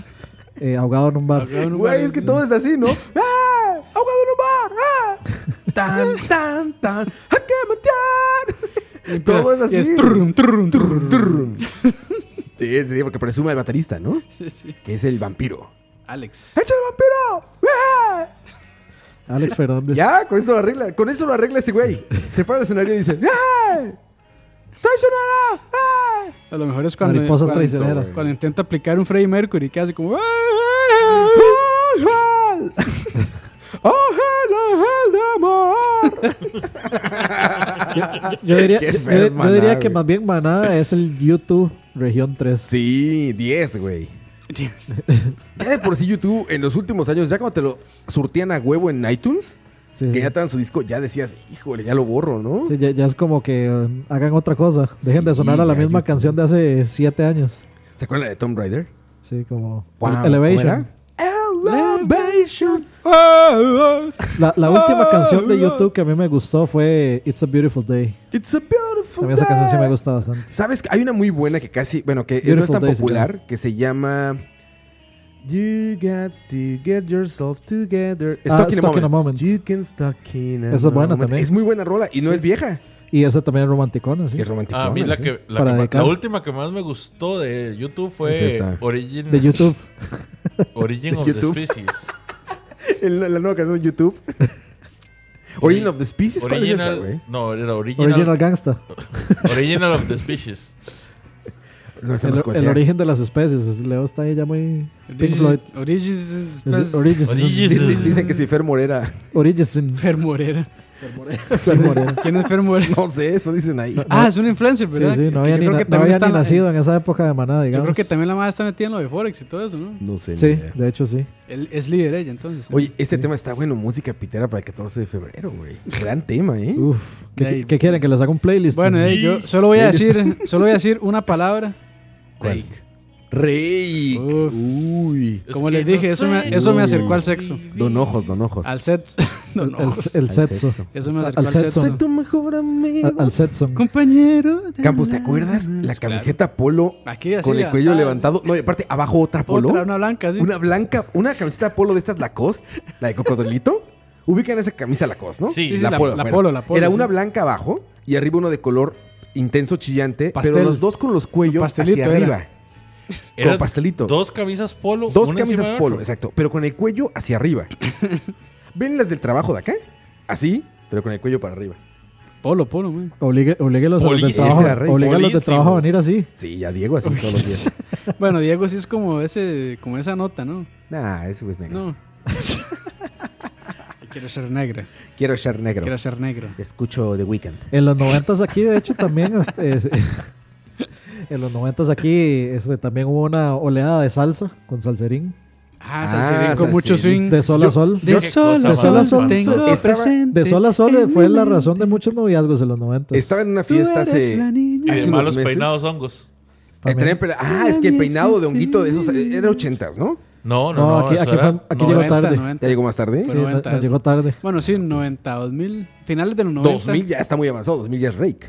Speaker 6: eh, ahogado en un bar.
Speaker 4: Güey, es que todo es así, ¿no? ¡Ah! ¡Ahogado en un bar! ¡Ah! ¡Tan, tan, tan! ¡A que matar! Todo es así.
Speaker 7: Y es turrum, turrum, turrum.
Speaker 4: Turrum. Sí, sí, porque presume de baterista, ¿no?
Speaker 7: Sí, sí.
Speaker 4: Que es el vampiro.
Speaker 7: Alex.
Speaker 4: ¡Echa el vampiro! ¡Ah!
Speaker 6: Alex Fernández.
Speaker 4: Ya, con eso lo arregla, con eso lo arregla ese güey. Se para el escenario y dice, ¡Ay! ¡Traicionera! ¡Ay!
Speaker 7: A lo mejor es cuando.
Speaker 6: Mariposa
Speaker 7: cuando-
Speaker 6: traicionera.
Speaker 7: Cuando intenta aplicar un Freddie Mercury que hace como. "Ah,
Speaker 4: ¡Ay, ay! ¡Oh, el ángel de amor!
Speaker 6: Yo diría,
Speaker 4: Qué
Speaker 6: yo-
Speaker 4: feo es
Speaker 6: yo diría
Speaker 4: Maná,
Speaker 6: que
Speaker 4: güey.
Speaker 6: más bien Maná es el YouTube Región 3.
Speaker 4: Sí, 10, güey. Ya de por sí YouTube en los últimos años, ya cuando te lo surtían a huevo en iTunes,
Speaker 6: Sí,
Speaker 4: que
Speaker 6: sí.
Speaker 4: ya te dan su disco, ya decías, híjole, ya lo borro, ¿no?
Speaker 6: Sí, ya, ya es como que eh, hagan otra cosa. Dejen de
Speaker 4: Sí,
Speaker 6: sonar a la
Speaker 4: ya,
Speaker 6: misma
Speaker 4: yo-
Speaker 6: canción de hace siete años.
Speaker 4: ¿Se acuerdan de Tomb Raider?
Speaker 6: Sí, como
Speaker 4: Wow,
Speaker 6: Elevation.
Speaker 4: ¿cómo era? Elevation.
Speaker 6: La, la última canción de YouTube que a mí me gustó fue It's a Beautiful Day.
Speaker 4: It's a beautiful
Speaker 6: A mí esa canción sí me
Speaker 4: day.
Speaker 6: gusta bastante.
Speaker 4: ¿Sabes? que Hay una muy buena que casi, bueno, que no es
Speaker 6: Beautiful
Speaker 4: tan
Speaker 6: Day se
Speaker 4: popular, que se llama You got to get yourself together.
Speaker 6: Ah, Stuck in a Moment.
Speaker 4: You can stuck in a
Speaker 6: Esa es buena
Speaker 4: moment.
Speaker 6: también.
Speaker 4: Es muy buena rola y no es vieja.
Speaker 6: Y esa también es romanticona, sí.
Speaker 4: Es romántica.
Speaker 5: Ah,
Speaker 4: ¿eh?
Speaker 5: A mí la,
Speaker 4: sí.
Speaker 5: que, la,
Speaker 6: Para
Speaker 5: que ma-
Speaker 6: dedicar.
Speaker 5: la última que más me gustó de YouTube fue
Speaker 4: Es esta.
Speaker 5: Origin,
Speaker 6: De YouTube.
Speaker 5: Origin
Speaker 4: De
Speaker 5: of
Speaker 4: YouTube.
Speaker 5: the Species.
Speaker 4: El- La, nueva canción de YouTube. Origin of the Species. ¿Cuál es esa,
Speaker 5: Original,
Speaker 4: güey?
Speaker 5: no, era Original,
Speaker 6: Original
Speaker 5: original,
Speaker 6: Gangsta.
Speaker 5: of the Species.
Speaker 4: No, esa no es
Speaker 6: El, el
Speaker 4: cual sea.
Speaker 6: origen de las especies. Es- Leo está ahí ya muy. Pink Floyd.
Speaker 7: Origins. Origins.
Speaker 6: Origins.
Speaker 5: Origins.
Speaker 4: Di- di- Dicen que si Fer Morera
Speaker 6: Origins.
Speaker 7: Fer Morera. Pues,
Speaker 6: Moreno.
Speaker 7: ¿Quién es Fer Moreno?
Speaker 4: No sé, eso dicen ahí.
Speaker 7: Ah, es un influencer,
Speaker 6: Sí,
Speaker 7: ¿verdad?
Speaker 6: sí, no
Speaker 7: Que
Speaker 6: había
Speaker 7: yo
Speaker 6: ni,
Speaker 7: creo
Speaker 6: na-
Speaker 7: que
Speaker 6: no
Speaker 7: también
Speaker 6: había
Speaker 7: está
Speaker 6: ni
Speaker 7: la-
Speaker 6: nacido en esa época de Maná,
Speaker 7: Yo
Speaker 6: digamos.
Speaker 7: creo que también la madre está metida en lo de Forex y todo eso, ¿no?
Speaker 4: No sé. ni
Speaker 6: Sí,
Speaker 4: idea.
Speaker 6: de hecho sí.
Speaker 7: Él es líder ella, entonces. ¿no?
Speaker 4: Oye, ese tema está bueno, música pitera para el 14 de febrero, güey. Gran tema,
Speaker 6: Uh,
Speaker 4: ¿eh?
Speaker 6: Uf, ¿qué,
Speaker 7: De ahí-
Speaker 6: qué quieren? ¿Que les haga un playlist?
Speaker 7: Bueno, eh, yo solo voy a decir, solo voy a decir una palabra.
Speaker 4: ¿Cuál?
Speaker 7: Rake.
Speaker 4: Rey.
Speaker 7: Uf.
Speaker 4: Uy.
Speaker 7: Como les dije, eso me- eso
Speaker 4: me acercó
Speaker 7: al sexo.
Speaker 4: Don ojos, don ojos.
Speaker 7: Al set. No, no.
Speaker 6: el, el
Speaker 4: Al
Speaker 6: sexo.
Speaker 4: sexo.
Speaker 7: Eso me
Speaker 6: Al
Speaker 7: acercó al
Speaker 6: sexo.
Speaker 7: sexo.
Speaker 4: tu mejor amigo.
Speaker 6: Al, al sexo.
Speaker 7: Compañero. de-
Speaker 4: Campos, ¿te acuerdas? La camiseta polo
Speaker 7: Aquí, así, Ah,
Speaker 4: con el
Speaker 7: acá.
Speaker 4: cuello levantado. No, y aparte, abajo otra polo.
Speaker 7: Otra, una blanca, sí.
Speaker 4: Una blanca, una camiseta polo de estas Lacoste, la de cocodrilito. Ubican esa camisa Lacoste, ¿no?
Speaker 5: Sí. Sí,
Speaker 7: sí, la- la polo, la polo,
Speaker 4: Era
Speaker 7: sí.
Speaker 4: una blanca abajo y arriba uno de color intenso chillante, pero
Speaker 7: Pastel.
Speaker 4: los dos con los cuellos
Speaker 7: Pastelito
Speaker 4: hacia
Speaker 7: era.
Speaker 4: arriba.
Speaker 5: Eran
Speaker 4: pastelito.
Speaker 5: Dos camisas polo.
Speaker 4: Dos
Speaker 5: una encima
Speaker 4: camisas
Speaker 5: de otra.
Speaker 4: polo, exacto, pero con el cuello hacia arriba. ¿Ven las del trabajo de acá? Así, pero con el cuello para arriba.
Speaker 7: Polo, polo, man.
Speaker 6: Obligue, obliguelos a los de
Speaker 5: Poli-
Speaker 6: trabajo.
Speaker 4: ese era rey.
Speaker 6: obligue a los de
Speaker 5: Polísimo.
Speaker 6: trabajo a venir así.
Speaker 4: Sí, ya Diego así todos los días.
Speaker 7: Bueno, Diego sí es como ese, como esa nota, ¿no?
Speaker 4: Nah, eso es negro.
Speaker 7: No. Quiero ser negra.
Speaker 4: Quiero ser negro.
Speaker 7: Quiero ser negro.
Speaker 4: Escucho The Weeknd.
Speaker 6: En los noventas aquí, de hecho, también este, es- en los noventas aquí este, también hubo una oleada de salsa con salserín.
Speaker 7: Ah,
Speaker 4: Ah,
Speaker 7: Salserín con
Speaker 4: Salserín.
Speaker 7: mucho swing.
Speaker 6: De sol a sol.
Speaker 5: Yo-
Speaker 7: De
Speaker 5: qué
Speaker 7: sol,
Speaker 5: cosa
Speaker 7: de sol a
Speaker 6: más
Speaker 7: sol
Speaker 5: espantosa.
Speaker 7: tengo
Speaker 4: Estaba-
Speaker 7: presente.
Speaker 6: De sol a sol fue la razón de muchos noviazgos en los noventas.
Speaker 4: Estaba en una
Speaker 7: Tú
Speaker 4: fiesta
Speaker 7: eres
Speaker 4: hace.
Speaker 7: la
Speaker 5: Y
Speaker 7: niña.
Speaker 4: hace
Speaker 5: además
Speaker 4: unos
Speaker 5: los
Speaker 4: meses.
Speaker 5: peinados hongos.
Speaker 4: Eh, traían pela- Ah, es que el peinado de honguito de esos eh, era ochentas, ¿no?
Speaker 5: No,
Speaker 6: No,
Speaker 5: no, no.
Speaker 6: aquí-
Speaker 5: eso
Speaker 6: aquí
Speaker 5: era
Speaker 6: fue- aquí llegó
Speaker 5: 90.
Speaker 6: tarde.
Speaker 4: Ya llegó más tarde.
Speaker 6: Sí,
Speaker 7: Pero
Speaker 6: no-
Speaker 7: noventa
Speaker 6: nos
Speaker 7: es-
Speaker 6: llegó tarde.
Speaker 7: Bueno, sí, 90, 2000, finales de los 90.
Speaker 4: 2000 ya está muy avanzado. 2000 ya es Rake.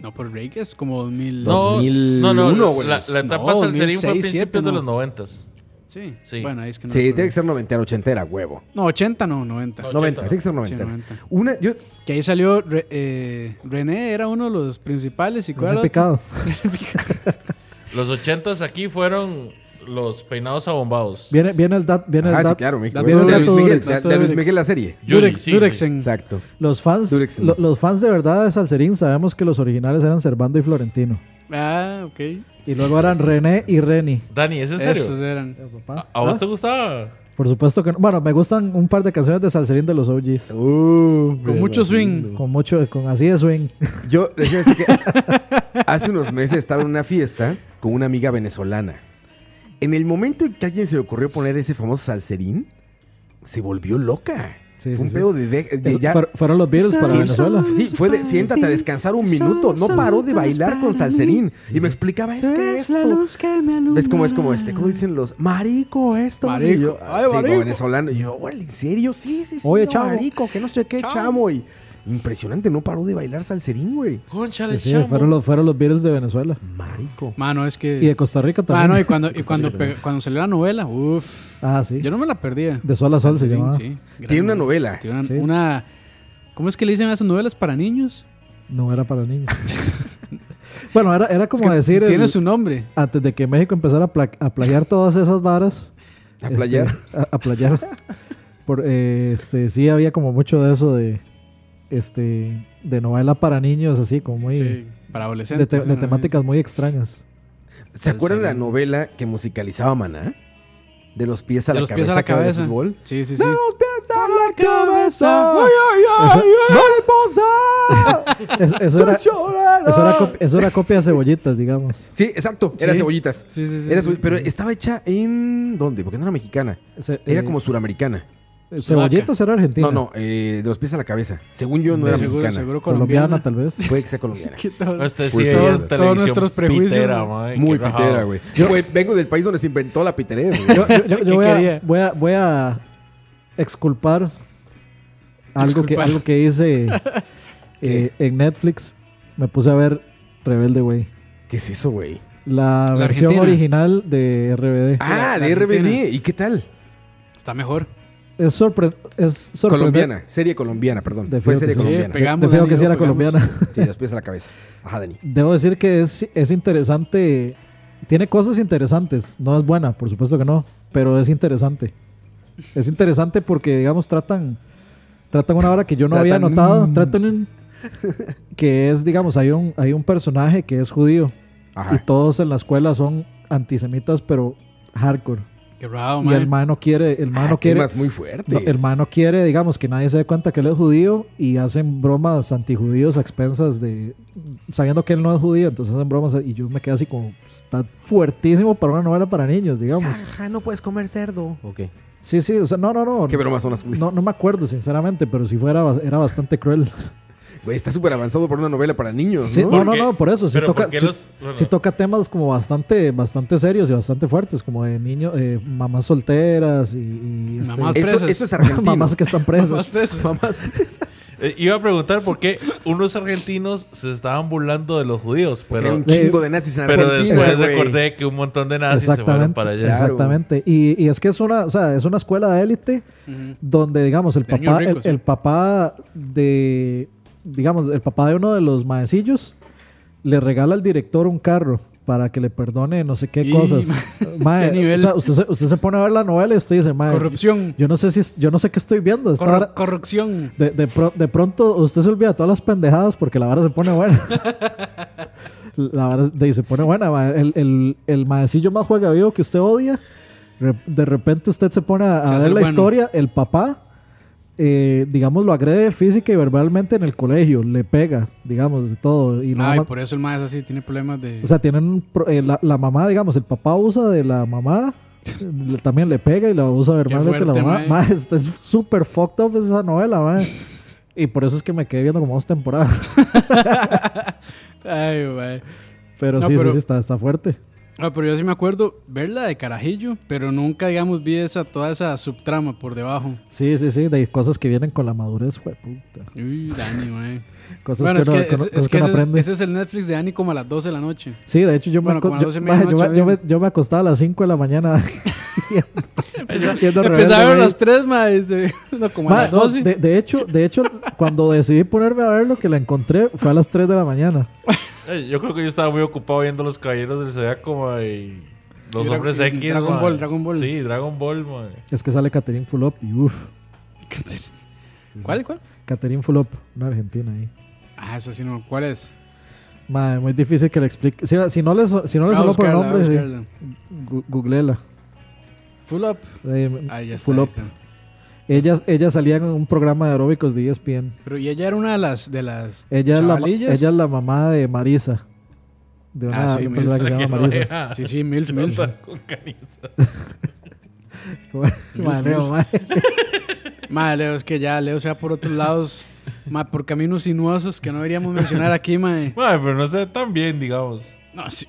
Speaker 7: No, por Rake es como 2000.
Speaker 5: No,
Speaker 4: 2001,
Speaker 5: no, no.
Speaker 4: güey.
Speaker 5: La, la etapa
Speaker 7: No,
Speaker 5: salserín fue a
Speaker 7: 2006,
Speaker 5: principios de
Speaker 7: no.
Speaker 5: los noventas.
Speaker 7: Sí.
Speaker 5: Sí.
Speaker 7: Bueno, ahí es que no.
Speaker 4: Sí,
Speaker 7: recuerdo.
Speaker 4: tiene que ser noventera, ochentera, huevo.
Speaker 7: No, 80 no, 90.
Speaker 5: 80,
Speaker 4: 90, tiene que ser
Speaker 7: Sí,
Speaker 4: 90.
Speaker 7: 90.
Speaker 4: Una, yo,
Speaker 7: Que ahí salió Re- eh, René, era uno de los principales y
Speaker 6: René
Speaker 7: cuál otro?
Speaker 6: Picado.
Speaker 5: Los ochentas aquí fueron los peinados abombados.
Speaker 6: Viene, viene el dat, viene
Speaker 4: ah,
Speaker 6: el
Speaker 4: sí,
Speaker 6: dat-
Speaker 4: claro, México.
Speaker 6: viene
Speaker 4: De
Speaker 6: el
Speaker 7: Dato
Speaker 4: Luis
Speaker 6: dato
Speaker 4: Miguel,
Speaker 6: Durex.
Speaker 4: de,
Speaker 7: Dato
Speaker 4: de Luis
Speaker 7: Durex.
Speaker 4: Miguel la serie.
Speaker 5: Yuri,
Speaker 7: Durex-
Speaker 5: sí,
Speaker 7: Durexen.
Speaker 4: Exacto.
Speaker 6: Los fans,
Speaker 4: Durex.
Speaker 6: lo- los fans de verdad de Salserín sabemos que los originales eran Servando y Florentino.
Speaker 7: Ah, ok.
Speaker 6: Y luego eran René y Reni.
Speaker 5: Dani, ¿es en serio?
Speaker 7: Esos eran.
Speaker 6: Eh,
Speaker 5: ¿A,
Speaker 6: papá.
Speaker 5: a vos
Speaker 6: Ah,
Speaker 5: te gustaba?
Speaker 6: Por supuesto que no. Bueno, me gustan un par de canciones de Salserín de los OGs.
Speaker 7: Con mucho swing.
Speaker 6: Con mucho, con así de swing.
Speaker 4: Uh. Yo les iba a decir que hace unos meses estaba en una fiesta con una amiga venezolana. En el momento en que a alguien se le ocurrió poner ese famoso salserín, se volvió loca.
Speaker 6: Sí,
Speaker 4: Fue
Speaker 6: sí,
Speaker 4: un
Speaker 6: sí.
Speaker 4: pedo de, de- de
Speaker 6: Eso-
Speaker 4: ya-
Speaker 6: fuer- fueron los Beatles para
Speaker 4: Sí,
Speaker 6: Venezuela.
Speaker 4: Sí, fue de siéntate a descansar un minuto. No paró de bailar con salserín. Y me explicaba, es que esto.
Speaker 7: que me alumbra.
Speaker 4: ¿Ves cómo es como este? ¿Cómo dicen los? Marico, esto. no sé".
Speaker 7: Marico.
Speaker 4: Y yo,
Speaker 7: Ay,
Speaker 4: sí, como
Speaker 7: marico.
Speaker 4: venezolano. Y yo, "Órale, ¿en serio? Sí, sí, sí.
Speaker 6: Oye,
Speaker 4: no,
Speaker 6: chavo.
Speaker 4: Marico, que no sé qué,
Speaker 7: Chavo.
Speaker 4: chamo. Y impresionante, no paró de bailar salserín, güey.
Speaker 5: Conchale,
Speaker 6: Sí, sí, fueron los, fueron los Beatles de Venezuela.
Speaker 4: Marico.
Speaker 7: Mano, es que.
Speaker 6: Y de Costa Rica también.
Speaker 7: Mano, Ah, y cuando, y cuando, pe- cuando salió la novela, uff.
Speaker 6: ah, sí.
Speaker 7: Yo no me la perdía.
Speaker 6: De sol a sol se
Speaker 7: Sí,
Speaker 6: llamaba.
Speaker 7: sí.
Speaker 4: Tiene una
Speaker 7: Gran-
Speaker 4: novela.
Speaker 7: Tiene una,
Speaker 6: Sí.
Speaker 7: una- ¿Cómo es que le dicen a esas novelas para niños?
Speaker 6: No era para niños. bueno, era, era como decir. el-
Speaker 7: Tiene su nombre.
Speaker 6: antes de que México empezara a, pla- a playar todas esas varas. este,
Speaker 4: A playar.
Speaker 6: A, a playar. Por, eh, este, sí, había como mucho de eso de. Este. De novela para niños, así como muy.
Speaker 7: Sí, para
Speaker 6: de,
Speaker 7: adolescentes.
Speaker 6: te- de
Speaker 7: ¿no?
Speaker 6: temáticas muy extrañas.
Speaker 4: ¿Se acuerdan de la
Speaker 7: Salserín.
Speaker 4: novela que musicalizaba Maná? De los pies a
Speaker 7: De
Speaker 4: la
Speaker 7: los
Speaker 4: cabeza.
Speaker 7: pies a la
Speaker 4: que era de
Speaker 7: cabeza.
Speaker 4: fútbol.
Speaker 7: Sí, sí, sí.
Speaker 4: De los pies a la cabeza.
Speaker 7: Ay,
Speaker 4: ¡Ay, ay, ay! ¡Mariposa!
Speaker 6: Es- eso, era, eso, era
Speaker 4: Llorará.
Speaker 6: copi- eso era copia de cebollitas, digamos.
Speaker 4: Sí, exacto. Era
Speaker 7: Sí.
Speaker 4: cebollitas.
Speaker 7: Sí, sí, sí,
Speaker 4: Era
Speaker 7: sí.
Speaker 4: ceboll- Pero estaba hecha en. ¿Dónde? Porque no era mexicana.
Speaker 6: Ce-
Speaker 4: Era
Speaker 6: eh,
Speaker 4: como suramericana.
Speaker 6: Cebollitas era argentina.
Speaker 4: No, no, eh, de los pies a la cabeza. Según yo, no
Speaker 7: De
Speaker 4: era
Speaker 7: seguro,
Speaker 4: mexicana.
Speaker 7: seguro colombiana.
Speaker 6: Colombiana, tal vez.
Speaker 4: Puede que sea colombiana.
Speaker 7: ¿Qué tal?
Speaker 5: Este sí,
Speaker 4: Pues,
Speaker 5: era
Speaker 4: todos-
Speaker 5: televisión
Speaker 7: todos nuestros prejuicios,
Speaker 5: pitera,
Speaker 7: ¿no?
Speaker 5: mae,
Speaker 4: Muy
Speaker 5: qué rajado.
Speaker 4: pitera, güey. Güey, vengo del país donde se inventó la piterera, güey.
Speaker 6: Yo, yo- yo- yo
Speaker 7: ¿Qué
Speaker 6: voy,
Speaker 7: quería?
Speaker 6: a, voy, a, voy a exculpar algo, que,
Speaker 7: Exculpar.
Speaker 6: algo que hice eh, en Netflix. Me puse a ver Rebelde, güey.
Speaker 4: ¿Qué es eso, güey?
Speaker 6: La,
Speaker 7: La
Speaker 6: versión
Speaker 7: Argentina.
Speaker 6: original de RBD.
Speaker 4: Ah,
Speaker 7: la
Speaker 4: de
Speaker 7: Argentina.
Speaker 4: RBD. ¿Y qué tal?
Speaker 7: Está mejor.
Speaker 6: Es, sorpre es sorprendente.
Speaker 4: Colombiana, serie colombiana, perdón.
Speaker 6: De
Speaker 4: Fue
Speaker 6: feo
Speaker 4: serie
Speaker 6: que sí.
Speaker 4: colombiana.
Speaker 7: Sí, Pegamos,
Speaker 6: de feo
Speaker 7: Dani,
Speaker 6: que sí
Speaker 7: lo
Speaker 6: era
Speaker 7: pegamos.
Speaker 6: colombiana.
Speaker 4: Sí, de los pies a la cabeza. Ajá, Dani.
Speaker 6: Debo decir que es, es interesante. Tiene cosas interesantes. No es buena, por supuesto que no. Pero es interesante. Es interesante porque, digamos, tratan. Tratan una hora que yo no había
Speaker 4: Tratan-
Speaker 6: notado. Tratan un- que es, digamos, hay un, hay un personaje que es judío.
Speaker 4: Ajá.
Speaker 6: Y todos en la escuela son antisemitas, pero hardcore.
Speaker 7: Qué raro,
Speaker 6: Y
Speaker 7: mae.
Speaker 6: el mae no quiere, el mae
Speaker 4: Ah,
Speaker 6: no quiere,
Speaker 4: temas muy fuertes.
Speaker 6: no, el mae no quiere, digamos, que nadie se dé cuenta que él es judío y hacen bromas antijudíos a expensas de, sabiendo que él no es judío, entonces hacen bromas y yo me quedo así como, está fuertísimo para una novela para niños, digamos.
Speaker 4: Ajá, no puedes comer cerdo. Ok.
Speaker 6: Sí, sí, o sea, no, no, no.
Speaker 4: ¿Qué bromas son las judías?
Speaker 6: No, no me acuerdo, sinceramente, pero si fuera, ba- era bastante cruel.
Speaker 4: Güey, está súper avanzado por una novela para niños,
Speaker 6: Sí,
Speaker 4: ¿no?
Speaker 6: no, no,
Speaker 5: Porque-
Speaker 6: no, por eso. Si
Speaker 5: pero
Speaker 6: toca,
Speaker 5: ¿por qué
Speaker 6: sí-
Speaker 5: los- bueno.
Speaker 6: sí toca temas como bastante, bastante serios y bastante fuertes, como de niños, eh, mamás solteras y, y, este,
Speaker 7: Mamás
Speaker 4: Eso,
Speaker 7: presas.
Speaker 4: eso es argentino.
Speaker 6: mamás que están
Speaker 7: Más
Speaker 6: presas.
Speaker 7: presos.
Speaker 4: Mamás presas.
Speaker 5: Eh, iba a preguntar por qué unos argentinos se estaban burlando de los judíos,
Speaker 4: Era
Speaker 5: pero,
Speaker 4: un chingo de nazis en
Speaker 5: pero
Speaker 4: Argentina,
Speaker 5: después
Speaker 4: güey.
Speaker 5: recordé que un montón de nazis Ah, se fueron
Speaker 6: Exactamente,
Speaker 5: para allá.
Speaker 4: Claro.
Speaker 6: exactamente. Y, y es que es una, o sea, es una escuela de élite donde, digamos, el
Speaker 7: De niños
Speaker 6: papá, el-
Speaker 7: ricos,
Speaker 6: el,
Speaker 7: sí.
Speaker 6: papá de, digamos, el papá de uno de los maecillos le regala al director un carro para que le perdone no sé qué
Speaker 7: Y,
Speaker 6: cosas. Mae,
Speaker 7: qué nivel.
Speaker 6: o sea, usted, se, usted se pone a ver la novela y usted dice, mae,
Speaker 7: Corrupción.
Speaker 6: yo no sé si, es- yo no sé qué estoy viendo. Esta
Speaker 7: Corru-
Speaker 6: vara-
Speaker 7: corrupción.
Speaker 6: de, de pro- de pronto usted se olvida de todas las pendejadas porque la vara se pone buena. la vara se- de- se pone buena. ma. El, el, el maecillo más juega vivo que usted odia. re- de repente usted se pone a, a
Speaker 7: Se hace
Speaker 6: ver
Speaker 7: el
Speaker 6: la
Speaker 7: bueno.
Speaker 6: historia. El papá, eh, digamos, lo agrede física y verbalmente en el colegio. Le pega, digamos, de todo. Y la
Speaker 7: Ay,
Speaker 6: mamá-
Speaker 7: por eso el mae es así, tiene problemas de.
Speaker 6: o sea, tienen un pro- eh, la, la mamá, digamos, el papá usa de la mamá, eh, le- también le pega y la usa verbalmente la
Speaker 7: fuerte,
Speaker 6: mamá.
Speaker 7: mae.
Speaker 6: Ma, esta es súper fucked up esa novela, ma. Y por eso es que me quedé viendo como dos temporadas.
Speaker 7: Ay, mae.
Speaker 6: Pero
Speaker 7: No,
Speaker 6: sí, sí,
Speaker 7: pero-
Speaker 6: sí, está, está fuerte.
Speaker 7: Ah, pero yo sí me acuerdo verla de carajillo, pero nunca, digamos, vi esa, toda esa subtrama por debajo.
Speaker 6: Sí, sí, sí, de cosas que vienen con la madurez, jue puta.
Speaker 7: Uy, Dani, mae.
Speaker 6: Cosas
Speaker 7: Bueno, es
Speaker 6: que uno,
Speaker 7: que,
Speaker 6: que uno-
Speaker 7: es-
Speaker 6: cosas
Speaker 7: es
Speaker 6: que
Speaker 7: que
Speaker 6: uno
Speaker 7: ese, es,
Speaker 6: aprende.
Speaker 7: ese es el Netflix de Dani como a las 12 de la noche.
Speaker 6: Sí, de hecho yo,
Speaker 7: Bueno,
Speaker 6: me, aco-
Speaker 7: como a las
Speaker 6: yo,
Speaker 7: doce y
Speaker 6: ma,
Speaker 7: media
Speaker 6: yo, me-
Speaker 7: noche,
Speaker 6: yo me,
Speaker 7: bien.
Speaker 6: yo me acostaba a las 5 de la mañana. las
Speaker 7: Empezaron las 3, mae. de- No, como a
Speaker 6: Ma,
Speaker 7: las
Speaker 6: no,
Speaker 7: 12.
Speaker 6: de, de hecho, de hecho cuando decidí ponerme a ver lo que la encontré fue a las 3 de la mañana.
Speaker 5: Eh, Yo creo que yo estaba muy ocupado viendo los caballeros del Zodiaco y los
Speaker 7: Y Dra-
Speaker 5: hombres
Speaker 7: y
Speaker 5: X.
Speaker 7: Dragon
Speaker 5: mae.
Speaker 7: Ball, Dragon Ball.
Speaker 5: Sí, Dragon Ball, mae.
Speaker 6: Es que sale Catherine Fulop y uff,
Speaker 7: ¿Cuál, cuál?
Speaker 6: Catherine Fulop, una argentina ahí.
Speaker 7: Ah, eso sí, no. ¿Cuál es?
Speaker 6: Madre, muy difícil que le explique. Si, si no le so- si no le
Speaker 7: Voy a
Speaker 6: sonó por el
Speaker 7: buscarla, voy a
Speaker 6: nombre, sí.
Speaker 7: buscarla.
Speaker 6: Gu- googlela.
Speaker 7: Full up.
Speaker 6: Eh,
Speaker 7: Ah, ya está,
Speaker 6: Full
Speaker 7: ahí
Speaker 6: up.
Speaker 7: está.
Speaker 6: Ella, ella salía en un programa de aeróbicos de E ESPN.
Speaker 7: Pero y ella era una de las. De las
Speaker 6: Ella es, la,
Speaker 7: chavalillas.
Speaker 6: ella es la mamá de Marisa. De una,
Speaker 7: Ah, sí,
Speaker 6: de una
Speaker 7: me-
Speaker 6: persona que se
Speaker 5: Que
Speaker 6: llama
Speaker 5: no
Speaker 6: Marisa.
Speaker 5: deja
Speaker 7: Sí, sí, Milf, Milf.
Speaker 5: andar con caniza.
Speaker 6: Maneo,
Speaker 7: Dios.
Speaker 6: madre.
Speaker 7: Madre, Leo, es que ya Leo se va por otros lados, ma, por caminos sinuosos que no deberíamos mencionar aquí, madre.
Speaker 5: Mae, pero no sé tan bien, digamos.
Speaker 7: No, sí.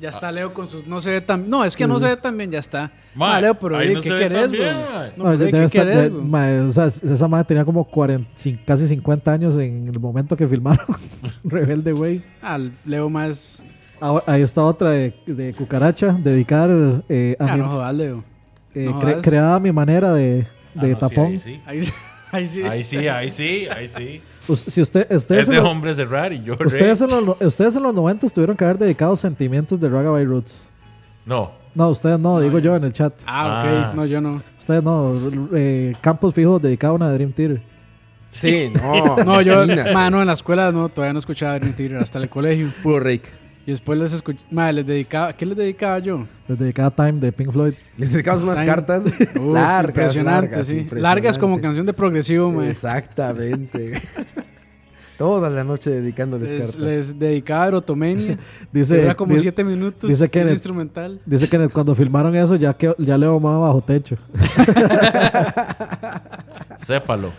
Speaker 7: Ya está Leo con sus. No se ve tan. No, es que no se ve tan bien, ya está.
Speaker 5: Mae,
Speaker 7: Madre, Leo, pero
Speaker 5: ahí
Speaker 7: oye,
Speaker 5: no
Speaker 7: ¿qué
Speaker 5: se ve
Speaker 7: querés,
Speaker 5: tan
Speaker 7: bro?
Speaker 5: bien, mae.
Speaker 7: No,
Speaker 6: No,
Speaker 7: pero,
Speaker 6: debe
Speaker 7: ¿qué
Speaker 6: estar-
Speaker 7: querés,
Speaker 6: debe-
Speaker 7: bro?
Speaker 6: mae, o sea, esa madre tenía como 40, cin- casi 50 años en el momento que filmaron Rebelde, güey.
Speaker 7: Al Ah, Leo más.
Speaker 6: Ah, Ahí está otra de, de Cucaracha, dedicar eh, a
Speaker 7: Ah,
Speaker 6: mi-
Speaker 7: no jodas, Leo.
Speaker 6: eh,
Speaker 7: no
Speaker 6: cre-
Speaker 7: jodas.
Speaker 6: creada a mi manera de,
Speaker 5: Ah,
Speaker 6: de
Speaker 5: no, sí,
Speaker 6: tapón.
Speaker 5: ahí sí.
Speaker 7: Ahí, ahí sí.
Speaker 5: Ahí sí, ahí sí, ahí sí.
Speaker 6: Us- Si usted,
Speaker 5: Es
Speaker 6: ustedes, en
Speaker 5: de eh.
Speaker 6: lo-
Speaker 5: hombres cerrar y yo re-
Speaker 6: ustedes, en los, ustedes en los 90 tuvieron que haber dedicado sentimientos de Ragabay Roots.
Speaker 5: No.
Speaker 6: No, ustedes no, digo yo en el chat.
Speaker 7: Ah, ok.
Speaker 5: Ah.
Speaker 7: No, yo no.
Speaker 6: Ustedes no, r- eh, Campos Fijo dedicado a una Dream Theater.
Speaker 4: Sí, no.
Speaker 7: No, yo,
Speaker 4: Nina.
Speaker 7: mano, en la escuela no, todavía no escuchaba Dream Theater hasta el colegio.
Speaker 4: Puro Rake.
Speaker 7: Y después les escuché, madre, les dedicaba, ¿qué les dedicaba yo?
Speaker 6: Les dedicaba Time de Pink Floyd.
Speaker 4: Les dedicamos unas
Speaker 7: Time.
Speaker 4: cartas
Speaker 7: Uf,
Speaker 4: largas.
Speaker 7: impresionante,
Speaker 4: largas,
Speaker 7: sí.
Speaker 4: impresionantes.
Speaker 7: Largas como canción de progresivo, mae.
Speaker 4: Exactamente. Toda la noche dedicándoles
Speaker 7: Les,
Speaker 4: cartas.
Speaker 7: les dedicaba Erotomania.
Speaker 6: Dice,
Speaker 7: Era como
Speaker 6: di-
Speaker 7: siete minutos.
Speaker 6: dice
Speaker 7: Dice
Speaker 6: que en el-
Speaker 7: instrumental.
Speaker 6: dice que cuando filmaron eso ya, que, ya le mamaba bajo techo.
Speaker 5: Sépalo.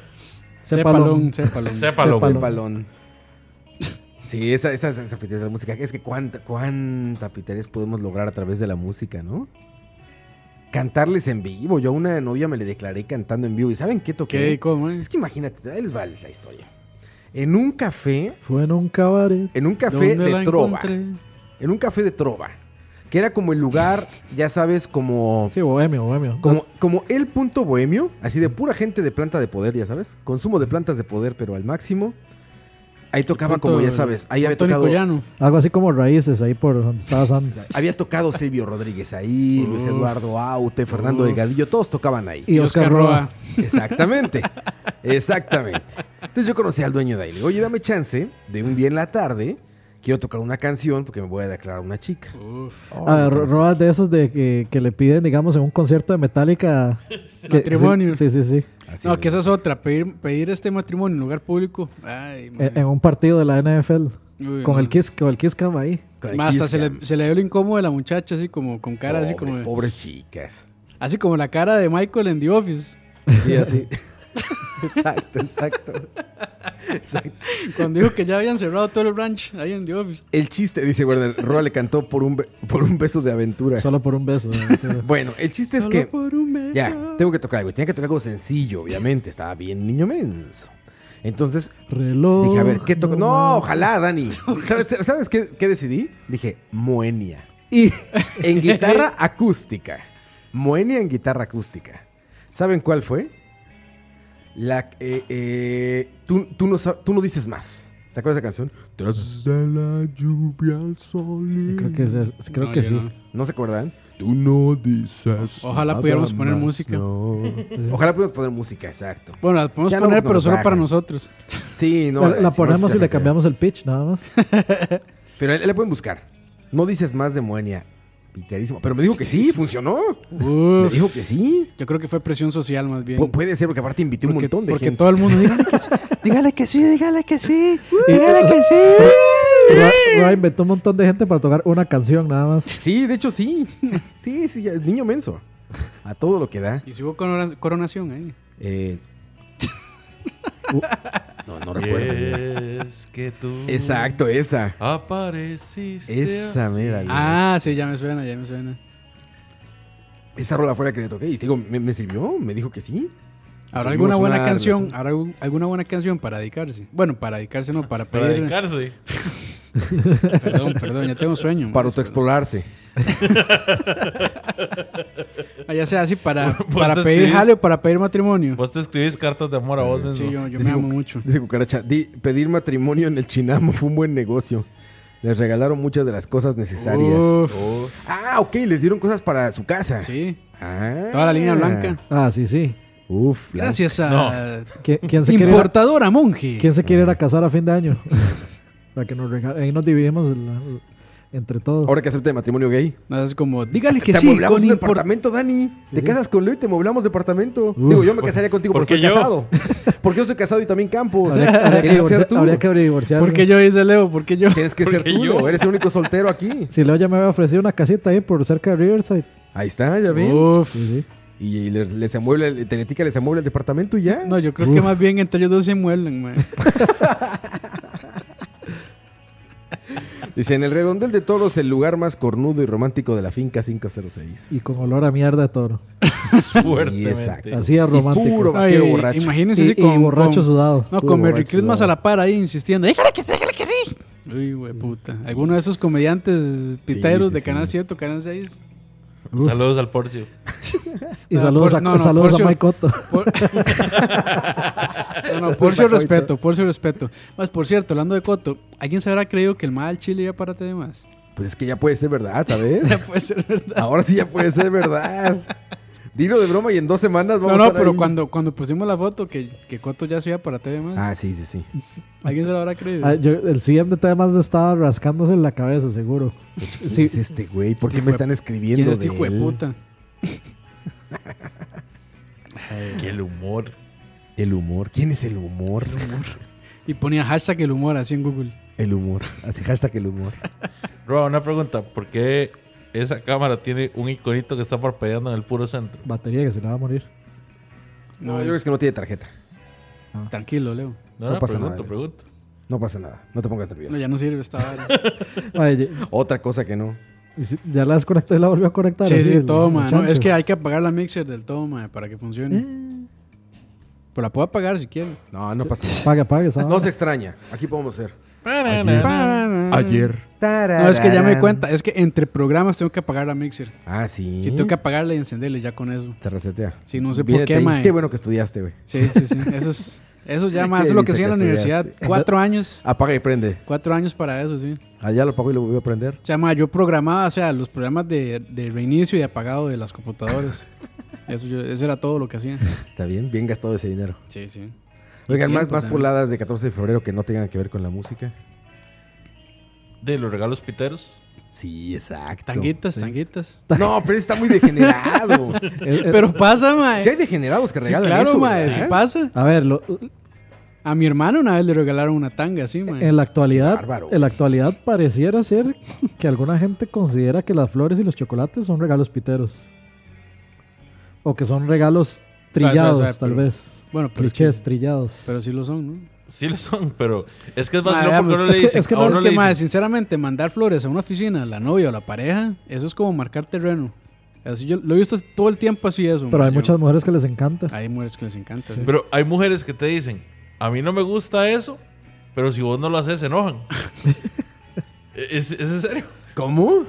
Speaker 6: Cepalón.
Speaker 7: Cepalón, cepalón.
Speaker 5: Sépalo, güey.
Speaker 6: Sépalo.
Speaker 4: Palón. Sí, esa, esa, esa, esa pitería de la música. Es que cuánta, cuánta piterías podemos lograr a través de la música, ¿no? Cantarles en vivo. Yo a una novia me le declaré cantando en vivo. ¿Y saben qué
Speaker 7: ¿Qué
Speaker 4: toqué?
Speaker 7: dedicó, mae?
Speaker 4: Es que imagínate, ahí les vale la historia. En un café,
Speaker 6: Fue en un cabaret.
Speaker 4: en un café
Speaker 7: ¿Dónde la
Speaker 4: de trova.
Speaker 7: encontré?
Speaker 4: En un café de trova. Que era como el lugar, ya sabes, como...
Speaker 6: Sí, bohemio, bohemio.
Speaker 4: Como, como el punto bohemio, así de pura gente de planta de poder, ya sabes. Consumo de plantas de poder, pero al máximo. Ahí tocaba
Speaker 7: Punto-
Speaker 4: como, ya sabes, ahí había
Speaker 7: Antonio
Speaker 4: tocado,
Speaker 7: Collano.
Speaker 6: Algo así como raíces ahí por donde estabas antes.
Speaker 4: había tocado Silvio Rodríguez ahí, Luis
Speaker 7: Uf.
Speaker 4: Eduardo Aute, Fernando
Speaker 7: Uf.
Speaker 4: Delgadillo, todos tocaban ahí.
Speaker 6: Y Oscar,
Speaker 7: Oscar
Speaker 6: Roa.
Speaker 7: Roa.
Speaker 4: Exactamente, exactamente. Entonces yo conocí al dueño de ahí. Le digo, oye, dame chance de un día en la tarde quiero tocar una canción porque me voy a declarar una chica.
Speaker 7: Uf.
Speaker 4: Oh,
Speaker 6: A ver,
Speaker 4: no
Speaker 6: ro-
Speaker 4: sé.
Speaker 6: robas de esos de que, que le piden, digamos, en un concierto de Metallica. que-
Speaker 7: Matrimonio.
Speaker 6: Sí, sí, sí.
Speaker 4: Así
Speaker 7: No,
Speaker 4: es.
Speaker 7: que esa es otra. Pedir, pedir este matrimonio en lugar público.
Speaker 4: Eh,
Speaker 7: Ay,
Speaker 6: En, en un partido de la NFL. con, el kiss, con el Kiss Cam ahí.
Speaker 4: Con el
Speaker 7: Más, hasta
Speaker 4: Kiss
Speaker 7: se le,
Speaker 4: Cam.
Speaker 7: se le dio lo incómodo de la muchacha, así como con cara, así
Speaker 4: Pobres,
Speaker 7: como,
Speaker 4: pobres chicas.
Speaker 7: así como la cara de Michael en The Office.
Speaker 4: Sí, así. exacto, exacto. Exacto.
Speaker 7: Cuando dijo que ya habían cerrado todo el ranch ahí en The Office.
Speaker 4: El chiste, dice Werner, Roa le cantó por un, be- por un beso de aventura.
Speaker 6: Solo por un beso. ¿no?
Speaker 4: Bueno, el chiste es
Speaker 7: Solo
Speaker 4: que.
Speaker 7: por un beso.
Speaker 4: Ya, tengo que tocar algo. Tenía que tocar algo sencillo, obviamente. Estaba bien niño menso. Entonces
Speaker 6: Reloj.
Speaker 4: dije, a ver, ¿qué toco? No,
Speaker 6: más.
Speaker 4: ojalá, Dani. ¿Sabes, sabes qué, qué decidí? Dije, Moenia.
Speaker 6: Y
Speaker 4: En guitarra acústica. Moenia en guitarra acústica. ¿Saben cuál fue? La. eh, eh, tú, tú no, sab- tú no dices más. ¿Se acuerdan de esa canción? Tras de la lluvia al sol.
Speaker 6: creo que, es- creo
Speaker 7: No,
Speaker 6: que
Speaker 7: yo
Speaker 6: sí.
Speaker 7: no.
Speaker 4: ¿No se acuerdan? Tú no dices.
Speaker 7: Ojalá pudiéramos poner música. Pues,
Speaker 4: no. Ojalá pudiéramos poner música, exacto.
Speaker 7: Bueno, la podemos
Speaker 4: Ya no, no
Speaker 7: poner, pero
Speaker 4: nos
Speaker 7: solo para
Speaker 4: bajan.
Speaker 7: nosotros.
Speaker 4: Sí, no.
Speaker 6: la, la
Speaker 4: si no,
Speaker 6: ponemos
Speaker 4: escucha
Speaker 6: y le
Speaker 4: gente.
Speaker 6: cambiamos el pitch, nada más.
Speaker 4: Pero ahí la pueden buscar. No dices más de Moenia. Piterísimo. Pero me dijo que sí, funcionó. Me
Speaker 7: Uf,
Speaker 4: dijo que sí.
Speaker 7: yo creo que fue presión social más bien.
Speaker 4: Pu- puede ser, porque aparte invité un
Speaker 7: Porque-
Speaker 4: montón de
Speaker 7: porque
Speaker 4: gente.
Speaker 7: todo el mundo, dígale que sí, dígale que sí, dígale que sí.
Speaker 6: Dígale que sí. Ryan inventó un montón de gente para tocar una canción, nada más.
Speaker 4: Sí, de hecho sí. Sí, sí, ya, niño menso. A todo lo que da.
Speaker 7: Y si hubo corona- coronación ahí.
Speaker 4: Eh, uh, no, no recuerdo. bien.
Speaker 5: Es que tú.
Speaker 4: Exacto, esa.
Speaker 5: Apareciste.
Speaker 4: Esa,
Speaker 5: así.
Speaker 4: mira.
Speaker 7: Ah, sí, ya me suena, ya me suena.
Speaker 4: Esa rola fue la que le toqué. Y te digo, me, me sirvió, me dijo que sí.
Speaker 7: ¿Habrá
Speaker 4: Tuvimos
Speaker 7: alguna buena
Speaker 4: una
Speaker 7: canción?
Speaker 4: relación.
Speaker 7: ¿Habrá algún- alguna buena canción para dedicarse? Bueno, para dedicarse no, para
Speaker 5: Para
Speaker 7: pedir.
Speaker 5: dedicarse.
Speaker 7: perdón, perdón, ya tengo sueño.
Speaker 4: Para
Speaker 7: maes, perdón.
Speaker 4: autoexplorarse.
Speaker 7: Ah, ya sea así, para,
Speaker 5: Vos
Speaker 7: para
Speaker 5: te
Speaker 7: pedir
Speaker 5: escribís-
Speaker 7: jale o para pedir matrimonio.
Speaker 5: Vos te escribís cartas de amor a vos mismo.
Speaker 7: Sí, yo, yo me
Speaker 4: Dice
Speaker 7: amo
Speaker 4: Cuc-
Speaker 7: mucho.
Speaker 4: Dice Cucaracha, "Di- pedir matrimonio en el Chinamo fue un buen negocio. Les regalaron muchas de las cosas necesarias.
Speaker 7: Uf.
Speaker 4: Oh. Ah, ok, les dieron cosas para su casa.
Speaker 7: Sí,
Speaker 4: Ah.
Speaker 7: toda la línea blanca.
Speaker 6: Ah, sí, sí.
Speaker 4: Uf, blanca.
Speaker 7: Gracias a
Speaker 6: ¿Qui- ¿Quién se quiere ir a,
Speaker 7: importadora monje.
Speaker 6: quién se quiere ir a casar a fin de año? para que nos regalen. Ahí nos dividimos la- entre todos.
Speaker 4: Ahora que acepta de matrimonio gay.
Speaker 7: No, es como, dígale Ah, que
Speaker 4: te
Speaker 7: sí,
Speaker 4: amueblamos
Speaker 7: con
Speaker 4: un
Speaker 7: import-
Speaker 4: departamento, Dani. te
Speaker 6: sí.
Speaker 4: casas con Luis y te amoblamos departamento. Digo, yo me casaría contigo porque,
Speaker 5: porque
Speaker 4: estoy
Speaker 5: yo.
Speaker 4: casado. porque yo estoy casado y también Campos.
Speaker 6: Habría, habría que
Speaker 4: Tienes que ser
Speaker 6: divorciar,
Speaker 4: tú.
Speaker 6: habría que divorciarse.
Speaker 7: ¿Por qué yo dice Leo? ¿Por qué yo?
Speaker 4: Tienes que ser
Speaker 5: porque
Speaker 4: tú,
Speaker 5: yo.
Speaker 4: Leo. Eres el único soltero aquí.
Speaker 6: Si Leo ya me había ofrecido una casita ahí por cerca de Riverside.
Speaker 4: Ahí está, ya ven.
Speaker 7: Uf.
Speaker 6: Sí, sí.
Speaker 4: Y, y le- les amuebla, el- Teletica les amuebla el departamento y ya.
Speaker 7: No, yo creo que más bien entre ellos dos se muelen, man.
Speaker 4: Dice, en el redondel de toros, el lugar más cornudo y romántico de la finca 506.
Speaker 6: Y con olor a mierda de toro.
Speaker 5: Fuertemente.
Speaker 4: exacto.
Speaker 6: Así es romántico.
Speaker 4: Y puro vaquero
Speaker 7: Ay,
Speaker 4: borracho.
Speaker 7: Imagínense
Speaker 6: Y-
Speaker 7: así con,
Speaker 6: y borracho
Speaker 7: con-
Speaker 6: sudado.
Speaker 4: Puro
Speaker 7: No, con Merry
Speaker 4: borracho
Speaker 7: Christmas a
Speaker 4: sudado.
Speaker 7: la par ahí insistiendo. ¡Déjale que sí, déjale que sí! Uy, güey, puta. Alguno de esos comediantes piteros
Speaker 4: sí,
Speaker 7: de
Speaker 4: sí.
Speaker 7: Canal 7 o Canal 6.
Speaker 5: Saludos al Porcio.
Speaker 6: Y
Speaker 7: No,
Speaker 6: saludos,
Speaker 7: por-
Speaker 6: a,
Speaker 7: no, no,
Speaker 6: saludos
Speaker 7: Porcio-
Speaker 6: a Mike Otto.
Speaker 7: Por... no, no, por su respeto, por su respeto. Más, por cierto, hablando de Coto, ¿alguien se habrá creído que el mal Chile ya párate de más?
Speaker 4: Pues es que ya puede ser verdad, ¿sabes?
Speaker 7: Ya puede ser verdad.
Speaker 4: Ahora sí ya puede ser verdad. Dilo de broma y en dos semanas vamos
Speaker 7: No,
Speaker 4: a
Speaker 7: no,
Speaker 4: estar
Speaker 7: pero
Speaker 4: ahí.
Speaker 7: cuando, cuando pusimos la foto que, que Coto ya se iba para de más,
Speaker 4: Ah, sí, sí, sí.
Speaker 7: ¿alguien se lo habrá creído?
Speaker 6: Ah, yo- el CM de temas estaba rascándose en la cabeza, seguro.
Speaker 4: ¿Quién
Speaker 6: Sí.
Speaker 4: es este güey? ¿Por qué
Speaker 7: Este
Speaker 4: me
Speaker 7: hue-
Speaker 4: están escribiendo
Speaker 7: ¿Quién es este
Speaker 4: de
Speaker 7: hijo de
Speaker 4: él?
Speaker 7: puta?
Speaker 5: Que el humor.
Speaker 4: El humor. ¿Quién es el humor? El humor.
Speaker 7: Y ponía hashtag el humor así en Google.
Speaker 4: Así hashtag el humor.
Speaker 5: Roa, una pregunta. ¿Por qué esa cámara tiene un iconito que está parpadeando en el puro centro?
Speaker 6: Batería que se le va a morir.
Speaker 4: No,
Speaker 7: No,
Speaker 4: yo
Speaker 7: es-
Speaker 4: creo que es que no tiene tarjeta.
Speaker 7: Tranquilo, Leo.
Speaker 5: No,
Speaker 4: No
Speaker 5: no,
Speaker 4: pasa
Speaker 5: pregunto,
Speaker 4: nada.
Speaker 5: pregunto.
Speaker 4: No pasa nada. No te pongas nervioso.
Speaker 7: No, ya no sirve esta vara.
Speaker 6: Ay, ya-
Speaker 4: Otra cosa que no.
Speaker 6: y si- ya la desconectó y la volvió a conectar.
Speaker 7: Sí,
Speaker 6: así,
Speaker 7: sí,
Speaker 6: el-
Speaker 7: todo,
Speaker 6: el
Speaker 7: man. No, es
Speaker 6: chancho.
Speaker 7: que hay que apagar la mixer del todo, man, para que funcione.
Speaker 4: Eh.
Speaker 7: Pero la puedo apagar si quiero.
Speaker 4: No, no pasa nada.
Speaker 6: Pague, pague. esa
Speaker 4: No se extraña. Aquí podemos ser. Ayer.
Speaker 7: No, es que ya me di cuenta. Es que entre programas tengo que apagar la mixer.
Speaker 4: Ah, sí.
Speaker 7: Sí, tengo que apagarla y encenderla y ya con eso.
Speaker 4: Se resetea.
Speaker 7: Sí, no sé
Speaker 4: Viene
Speaker 7: por qué,
Speaker 4: tein-
Speaker 7: mae.
Speaker 4: Qué bueno que estudiaste, güey.
Speaker 7: Sí, sí, sí. Eso es, eso ya más
Speaker 4: Qué
Speaker 7: es lo que
Speaker 4: dicha
Speaker 7: hacía en la
Speaker 4: que
Speaker 7: universidad.
Speaker 4: estudiaste.
Speaker 7: Cuatro años.
Speaker 4: Apaga y prende.
Speaker 7: Cuatro años para eso, sí.
Speaker 4: Allá lo apago y lo volví a prender.
Speaker 7: O sea, ma, yo programaba, o sea, los programas de, de reinicio y apagado de las computadoras. Eso, yo- eso era todo lo que hacía.
Speaker 4: Está bien, bien gastado ese dinero.
Speaker 7: Sí, sí. pues,
Speaker 4: Oigan, más,
Speaker 7: tiempo
Speaker 4: más
Speaker 7: también.
Speaker 4: puladas de 14 de febrero que no tengan que ver con la música.
Speaker 5: de los regalos piteros.
Speaker 4: Sí, exacto.
Speaker 7: Tanguitas, tanguitas.
Speaker 4: No, pero está muy degenerado.
Speaker 6: Es- es-
Speaker 7: Pero pasa, mae.
Speaker 4: Eh, Si hay degenerados que
Speaker 7: Sí,
Speaker 4: regalan
Speaker 7: claro,
Speaker 4: eso,
Speaker 7: mae,
Speaker 4: ¿verdad?
Speaker 7: sí pasa.
Speaker 6: a ver, lo-
Speaker 7: A mi hermano una vez le regalaron una tanga así, mae.
Speaker 6: en la
Speaker 4: Qué
Speaker 6: actualidad,
Speaker 4: bárbaro.
Speaker 6: en la actualidad pareciera ser que alguna gente considera que las flores y los chocolates son regalos piteros. O que son regalos
Speaker 7: Suave, suave,
Speaker 6: trillados,
Speaker 7: suave,
Speaker 6: tal
Speaker 7: pero-
Speaker 6: vez.
Speaker 7: Bueno, pero es
Speaker 6: Clichés
Speaker 7: que-
Speaker 6: trillados.
Speaker 7: Pero sí lo son, ¿no?
Speaker 5: Sí lo son, pero es que es
Speaker 7: Mae,
Speaker 5: vacilón
Speaker 7: veamos,
Speaker 5: porque a uno
Speaker 7: pues, es,
Speaker 5: le
Speaker 7: que,
Speaker 5: dicen,
Speaker 7: es que
Speaker 5: a
Speaker 7: no,
Speaker 5: uno
Speaker 7: es
Speaker 5: le
Speaker 7: que, mae,
Speaker 5: dicen-
Speaker 7: sinceramente, mandar flores a una oficina, a la novia o la pareja, eso es como marcar terreno. Así yo lo he visto todo el tiempo así eso.
Speaker 6: Pero
Speaker 7: mae,
Speaker 6: hay
Speaker 7: yo-
Speaker 6: muchas mujeres que les encanta.
Speaker 7: Hay mujeres que les encanta. sí.
Speaker 5: Pero hay mujeres que te dicen, a mí no me gusta eso, pero si vos no lo haces, se enojan. ¿Es, es en serio?
Speaker 4: ¿Cómo?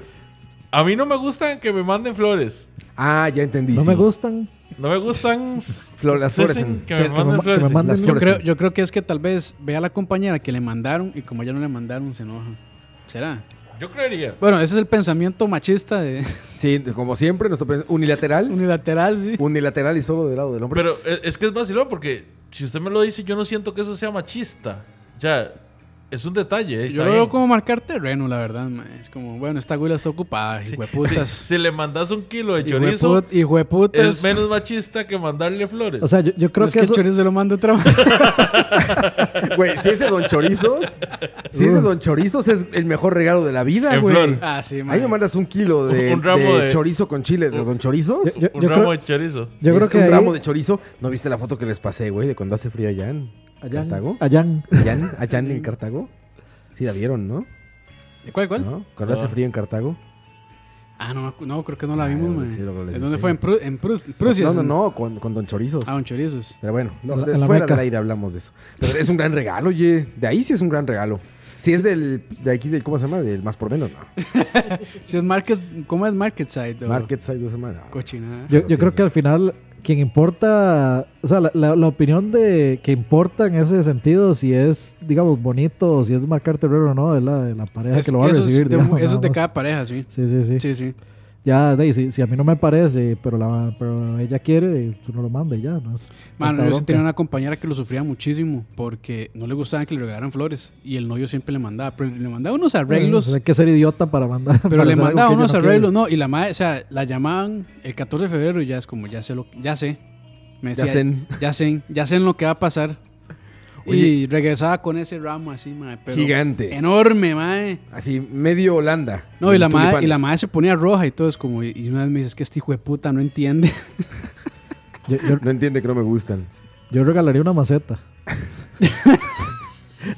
Speaker 5: A mí no me gustan que me manden flores.
Speaker 4: Ah, ya entendí.
Speaker 6: No
Speaker 4: sí.
Speaker 6: me gustan.
Speaker 5: No me gustan...
Speaker 4: Flor- las flores
Speaker 5: Dicen
Speaker 4: en-
Speaker 5: Que
Speaker 6: Sí,
Speaker 5: me
Speaker 6: que me
Speaker 5: manden
Speaker 6: ma- que me
Speaker 5: flores.
Speaker 6: manden-
Speaker 4: Las
Speaker 6: Yo
Speaker 7: Yo
Speaker 4: flores.
Speaker 7: creo, yo creo que es que tal vez ve a la compañera que le mandaron y como ya no le mandaron, se enoja. ¿Será?
Speaker 5: Yo creería.
Speaker 7: Bueno, ese es el pensamiento machista de
Speaker 4: Sí, como siempre, nuestro pe- unilateral.
Speaker 7: unilateral, sí.
Speaker 4: Unilateral y solo del lado del hombre.
Speaker 5: Pero e, es es que es vacilón porque si usted me lo dice, yo no siento que eso sea machista. Ya, es un detalle.
Speaker 7: Yo
Speaker 5: Está
Speaker 7: lo
Speaker 5: bien.
Speaker 7: veo como marcar terreno, la verdad, mae. Es como, bueno, esta güila está ocupada,
Speaker 5: Si-
Speaker 7: hijueputas.
Speaker 5: si- si le mandas un kilo de chorizo,
Speaker 7: Hijueput- Hijueputas.
Speaker 5: es menos machista que mandarle flores.
Speaker 6: O sea, yo, yo creo
Speaker 7: No,
Speaker 6: pues que,
Speaker 7: es que el
Speaker 6: eso-
Speaker 7: chorizo se lo manda otra vez.
Speaker 4: Güey, si es de Don Chorizos, si es de Don Chorizos, es el mejor regalo de la vida,
Speaker 5: En
Speaker 4: güey.
Speaker 5: flor.
Speaker 7: ah, sí, mae.
Speaker 4: Ahí me mandas un kilo de,
Speaker 5: Un ramo
Speaker 4: de
Speaker 5: de-
Speaker 4: chorizo con chile de Don Chorizos.
Speaker 6: yo-
Speaker 5: un
Speaker 6: yo
Speaker 5: ramo
Speaker 6: creo-
Speaker 5: de chorizo.
Speaker 6: yo creo
Speaker 4: Es
Speaker 6: que
Speaker 4: un
Speaker 6: ahí-
Speaker 4: ramo de chorizo. ¿No viste la foto que les pasé, güey, de cuando hace frío allá en
Speaker 6: Allá,
Speaker 4: Cartago?
Speaker 6: allá.
Speaker 4: Allá en, allá en- en Cartago. Sí la vieron, ¿no?
Speaker 7: ¿Cuál, cuál?
Speaker 4: ¿No? Cuando hace frío en Cartago.
Speaker 7: Ah, no, me acu- no, creo que no la
Speaker 4: Ah,
Speaker 7: vimos,
Speaker 4: no,
Speaker 7: mae.
Speaker 4: sí, luego les
Speaker 7: ¿En dónde
Speaker 4: enseño.
Speaker 7: fue? ¿En, Pru- en Prus- Prusia?
Speaker 4: No, no, no, con, con Don Chorizos.
Speaker 7: Ah, en chorizos.
Speaker 4: Pero bueno, no,
Speaker 6: En la-
Speaker 4: de-
Speaker 6: en la
Speaker 4: fuera
Speaker 6: Meca.
Speaker 4: del aire hablamos de eso. Pero es un gran regalo, oye. De ahí sí es un gran regalo. Si es del, de aquí, del, ¿cómo se llama? Del más por menos,
Speaker 7: Este,
Speaker 4: no.
Speaker 7: Si es market, ¿Cómo es market side? o
Speaker 4: Market Side, no se llama, no.
Speaker 7: Cochinada.
Speaker 6: Yo,
Speaker 4: Pero
Speaker 6: yo
Speaker 4: sí,
Speaker 6: creo
Speaker 4: sí.
Speaker 6: que al final quien importa, o sea, la, la- la opinión de que importa en ese sentido, si es, digamos, bonito, o si es marcar terreno o no, es la de la pareja
Speaker 7: Es-
Speaker 6: que lo va a
Speaker 7: eso es
Speaker 6: recibir.
Speaker 7: de-
Speaker 6: digamos,
Speaker 7: eso es
Speaker 6: nada
Speaker 7: de
Speaker 6: más.
Speaker 7: cada pareja, sí.
Speaker 6: Sí, sí, sí.
Speaker 7: Sí, sí.
Speaker 6: Ya, de ahí, si, si a mí no me parece, pero, la, pero ella quiere, tú no lo manda y ya. No es tanta
Speaker 7: Mano, yo sí
Speaker 6: bronca.
Speaker 7: tenía una compañera que lo sufría muchísimo porque no le gustaban que le regalaran flores y el novio siempre le mandaba, pero le mandaba unos
Speaker 6: Sí,
Speaker 7: arreglos,
Speaker 6: Hay que ser idiota para mandar.
Speaker 7: pero le mandaba
Speaker 6: mandaban
Speaker 7: unos arreglos, no, y la madre, o sea, la llamaban el 14 de febrero y ya es como, ya sé, lo, ya sé, me
Speaker 4: Ya
Speaker 7: decía,
Speaker 4: hacen
Speaker 7: ya sé, ya sé en lo que va a pasar. y
Speaker 4: Oye.
Speaker 7: regresaba con ese ramo así, madre, pero
Speaker 4: gigante.
Speaker 7: enorme, madre.
Speaker 4: Así, medio Holanda.
Speaker 7: No, y la, madre, y
Speaker 4: Tulipanes.
Speaker 7: la madre se ponía roja y todo, es como, y- y una vez me dices que este hijo de puta no entiende.
Speaker 6: Yo, yo-
Speaker 4: No entiende que no me gustan.
Speaker 6: yo regalaría una maceta.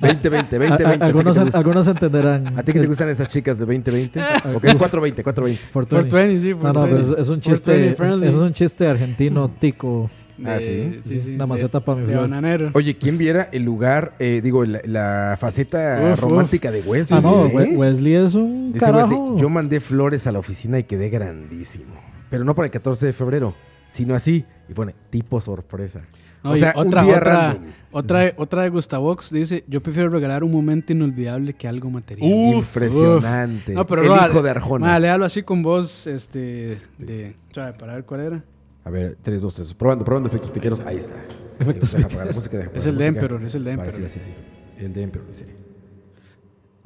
Speaker 4: 20, 20, 20,
Speaker 6: A- a-
Speaker 4: 20. ¿A
Speaker 6: algunos,
Speaker 4: ti que te gust-
Speaker 6: algunos entenderán.
Speaker 4: ¿A ti que te gustan esas chicas de 20, 20? Ok, 420, 420.
Speaker 6: 420.
Speaker 7: 420, sí,
Speaker 6: No, no, pero es, es un
Speaker 7: 420
Speaker 6: chiste.
Speaker 7: friendly.
Speaker 6: Es un chiste argentino, tico.
Speaker 4: Ah, ¿sí?
Speaker 6: Sí, una maceta
Speaker 7: de-
Speaker 6: para mi
Speaker 7: de
Speaker 6: flor.
Speaker 7: bananero.
Speaker 4: Oye, ¿quién viera el lugar, eh, digo, la, la faceta
Speaker 7: Uf,
Speaker 4: romántica de Wesley?
Speaker 6: Ah, no,
Speaker 4: ¿eh?
Speaker 6: We- Wesley es un
Speaker 4: Dice
Speaker 6: carajo.
Speaker 4: Wesley, yo mandé flores a la oficina y quedé grandísimo. Pero no para el 14 de febrero, sino así. Y pone, tipo sorpresa.
Speaker 7: No,
Speaker 4: o
Speaker 7: y
Speaker 4: sea,
Speaker 7: otra,
Speaker 4: un día
Speaker 7: otra,
Speaker 4: random.
Speaker 7: otra, otra de Gustavox dice: Yo prefiero regalar un momento inolvidable que algo material.
Speaker 5: Uf,
Speaker 4: Impresionante.
Speaker 7: No, pero
Speaker 4: el
Speaker 7: no,
Speaker 4: hijo
Speaker 7: ale-
Speaker 4: de Arjona.
Speaker 7: ma, léalo así con voz, este, de, sabe, para ver cuál era.
Speaker 4: A ver, 3, 2, 3. Probando, probando efectos piqueros. Ahí está.
Speaker 6: Efectos
Speaker 4: Deja apagar la música, deja apagar
Speaker 7: Es
Speaker 4: la
Speaker 7: el de
Speaker 4: música.
Speaker 7: Emperor, es el de
Speaker 4: Para
Speaker 7: Emperor.
Speaker 4: decir así, sí. El de Emperor dice.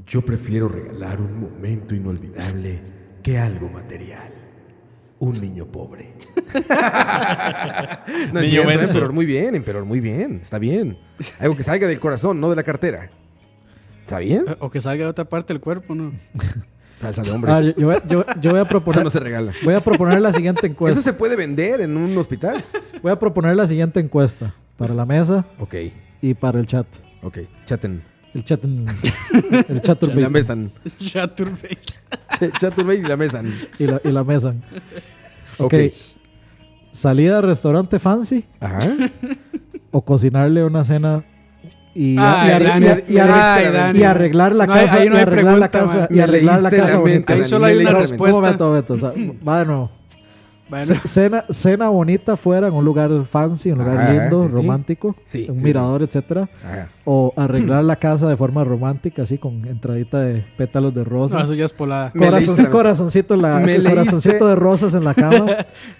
Speaker 4: Yo prefiero regalar un momento inolvidable que algo material. Un niño pobre. no es
Speaker 5: Niño
Speaker 4: cierto,
Speaker 5: menso.
Speaker 4: Emperor, muy bien, Emperor, muy bien. Está bien. Algo que salga del corazón, no de la cartera. ¿Está bien?
Speaker 7: O que salga de otra parte del cuerpo, ¿no?
Speaker 4: Salsa de
Speaker 6: Ah,
Speaker 4: hombre.
Speaker 6: yo, yo voy a- yo- yo voy a
Speaker 4: Eso
Speaker 6: proponer.
Speaker 4: no se regala.
Speaker 6: Voy a proponer la siguiente
Speaker 4: Eso
Speaker 6: encuesta.
Speaker 4: se puede vender en un hospital.
Speaker 6: Voy a proponer la siguiente encuesta para la mesa
Speaker 4: Ok,
Speaker 6: y para el chat.
Speaker 4: ok. Chaten.
Speaker 6: El chat. El chat
Speaker 7: Pues
Speaker 4: La mesan.
Speaker 7: ya turbé.
Speaker 4: Chaturbey y la mesan.
Speaker 6: y la, y la mesa.
Speaker 4: Ok.
Speaker 6: ok. Salida al restaurante fancy
Speaker 4: Ajá.
Speaker 6: o cocinarle una cena y,
Speaker 7: Ay,
Speaker 6: y arre-
Speaker 7: Dani,
Speaker 6: y ar- y
Speaker 7: me
Speaker 6: arre-
Speaker 7: leíste la mente.
Speaker 6: y arreglar la
Speaker 7: No hay-
Speaker 6: casa
Speaker 7: ahí no
Speaker 6: y
Speaker 7: hay
Speaker 6: arreglar la
Speaker 7: pregunta,
Speaker 6: casa
Speaker 7: man.
Speaker 6: y arreglar la
Speaker 4: leíste
Speaker 6: casa
Speaker 4: la
Speaker 6: bonita.
Speaker 4: mente,
Speaker 7: Ahí
Speaker 4: Dani,
Speaker 7: solo
Speaker 4: me
Speaker 7: hay una
Speaker 4: leíste la mente.
Speaker 7: respuesta.
Speaker 6: Un momento, un momento, o sea, va de nuevo.
Speaker 7: Bueno,
Speaker 6: C- Cena, cena bonita fuera en un lugar fancy, un lugar
Speaker 4: Ajá,
Speaker 6: lindo,
Speaker 4: Ah, sí, sí.
Speaker 6: romántico,
Speaker 4: Sí,
Speaker 6: un
Speaker 4: sí, Hmm.
Speaker 6: mirador, etcétera.
Speaker 4: Ajá.
Speaker 6: O arreglar la casa de forma romántica, así con entradita de pétalos de rosa.
Speaker 7: no, eso ya es polada.
Speaker 4: Me
Speaker 6: Corazon-
Speaker 4: leíste la-
Speaker 6: corazoncito, en la,
Speaker 4: Me leíste-
Speaker 6: corazoncito de rosas en la cama.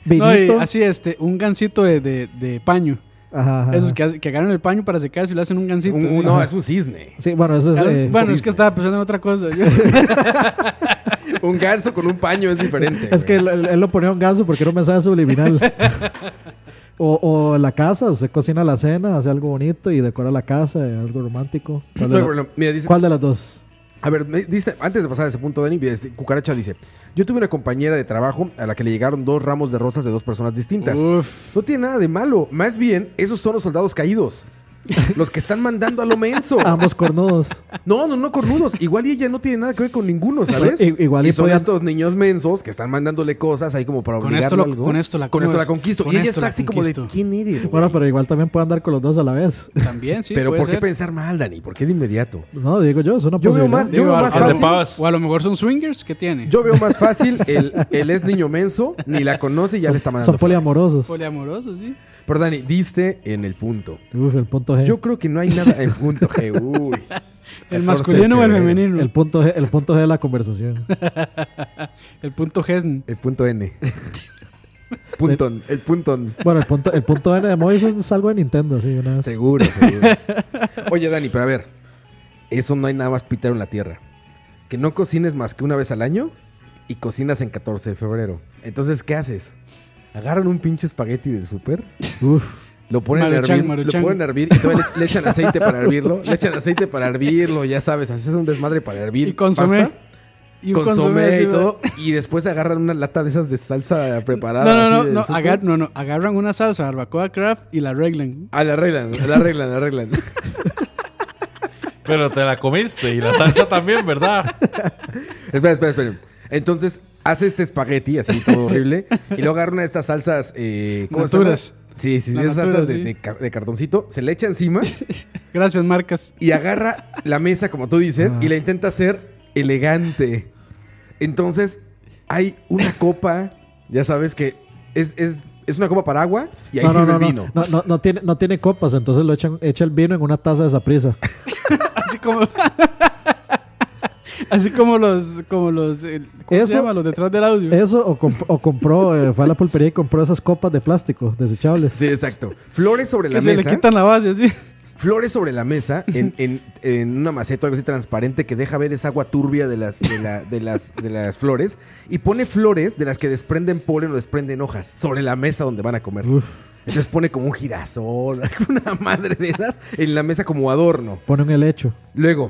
Speaker 7: No, y
Speaker 6: Vinito.
Speaker 7: así, este, un gancito de, de, de paño.
Speaker 6: Ajá, ajá.
Speaker 7: Esos que, hace- que agarran el paño para secarse y le hacen un gancito.
Speaker 4: Un-
Speaker 7: así.
Speaker 4: un- no, es un cisne.
Speaker 6: Sí, bueno, eso es.
Speaker 7: Claro.
Speaker 6: eh,
Speaker 7: bueno,
Speaker 4: sí,
Speaker 7: es que
Speaker 4: sí.
Speaker 7: estaba pensando en otra cosa. Yo-
Speaker 4: Un ganso con un paño es diferente.
Speaker 6: Es que
Speaker 4: güey.
Speaker 6: él, él- él lo ponía un ganso porque era un mensaje subliminal. o, o la casa, usted cocina la cena, hace algo bonito y decora la casa, eh, algo romántico. ¿Cuál de,
Speaker 4: No,
Speaker 6: la-
Speaker 4: bueno, pues, mira, dice,
Speaker 6: cuál de las dos?
Speaker 4: A ver, me dice, antes de pasar a ese punto, Dani, este, Cucaracha dice: Yo tuve una compañera de trabajo a la que le llegaron dos ramos de rosas de dos personas distintas.
Speaker 7: Uf.
Speaker 4: No tiene nada de malo. Más bien, esos son los soldados caídos. Los que están mandando a lo menso.
Speaker 6: Ambos cornudos.
Speaker 4: No, no, no, cornudos. Igual y ella no tiene nada que ver con ninguno, ¿sabes?
Speaker 6: I- igual y
Speaker 4: y son
Speaker 6: podían-
Speaker 4: estos niños mensos que están mandándole cosas ahí como para
Speaker 7: Con
Speaker 4: obligarlo
Speaker 7: esto lo-
Speaker 4: a algo.
Speaker 7: con esto la-
Speaker 4: con esto la
Speaker 7: con
Speaker 4: conquisto. Y ella
Speaker 7: esto
Speaker 4: está
Speaker 7: la
Speaker 4: así como de,
Speaker 7: conquisto.
Speaker 4: ¿quién eres? güey?
Speaker 6: Bueno, pero igual también puede andar con los dos a la vez.
Speaker 7: También, sí.
Speaker 4: pero
Speaker 7: puede
Speaker 4: ¿por qué
Speaker 7: ser.
Speaker 4: pensar mal, Dani? ¿Por qué de inmediato?
Speaker 6: No, digo yo, es una
Speaker 4: Yo veo
Speaker 6: posibilidad.
Speaker 4: más, yo
Speaker 7: Digo,
Speaker 4: veo
Speaker 7: a-
Speaker 4: más
Speaker 7: a lo
Speaker 5: Al de
Speaker 4: fácil.
Speaker 5: pavas.
Speaker 7: O a lo mejor son swingers que tiene.
Speaker 4: Yo veo más fácil el, el es niño menso, ni la conoce y ya le está mandando.
Speaker 6: Son
Speaker 4: flores.
Speaker 6: poliamorosos.
Speaker 7: Poliamoroso, sí.
Speaker 4: Pero Dani, diste en el punto.
Speaker 6: Uf, el punto G.
Speaker 4: Yo creo que no hay nada en punto G. Uy. 14
Speaker 7: El
Speaker 4: de
Speaker 7: masculino o el
Speaker 4: febrero.
Speaker 7: femenino.
Speaker 6: el
Speaker 7: El,
Speaker 6: punto G, el punto G de la conversación.
Speaker 7: punto G.
Speaker 4: El punto N. Punton, el punton.
Speaker 6: Bueno, el punto, el punto N de Moisés es algo de Nintendo, sí, una vez.
Speaker 4: Seguro, seguro. Oye, Dani, pero a ver. Eso no hay nada más pitero en la tierra. Que no cocines más que una vez al año y cocinas en 14 de febrero. Entonces, ¿qué haces? Agarran un pinche espagueti del súper.
Speaker 6: Uf.
Speaker 4: Lo ponen a
Speaker 7: Maruchan,
Speaker 4: hervir,
Speaker 7: Maruchan.
Speaker 4: lo ponen a hervir y todavía le, le echan aceite para hervirlo, le echan aceite para hervirlo, ya sabes, haces un desmadre para hervir.
Speaker 7: Y consomé.
Speaker 4: pasta,
Speaker 7: Y un
Speaker 4: consomé
Speaker 7: sí,
Speaker 4: y todo,
Speaker 7: ¿verdad?
Speaker 4: y después agarran una lata de esas de salsa preparada.
Speaker 7: No, no,
Speaker 4: así
Speaker 7: no,
Speaker 4: de
Speaker 7: no,
Speaker 4: súper.
Speaker 7: agar- no, no, agarran una salsa barbacoa craft y la arreglan.
Speaker 4: Ah, la arreglan, la arreglan, la arreglan.
Speaker 5: Pero te la comiste y la salsa también, ¿verdad?
Speaker 4: espera, espera, espera. Entonces, hace este espagueti así todo horrible, y luego agarra una de estas salsas. Eh, se llama?
Speaker 7: Naturas.
Speaker 4: Sí, sí, de
Speaker 7: La
Speaker 4: esas
Speaker 7: natura,
Speaker 4: salsas de-
Speaker 7: sí.
Speaker 4: de car- de cartoncito, se le echa encima.
Speaker 7: Gracias, marcas.
Speaker 4: y agarra la mesa, como tú dices, y la intenta hacer elegante. Entonces, hay una copa, ya sabes que es, es, es una copa para agua y ahí
Speaker 6: No, no,
Speaker 4: sirve
Speaker 6: no,
Speaker 4: el
Speaker 6: no,
Speaker 4: vino.
Speaker 6: no, no, no tiene, no tiene copas, entonces lo echan, echa el vino en una taza de esa prisa.
Speaker 7: Así como. Así como los. Como los eh, ¿Cómo
Speaker 6: Eso-
Speaker 7: se llama? Los detrás del audio.
Speaker 6: Eso o, comp- o compró, eh, fue a la pulpería y compró esas copas de plástico desechables.
Speaker 4: Sí, exacto. Flores sobre
Speaker 7: que
Speaker 4: la
Speaker 7: se le
Speaker 4: mesa.
Speaker 7: quitan la base, así.
Speaker 4: Flores sobre la mesa en, en- en una maceta o algo así transparente que deja ver esa agua turbia de las, de, la- de las, de las flores. Y pone flores de las que desprenden polen o desprenden hojas sobre la mesa donde van a comer. Entonces pone como un girasol, una madre de esas en la mesa como adorno.
Speaker 6: Pone un helecho.
Speaker 4: Luego,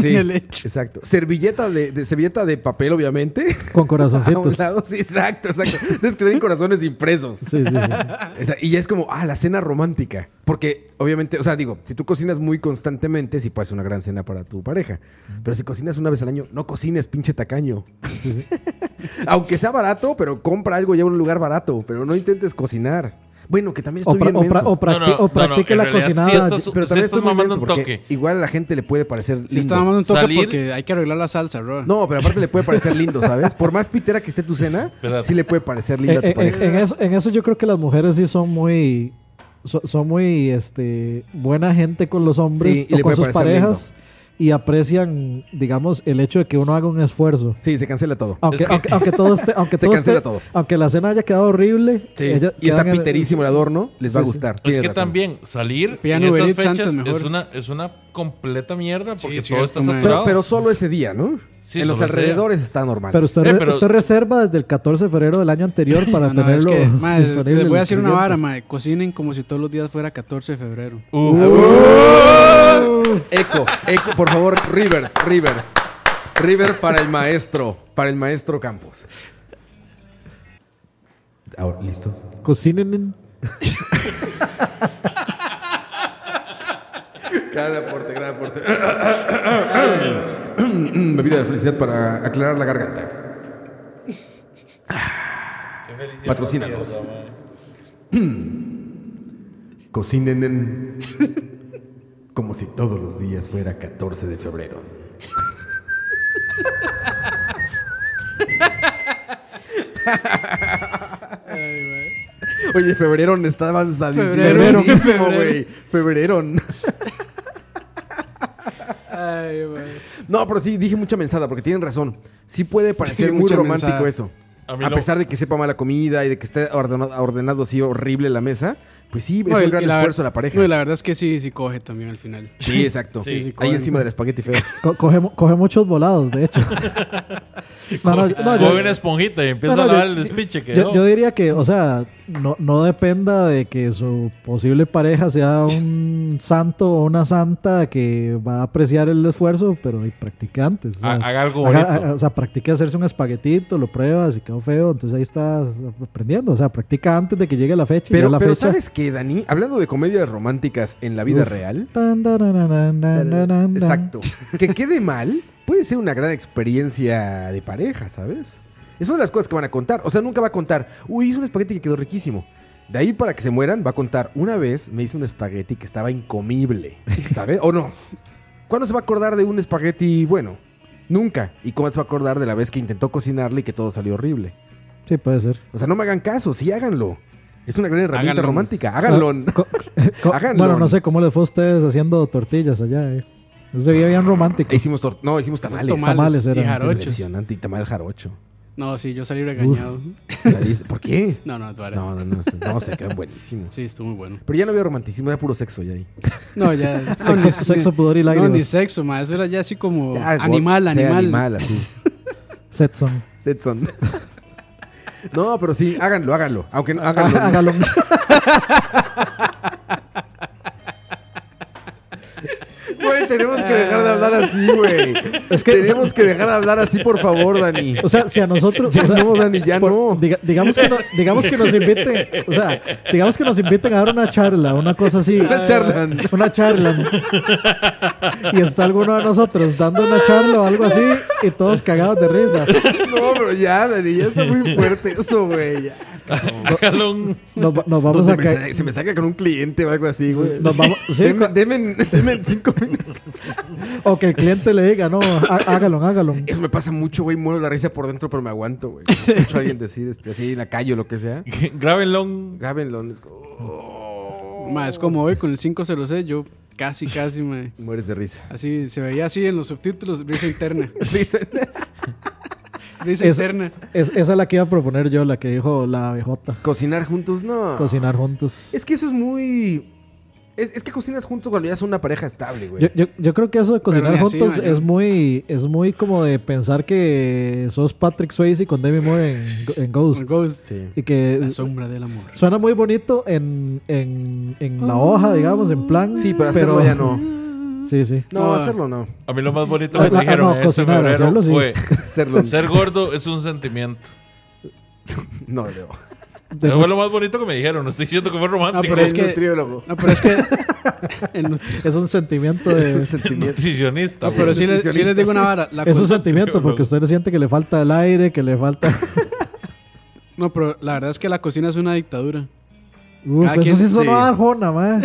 Speaker 4: sí,
Speaker 7: El hecho.
Speaker 4: exacto. Servilleta de, de- servilleta de papel, obviamente.
Speaker 6: Con
Speaker 4: A un
Speaker 6: corazoncitos.
Speaker 4: lado, sí, exacto, exacto. Es que tienen corazones impresos.
Speaker 6: Sí, sí, sí, sí.
Speaker 4: O sea, y ya es como, ah, la cena romántica. Porque, obviamente, o sea, digo, si tú cocinas muy constantemente, sí puedes una gran cena para tu pareja. Pero si cocinas una vez al año, no cocines, pinche tacaño. Aunque sea barato, pero compra algo ya en un lugar barato. Pero no intentes cocinar. Bueno, que también
Speaker 6: O,
Speaker 4: estoy
Speaker 6: pra-
Speaker 4: bien
Speaker 6: o pra-
Speaker 4: menso.
Speaker 6: o practi-
Speaker 5: No, no,
Speaker 6: o
Speaker 5: no,
Speaker 6: practique
Speaker 5: no, en
Speaker 6: la
Speaker 5: realidad,
Speaker 6: cocinada.
Speaker 5: sí estás-
Speaker 4: Pero
Speaker 5: Sí,
Speaker 4: también
Speaker 5: estás
Speaker 4: estoy muy
Speaker 5: mamando
Speaker 4: menso
Speaker 5: un
Speaker 4: porque
Speaker 5: toque.
Speaker 4: igual a la gente le puede parecer lindo.
Speaker 7: Si está mamando un toque
Speaker 5: Salir-
Speaker 7: porque hay que arreglar la salsa, bro.
Speaker 4: No, pero aparte le puede parecer lindo, ¿sabes? Por más pitera que esté tu cena,
Speaker 5: ¿Verdad?
Speaker 4: sí le puede parecer
Speaker 6: Eh,
Speaker 4: linda a
Speaker 6: eh,
Speaker 4: tu
Speaker 6: eh,
Speaker 4: pareja.
Speaker 6: en, eso, en eso yo creo que las mujeres sí son muy so- son muy este buena gente con los
Speaker 4: Sí,
Speaker 6: hombres
Speaker 4: y
Speaker 6: o
Speaker 4: le
Speaker 6: con
Speaker 4: puede
Speaker 6: sus
Speaker 4: parecer
Speaker 6: parejas y aprecian digamos el hecho de que uno haga un esfuerzo
Speaker 4: Sí, se cancela todo.
Speaker 6: aunque,
Speaker 5: Es que-
Speaker 6: aunque, aunque todo esté aunque
Speaker 4: Se
Speaker 6: todo esté-
Speaker 4: cancela todo.
Speaker 6: aunque la cena haya quedado horrible
Speaker 4: Sí,
Speaker 6: ella-
Speaker 4: y está
Speaker 6: quedan en-
Speaker 4: piterísimo el adorno, les va a
Speaker 6: Sí, sí.
Speaker 4: gustar.
Speaker 5: Es
Speaker 4: tienes
Speaker 5: Pues que
Speaker 4: razón.
Speaker 5: también salir en
Speaker 7: Pidan Uber
Speaker 5: esas
Speaker 7: Eats antes
Speaker 5: fechas
Speaker 7: mejor.
Speaker 5: es una, es una completa mierda
Speaker 7: Sí,
Speaker 5: porque
Speaker 7: es
Speaker 5: todo
Speaker 7: cierto,
Speaker 5: está
Speaker 7: mae.
Speaker 5: saturado.
Speaker 4: Pero, pero solo ese día, ¿no?
Speaker 5: Sí,
Speaker 4: en los
Speaker 5: solo ese
Speaker 4: alrededores está normal.
Speaker 6: pero usted,
Speaker 5: Eh,
Speaker 6: re-
Speaker 5: pero-
Speaker 6: usted reserva desde el 14 de febrero del año anterior para
Speaker 7: No, Ah, no, es
Speaker 6: tenerlo
Speaker 7: que, madre,
Speaker 6: disponible
Speaker 7: les voy a
Speaker 6: el
Speaker 7: decir una
Speaker 6: siguiente.
Speaker 7: vara, madre. Cocinen como si todos los días fuera 14 de febrero.
Speaker 5: Uf.
Speaker 4: Eco, eco, por favor, River, River. River para el maestro, para el maestro Campos. Ahora, ¿listo?
Speaker 6: cocinen en-
Speaker 4: Gran aporte, gran aporte. Bebida de felicidad para aclarar la garganta. Patrocínanos.
Speaker 7: eh.
Speaker 4: Cocinen en- como si todos los días fuera 14 de febrero. Oye, febrero está avanzadísimo.
Speaker 7: Febrero,
Speaker 4: avanzadísimo,
Speaker 7: febrero.
Speaker 4: güey. Febrero.
Speaker 7: Ay, madre.
Speaker 4: No, pero sí, dije mucha mensada, porque tienen razón. Sí puede parecer
Speaker 7: Sí,
Speaker 4: muy
Speaker 7: mucha
Speaker 4: romántico
Speaker 7: mensada.
Speaker 4: eso.
Speaker 5: A
Speaker 4: A,
Speaker 5: mí no.
Speaker 4: pesar de que sepa mala comida y de que esté ordena- ordenado, así horrible la mesa, Pues sí, es
Speaker 7: No,
Speaker 4: un
Speaker 7: y-
Speaker 4: gran
Speaker 7: y la-
Speaker 4: esfuerzo la pareja.
Speaker 7: no, y la verdad es que sí, sí coge también al final.
Speaker 4: Sí, exacto.
Speaker 7: Sí, sí,
Speaker 4: Ahí
Speaker 7: cogen.
Speaker 4: encima del espagueti feo.
Speaker 6: Co- coge, mu- coge muchos volados, de hecho. No, no, no, yo-
Speaker 5: Coge una esponjita y empieza
Speaker 6: no,
Speaker 5: a
Speaker 6: no,
Speaker 5: lavar
Speaker 6: yo-
Speaker 5: el despiche. Que
Speaker 6: Yo,
Speaker 5: no.
Speaker 6: yo diría que, o sea, no, no dependa de que su posible pareja sea un santo o una santa que va a apreciar el esfuerzo, pero hay practicantes. O sea,
Speaker 5: Ha- Ah, haga algo
Speaker 6: Ah, haga-
Speaker 5: bonito.
Speaker 6: haga- o sea, practique hacerse un espaguetito, lo pruebas y quedó feo, entonces ahí estás aprendiendo. O sea, practica antes de que llegue la fecha. y ya
Speaker 4: Pero,
Speaker 6: la
Speaker 4: pero
Speaker 6: fecha-
Speaker 4: ¿sabes qué, Dani? Hablando de comedias románticas en la vida
Speaker 6: Uf.
Speaker 4: real.
Speaker 6: Tan, tan, tan, tan, tan, tan, tan.
Speaker 4: Exacto. que quede mal puede ser una gran experiencia de pareja, ¿sabes? Es una de las cosas que van a contar. O sea, nunca va a contar, uy, hice un espagueti que quedó riquísimo. De ahí para que se mueran, va a contar, una vez me hice un espagueti que estaba incomible, ¿sabes? ¿O no? ¿Cuándo se va a acordar de un espagueti bueno? Nunca. ¿Y cuándo se va a acordar de la vez que intentó cocinarle y que todo salió horrible?
Speaker 6: Sí, puede ser.
Speaker 4: O sea, no me hagan caso, sí háganlo. Es una gran herramienta
Speaker 7: Háganlo. Ah.
Speaker 4: romántica. Háganlo.
Speaker 6: Co- co-
Speaker 4: Háganlo.
Speaker 6: bueno, no sé cómo les fue a ustedes haciendo tortillas allá. Eh. No se veía bien romántico.
Speaker 4: Hicimos tor- no, hicimos tamales.
Speaker 7: Tomales,
Speaker 6: Tamales eran,
Speaker 7: y jarochos.
Speaker 4: Impresionante y tamal jarocho.
Speaker 7: No, sí, yo salí regañado.
Speaker 4: Salís- ¿Por qué?
Speaker 7: No, no, es vara.
Speaker 4: No, no, no, se- no, se quedan buenísimos.
Speaker 7: Sí, estuvo muy bueno.
Speaker 4: Pero ya no había romanticismo, era puro sexo ya ahí.
Speaker 7: No, ya.
Speaker 6: Sexo-
Speaker 7: no, ni-
Speaker 6: sexo,
Speaker 7: ni-
Speaker 6: pudor y lágrimas.
Speaker 7: No, ni sexo, ma. Eso era ya así como
Speaker 4: Ya,
Speaker 7: Oh, animal,
Speaker 4: go- sí,
Speaker 7: animal.
Speaker 4: animal, así.
Speaker 6: Setson.
Speaker 4: Setson. No, pero sí, háganlo, háganlo. Aunque no, háganlo.
Speaker 6: Hágalo.
Speaker 4: Güey, tenemos que dejar de hablar así, güey.
Speaker 6: Es que-
Speaker 4: tenemos que dejar de hablar así, por favor, Dani.
Speaker 6: O sea, si a nosotros.
Speaker 4: Ya
Speaker 6: o sea,
Speaker 4: no, Dani, ya no.
Speaker 6: diga- digamos, que no- digamos que nos inviten. O sea, digamos que nos inviten a dar una charla, una cosa así.
Speaker 4: Una charla.
Speaker 6: Una charla. Y está alguno de nosotros dando una charla o algo así y todos cagados de risa.
Speaker 4: No, pero ya, Dani, ya está muy fuerte eso, güey. ya.
Speaker 6: ah,
Speaker 5: Hágalo un-
Speaker 6: Nos, va- nos vamos
Speaker 4: No, se,
Speaker 6: a
Speaker 4: me
Speaker 6: caer.
Speaker 4: sa- se me saca con un cliente o algo así, güey.
Speaker 6: Nos vamos- sí,
Speaker 4: Deme-
Speaker 6: co-
Speaker 4: deme- deme cinco minutos.
Speaker 6: O que el cliente le diga, no, há- hágalo, hágalo.
Speaker 4: Eso me pasa mucho, güey. Muero la risa por dentro, pero me aguanto, güey. Escucho a alguien decir este, así en la calle o lo que sea.
Speaker 5: Grábenlo un-
Speaker 4: Grábenlo. es como,
Speaker 7: Ma, es como hoy con el 506, yo casi, casi, ma.
Speaker 4: oh, mueres de risa.
Speaker 7: Así, se veía así en los subtítulos, risa interna.
Speaker 4: Risa.
Speaker 7: Risa
Speaker 6: Es-
Speaker 7: interna.
Speaker 6: Es- esa es la que iba a proponer yo, la que dijo la abejota.
Speaker 4: Cocinar juntos, no.
Speaker 6: Cocinar juntos.
Speaker 4: Es que eso es muy. Es, es que cocinas juntos cuando ya son una pareja estable, güey.
Speaker 6: Yo, yo, yo creo que eso de cocinar
Speaker 7: ni así,
Speaker 6: juntos
Speaker 7: Mario.
Speaker 6: es muy es muy como de pensar que sos Patrick Swayze con Demi Moore en, en Ghost.
Speaker 7: Con Ghost.
Speaker 4: Sí.
Speaker 6: Y que
Speaker 7: La sombra del amor.
Speaker 6: suena muy bonito en, en, en la hoja, digamos, en plan.
Speaker 4: Sí, pero hacerlo ya no.
Speaker 6: Sí, sí.
Speaker 4: No,
Speaker 7: No.
Speaker 4: hacerlo no.
Speaker 5: A mí lo más bonito
Speaker 6: Ah,
Speaker 5: que
Speaker 6: ah,
Speaker 5: me dijeron
Speaker 6: no,
Speaker 5: en este
Speaker 6: cocinar,
Speaker 5: febrero
Speaker 6: hacerlo, sí.
Speaker 5: fue:
Speaker 4: Hacerlo
Speaker 5: ser gordo es un sentimiento.
Speaker 4: no, Leo.
Speaker 6: De-
Speaker 5: Eso fue lo más bonito que me dijeron. No estoy diciendo que fue romántico.
Speaker 7: pero es
Speaker 4: El
Speaker 7: que-
Speaker 4: nutriólogo.
Speaker 7: No, pero es que. el nutri-
Speaker 6: es un sentimiento de.
Speaker 4: El sentimiento.
Speaker 5: Nutricionista.
Speaker 7: No, pero sí, les, sí les digo una vara. La
Speaker 6: Es un
Speaker 7: cosa-
Speaker 6: sentimiento porque usted siente que le falta el aire, que le falta.
Speaker 7: no, pero la verdad es que la cocina es una dictadura.
Speaker 6: Uf,
Speaker 7: Cada
Speaker 6: eso
Speaker 7: quien-
Speaker 6: sí sonó
Speaker 4: sí.
Speaker 6: arjona, mae.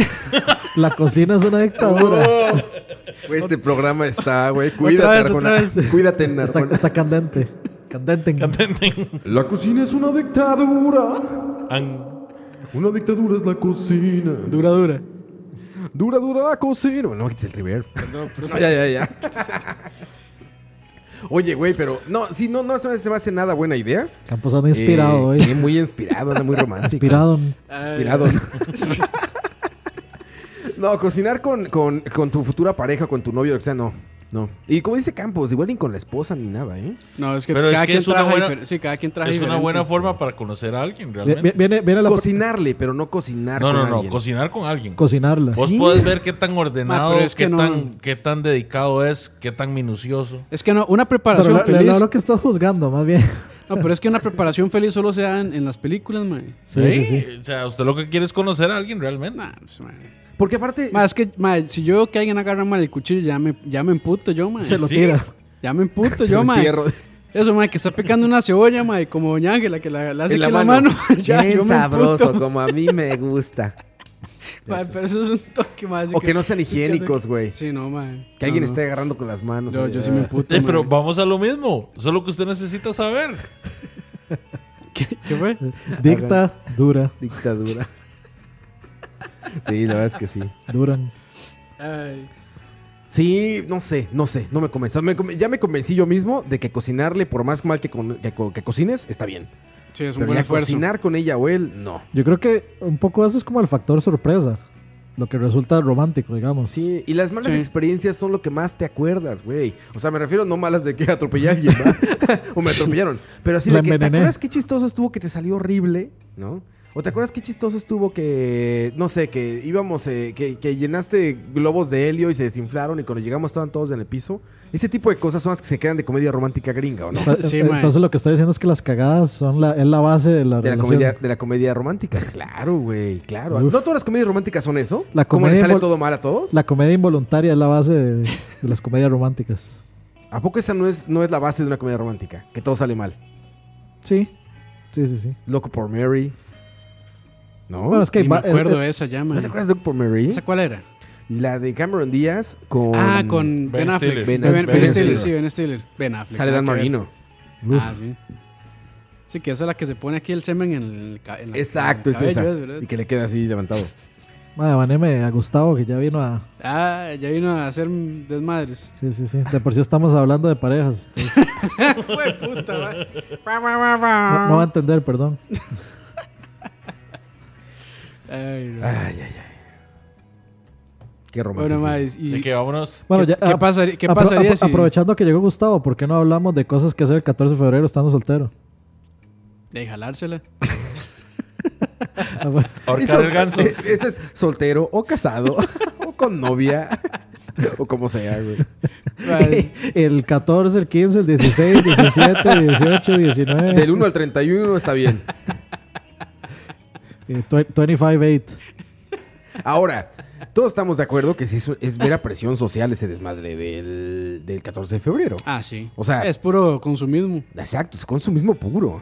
Speaker 6: La cocina es una dictadura.
Speaker 4: Oh, Güey, este programa está, güey. Cuídate,
Speaker 7: Otra vez,
Speaker 4: Arjona.
Speaker 7: otra vez.
Speaker 4: Cuídate,
Speaker 6: Está,
Speaker 4: Arjona.
Speaker 6: está candente. Candente. en-
Speaker 3: La cocina es una dictadura.
Speaker 5: An-
Speaker 3: Una dictadura es la cocina.
Speaker 7: Dura, dura.
Speaker 4: Dura, dura la cocina. No, es el reverb. No, ya, ya, ya. Oye, güey, pero no, sí, no, no se me- se me hace nada buena idea.
Speaker 6: Campos anda inspirado
Speaker 4: Eh,
Speaker 6: hoy.
Speaker 4: sí, muy inspirado, anda muy romántico.
Speaker 6: Inspirado.
Speaker 4: Inspirado. no, cocinar con, con, con tu futura pareja, con tu novio, o sea, no. No. Y como dice Campos, igual ni con la esposa ni nada, ¿eh?
Speaker 7: No, es que
Speaker 5: Pero es
Speaker 7: cada
Speaker 5: que
Speaker 7: quien
Speaker 5: es una
Speaker 7: trabaja
Speaker 5: buena-
Speaker 7: difer- Sí, cada quien trabaja
Speaker 5: Es una
Speaker 7: diferente.
Speaker 5: buena forma para conocer a alguien
Speaker 6: Vi- vi-
Speaker 5: realmente.
Speaker 6: Viene, viene la
Speaker 4: Cocinarle, pero no cocinar
Speaker 5: No,
Speaker 4: con
Speaker 5: no, no.
Speaker 4: alguien.
Speaker 5: Cocinar con alguien.
Speaker 6: cocinarla.
Speaker 5: Vos
Speaker 4: Sí.
Speaker 5: podés ver qué tan ordenado,
Speaker 7: Ma, pero es que
Speaker 5: qué,
Speaker 7: no-
Speaker 5: tan, qué tan dedicado es, qué tan minucioso.
Speaker 7: Es que no, una
Speaker 6: Pero
Speaker 7: preparación
Speaker 6: la- la-
Speaker 7: feliz.
Speaker 6: la- lo que estás juzgando, más bien.
Speaker 7: No, pero es que una preparación feliz solo se da en, en las películas, man.
Speaker 6: Sí, sí,
Speaker 5: Sí,
Speaker 6: sí.
Speaker 5: O sea, usted lo que quiere es conocer a alguien realmente.
Speaker 7: Nah, pues, man.
Speaker 4: Porque aparte,
Speaker 7: Ma, es que, ma, si yo veo que alguien agarra mal el cuchillo, ya me, ya me emputo yo, man.
Speaker 6: Se lo
Speaker 5: Sí.
Speaker 6: tira.
Speaker 7: Ya me emputo
Speaker 4: se
Speaker 7: yo,
Speaker 4: lo
Speaker 7: man.
Speaker 4: entierro.
Speaker 7: Eso, man, que está picando una cebolla, man, como Doña Ángela, que la, la hace
Speaker 4: en
Speaker 7: aquí en la mano. ya, yo
Speaker 4: Bien
Speaker 7: me
Speaker 4: sabroso,
Speaker 7: emputo.
Speaker 4: como a mí me gusta.
Speaker 7: Ma, pero eso es un toque, más
Speaker 4: O que no sean higiénicos, güey.
Speaker 7: Sí, no, man.
Speaker 4: Que alguien
Speaker 7: No, no.
Speaker 4: esté agarrando con las manos.
Speaker 7: Yo,
Speaker 4: Ay,
Speaker 7: yo sí
Speaker 4: ay.
Speaker 7: me emputo,
Speaker 5: Eh,
Speaker 7: ma.
Speaker 5: pero vamos a lo mismo. Eso es lo que usted necesita saber.
Speaker 7: ¿Qué fue?
Speaker 4: Eh.
Speaker 6: Dicta, dura,
Speaker 4: "Ah, Dictadura. sí, la verdad es que sí.
Speaker 6: duran.
Speaker 7: Ay.
Speaker 4: Sí, no sé, no sé, no me convenció. Me conven- ya me convencí yo mismo de que cocinarle, por más mal que, con- que co- que cocines, está bien.
Speaker 7: Sí, es un
Speaker 4: Pero
Speaker 7: buen
Speaker 4: ya
Speaker 7: esfuerzo.
Speaker 4: cocinar con ella o él, no.
Speaker 6: Yo creo que un poco eso es como el factor sorpresa. Lo que resulta romántico, digamos.
Speaker 4: Sí, y las malas
Speaker 7: Sí.
Speaker 4: experiencias son lo que más te acuerdas, güey. O sea, me refiero no malas de que atropellé a alguien, ¿va? o me atropellaron. Pero así
Speaker 6: La
Speaker 4: de que, ¿te
Speaker 6: envenené.
Speaker 4: acuerdas qué chistoso estuvo que te salió horrible? ¿No? ¿O te acuerdas qué chistoso estuvo que, no sé, que íbamos, eh, que, que llenaste globos de helio y se desinflaron y cuando llegamos estaban todos en el piso? Ese tipo de cosas son las que se quedan de comedia romántica gringa, ¿o no?
Speaker 6: Está-
Speaker 7: Sí,
Speaker 6: eh,
Speaker 7: mae.
Speaker 6: Entonces lo que está diciendo es que las cagadas son la, es la base de la
Speaker 4: De la,
Speaker 6: relación.
Speaker 4: comedia, de la comedia romántica. Claro, güey, claro.
Speaker 6: Uf.
Speaker 4: No todas las comedias románticas son eso.
Speaker 6: La
Speaker 4: ¿Cómo le
Speaker 6: comedia
Speaker 4: sale
Speaker 6: invol-
Speaker 4: todo mal a todos?
Speaker 6: La comedia involuntaria es la base de, de las comedias románticas.
Speaker 4: ¿A poco esa no es, no es la base de una comedia romántica? Que todo sale mal.
Speaker 6: Sí, sí, sí, sí.
Speaker 4: Loco por Mary. ¿No?
Speaker 6: Bueno, es que
Speaker 7: Ni me
Speaker 6: va- es-
Speaker 7: acuerdo
Speaker 6: es-
Speaker 7: de esa llama.
Speaker 4: ¿No te acuerdas de Loco por Mary?
Speaker 7: ¿Esa cuál era?
Speaker 4: La de Cameron Díaz con.
Speaker 7: ah, con Ben,
Speaker 5: Ben
Speaker 7: Affleck.
Speaker 5: Stiller.
Speaker 7: Ben,
Speaker 4: Ben
Speaker 7: Ben
Speaker 4: Stiller.
Speaker 7: Stiller, sí, Ben Stiller. Ben Affleck.
Speaker 4: Sale Dan
Speaker 7: nada que ver.
Speaker 4: Marino.
Speaker 6: Uf.
Speaker 7: Ah, sí. Sí, que esa es la que se pone aquí el semen en el, ca- en la-
Speaker 4: Exacto,
Speaker 7: en
Speaker 4: es
Speaker 7: el
Speaker 4: esa.
Speaker 7: cabello, ¿verdad?
Speaker 4: Y que le queda así levantado.
Speaker 6: Madre, baneme a Gustavo que ya vino a.
Speaker 7: Ah, ya vino a hacer desmadres.
Speaker 6: Sí, sí, sí. De por sí estamos hablando de parejas. Entonces,
Speaker 7: Fue puta, va.
Speaker 6: no, no va a entender, perdón.
Speaker 7: Ay, no.
Speaker 4: Ay, ay, ay. Qué romántico.
Speaker 7: Bueno, más. ¿Y
Speaker 5: De que vámonos.
Speaker 6: Bueno,
Speaker 7: qué,
Speaker 6: ya,
Speaker 7: qué
Speaker 6: ah,
Speaker 7: pasaría, qué
Speaker 6: apro-
Speaker 7: pasaría
Speaker 6: apro-
Speaker 7: si-
Speaker 6: Aprovechando que llegó Gustavo, ¿por qué no hablamos de cosas que hacer el 14 de febrero estando soltero?
Speaker 7: de jalársela?
Speaker 6: Ah, bueno.
Speaker 5: Ahorcar el ganso.
Speaker 4: Ese es soltero o casado o con novia o como sea, güey.
Speaker 7: Mae,
Speaker 6: el 14, el 15, el 16, 17, 18, 19,
Speaker 4: Del 1 al 31 está bien.
Speaker 6: eh, twe- 25, 8.
Speaker 4: Ahora, todos estamos de acuerdo que sí es, es vera presión social ese desmadre del, del 14 de febrero.
Speaker 7: Ah, sí.
Speaker 4: O sea-
Speaker 7: es puro consumismo.
Speaker 4: Exacto, es consumismo puro.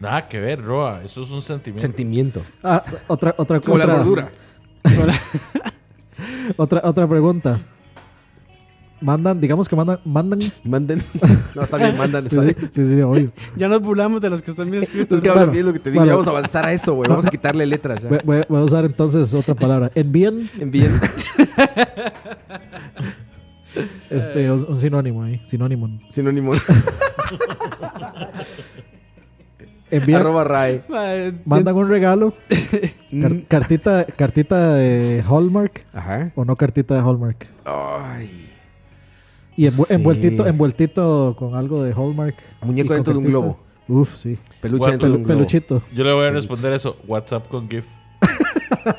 Speaker 5: Nada que ver, Roa. Eso es un sentimiento.
Speaker 4: Sentimiento.
Speaker 6: Ah, otra, otra
Speaker 4: Como la
Speaker 6: otra-
Speaker 4: gordura.
Speaker 7: Hola.
Speaker 6: Otra, otra pregunta. Mandan, digamos que mandan, mandan.
Speaker 4: Manden. No, está bien, mandan. Está
Speaker 6: Sí,
Speaker 4: bien.
Speaker 6: sí, sí, obvio.
Speaker 7: ya nos burlamos de los que están bien escritos.
Speaker 4: Es que
Speaker 6: Bueno,
Speaker 4: hablan bien lo que te digo.
Speaker 6: bueno.
Speaker 4: ya vamos a avanzar a eso, güey. Vamos a quitarle letras ya.
Speaker 6: Voy, voy- voy a usar entonces otra palabra. Envíen
Speaker 4: Envíen. Eh.
Speaker 6: este, un, un sinónimo ahí. Sinónimo.
Speaker 4: Sinónimo.
Speaker 6: Envían,
Speaker 4: Arroba RAE.
Speaker 7: Mae,
Speaker 6: mandan un regalo.
Speaker 4: Mm.
Speaker 6: Car- cartita, cartita de Hallmark
Speaker 4: Ajá.
Speaker 6: o no cartita de Hallmark.
Speaker 4: Ay.
Speaker 6: Y envu-
Speaker 4: Sí.
Speaker 6: envueltito, envueltito con algo de Hallmark.
Speaker 4: Muñeco
Speaker 6: Y con
Speaker 4: dentro de un
Speaker 6: cartita.
Speaker 4: globo.
Speaker 6: Uf, sí.
Speaker 4: Peluche
Speaker 5: Bueno,
Speaker 4: dentro de
Speaker 6: Pelu-
Speaker 4: un globo.
Speaker 6: peluchito.
Speaker 5: Yo le voy a responder eso. WhatsApp con GIF.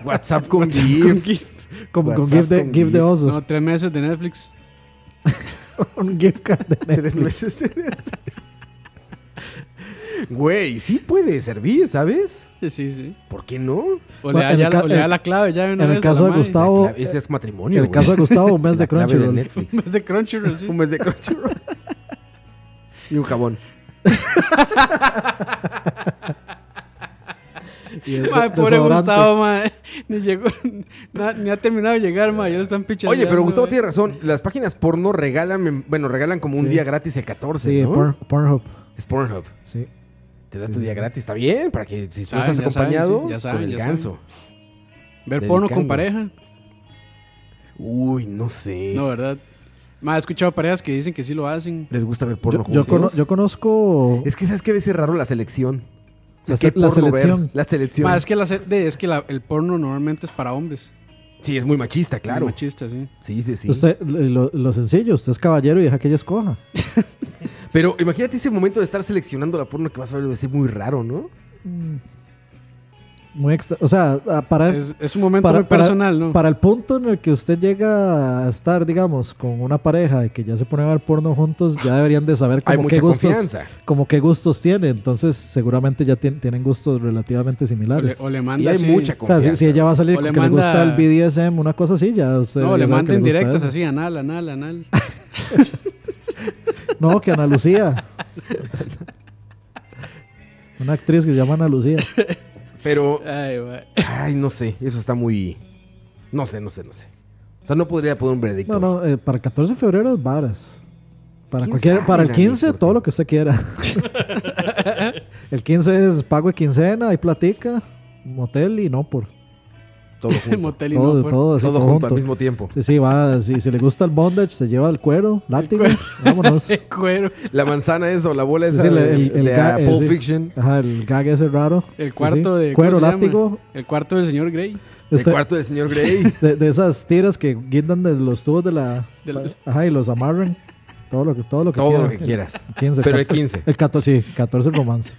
Speaker 4: WhatsApp con GIF.
Speaker 6: Como con
Speaker 4: WhatsApp
Speaker 6: GIF de,
Speaker 4: con
Speaker 6: GIF de
Speaker 4: GIF.
Speaker 6: oso.
Speaker 7: No, tres meses de Netflix.
Speaker 6: un GIF card de
Speaker 4: Tres
Speaker 6: Netflix.
Speaker 4: meses de Güey, sí puede servir, ¿sabes?
Speaker 7: Sí, sí.
Speaker 4: ¿Por qué no?
Speaker 7: O
Speaker 6: Bueno,
Speaker 7: le, da
Speaker 6: en
Speaker 7: ya
Speaker 6: el
Speaker 7: la-
Speaker 6: ca-
Speaker 7: o le da
Speaker 6: en-
Speaker 7: la clave ya de una
Speaker 6: en el
Speaker 7: vez a
Speaker 6: caso
Speaker 7: la
Speaker 6: de
Speaker 7: mae.
Speaker 6: Gustavo- Oh,
Speaker 4: La- ese es matrimonio.
Speaker 6: El
Speaker 4: güey.
Speaker 6: caso de Gustavo, un mes
Speaker 4: La
Speaker 6: de
Speaker 4: clave
Speaker 6: Crunchyroll.
Speaker 4: Netflix.
Speaker 7: Es de Crunchyroll, sí.
Speaker 4: Un mes de Crunchyroll. y un jabón.
Speaker 6: Y el de-
Speaker 7: Mae, pobre
Speaker 6: desodorante.
Speaker 7: Gustavo, mae. Ni llegó, na- ni ha terminado de llegar, mae. Ya lo están pichando.
Speaker 4: Oye, pero
Speaker 6: eh.
Speaker 4: Gustavo tiene razón. Las páginas porno regalan, em- bueno, regalan como un
Speaker 6: Sí.
Speaker 4: día gratis el 14,
Speaker 6: Sí,
Speaker 4: ¿no?
Speaker 6: Porn- Pornhub.
Speaker 4: Es Pornhub.
Speaker 6: Sí.
Speaker 4: Te da tu día gratis, está bien, para que si tú
Speaker 7: Saben,
Speaker 4: estás
Speaker 7: ya
Speaker 4: acompañado
Speaker 7: saben, sí, ya saben,
Speaker 4: con el
Speaker 7: ya
Speaker 4: ganso.
Speaker 7: Ver porno
Speaker 4: dedicando.
Speaker 7: con pareja.
Speaker 4: Uy, no sé.
Speaker 7: No, ¿verdad? Mae, he escuchado parejas que dicen que sí lo hacen.
Speaker 4: Les gusta ver
Speaker 6: Yo,
Speaker 4: porno
Speaker 6: yo
Speaker 4: juntos.
Speaker 6: cono- yo conozco.
Speaker 4: Es que sabes que a veces es raro la selección. O sea,
Speaker 6: La
Speaker 4: ¿qué
Speaker 6: se- la
Speaker 4: porno ver?
Speaker 6: selección.
Speaker 4: La selección.
Speaker 7: Mae, es que, la se- de- es que la- el porno normalmente es para hombres.
Speaker 4: Sí, es muy machista, claro.
Speaker 7: Machista, sí.
Speaker 4: Sí, sí, sí.
Speaker 6: Usted, lo, lo sencillo, usted es caballero y deja que ella escoja.
Speaker 4: Pero imagínate ese momento de estar seleccionando la porno que vas a ver, debe ser muy raro, ¿no?
Speaker 6: Muy extra- o sea, ah, para,
Speaker 7: Es, es un momento
Speaker 6: para-
Speaker 7: muy personal,
Speaker 6: para-
Speaker 7: ¿no?
Speaker 6: para el punto en el que usted llega a estar, digamos, con una pareja y que ya se pone a ver porno juntos, ya deberían de saber
Speaker 4: Hay
Speaker 6: como
Speaker 4: mucha
Speaker 6: qué gustos,
Speaker 4: confianza.
Speaker 6: como qué gustos tiene. Entonces, seguramente ya tien- tienen gustos relativamente
Speaker 7: o, le,
Speaker 6: similares.
Speaker 7: o le
Speaker 4: Y
Speaker 7: manda
Speaker 4: hay
Speaker 7: así-
Speaker 4: mucha
Speaker 6: o sea,
Speaker 4: confianza.
Speaker 6: si, si ella va a salir
Speaker 7: O
Speaker 6: con
Speaker 7: le
Speaker 6: que le gusta el
Speaker 7: manda-
Speaker 6: BDSM, una cosa así, ya usted.
Speaker 7: No,
Speaker 6: ya
Speaker 7: le
Speaker 6: sabe que
Speaker 7: manden
Speaker 6: gusta ¿eh?
Speaker 7: directas
Speaker 6: eso.
Speaker 7: así, anal, anal, anal.
Speaker 6: No, que Ana Lucía. Una actriz que se llama Ana Lucía.
Speaker 4: Pero,
Speaker 7: Ay, mae.
Speaker 4: ay, no sé, eso está muy... No sé, no sé, no sé. O sea, no podría poner un veredicto.
Speaker 6: No, no, eh, para el 14 de febrero es varas. Para,
Speaker 4: ¿Quién
Speaker 6: cualquier,
Speaker 4: sabe,
Speaker 6: para el
Speaker 4: Dani?
Speaker 6: 15,
Speaker 4: ¿Por qué?
Speaker 6: todo lo que usted quiera. el 15 es pago de quincena, hay platica, motel y no por.
Speaker 4: todo junto.
Speaker 7: motel y
Speaker 6: Todo,
Speaker 7: no,
Speaker 6: todo, así,
Speaker 4: todo junto, al mismo tiempo.
Speaker 6: Sí, sí, va. Si, si le gusta el bondage, se lleva el cuero, látigo. Vámonos. Sí,
Speaker 7: De cuero.
Speaker 4: La manzana es o la bola esa
Speaker 6: sí, el,
Speaker 4: de,
Speaker 6: el, el
Speaker 4: de
Speaker 6: ga-
Speaker 4: Pulp
Speaker 6: eh, sí.
Speaker 4: Fiction.
Speaker 6: Ajá, el gag ese raro. Sí,
Speaker 7: El
Speaker 6: sí.
Speaker 7: cuarto de. ¿cómo
Speaker 6: Cuero,
Speaker 7: se llama?
Speaker 6: látigo.
Speaker 7: El cuarto del señor Grey.
Speaker 6: Este-
Speaker 4: El cuarto de señor Grey.
Speaker 6: de, de esas tiras que guindan de los tubos de la.
Speaker 7: De la-
Speaker 6: Ajá, y los amarran. Todo lo que, todo lo que
Speaker 4: todo lo que
Speaker 6: quieran.
Speaker 4: quieras.
Speaker 6: El 15,
Speaker 4: Pero el
Speaker 6: cator-
Speaker 4: 15.
Speaker 6: El 14, sí, 14 romance.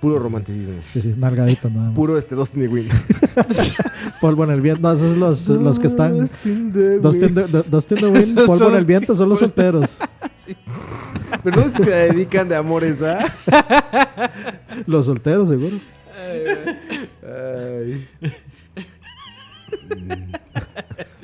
Speaker 4: Puro romanticismo.
Speaker 6: Sí, sí, nalgadita nada más.
Speaker 4: Puro este Dustin the Wind.
Speaker 6: polvo en el viento. No, esos son los, los que están.
Speaker 4: Dustin the
Speaker 6: Dustin
Speaker 4: Wind.
Speaker 6: the, the- Dustin the Wind,
Speaker 7: Esos
Speaker 6: polvo
Speaker 7: son
Speaker 6: en el
Speaker 7: los
Speaker 6: viento, son los solteros.
Speaker 4: Pero no es que la dedican de amores a.
Speaker 6: Los solteros, seguro.
Speaker 4: Ay. Mm.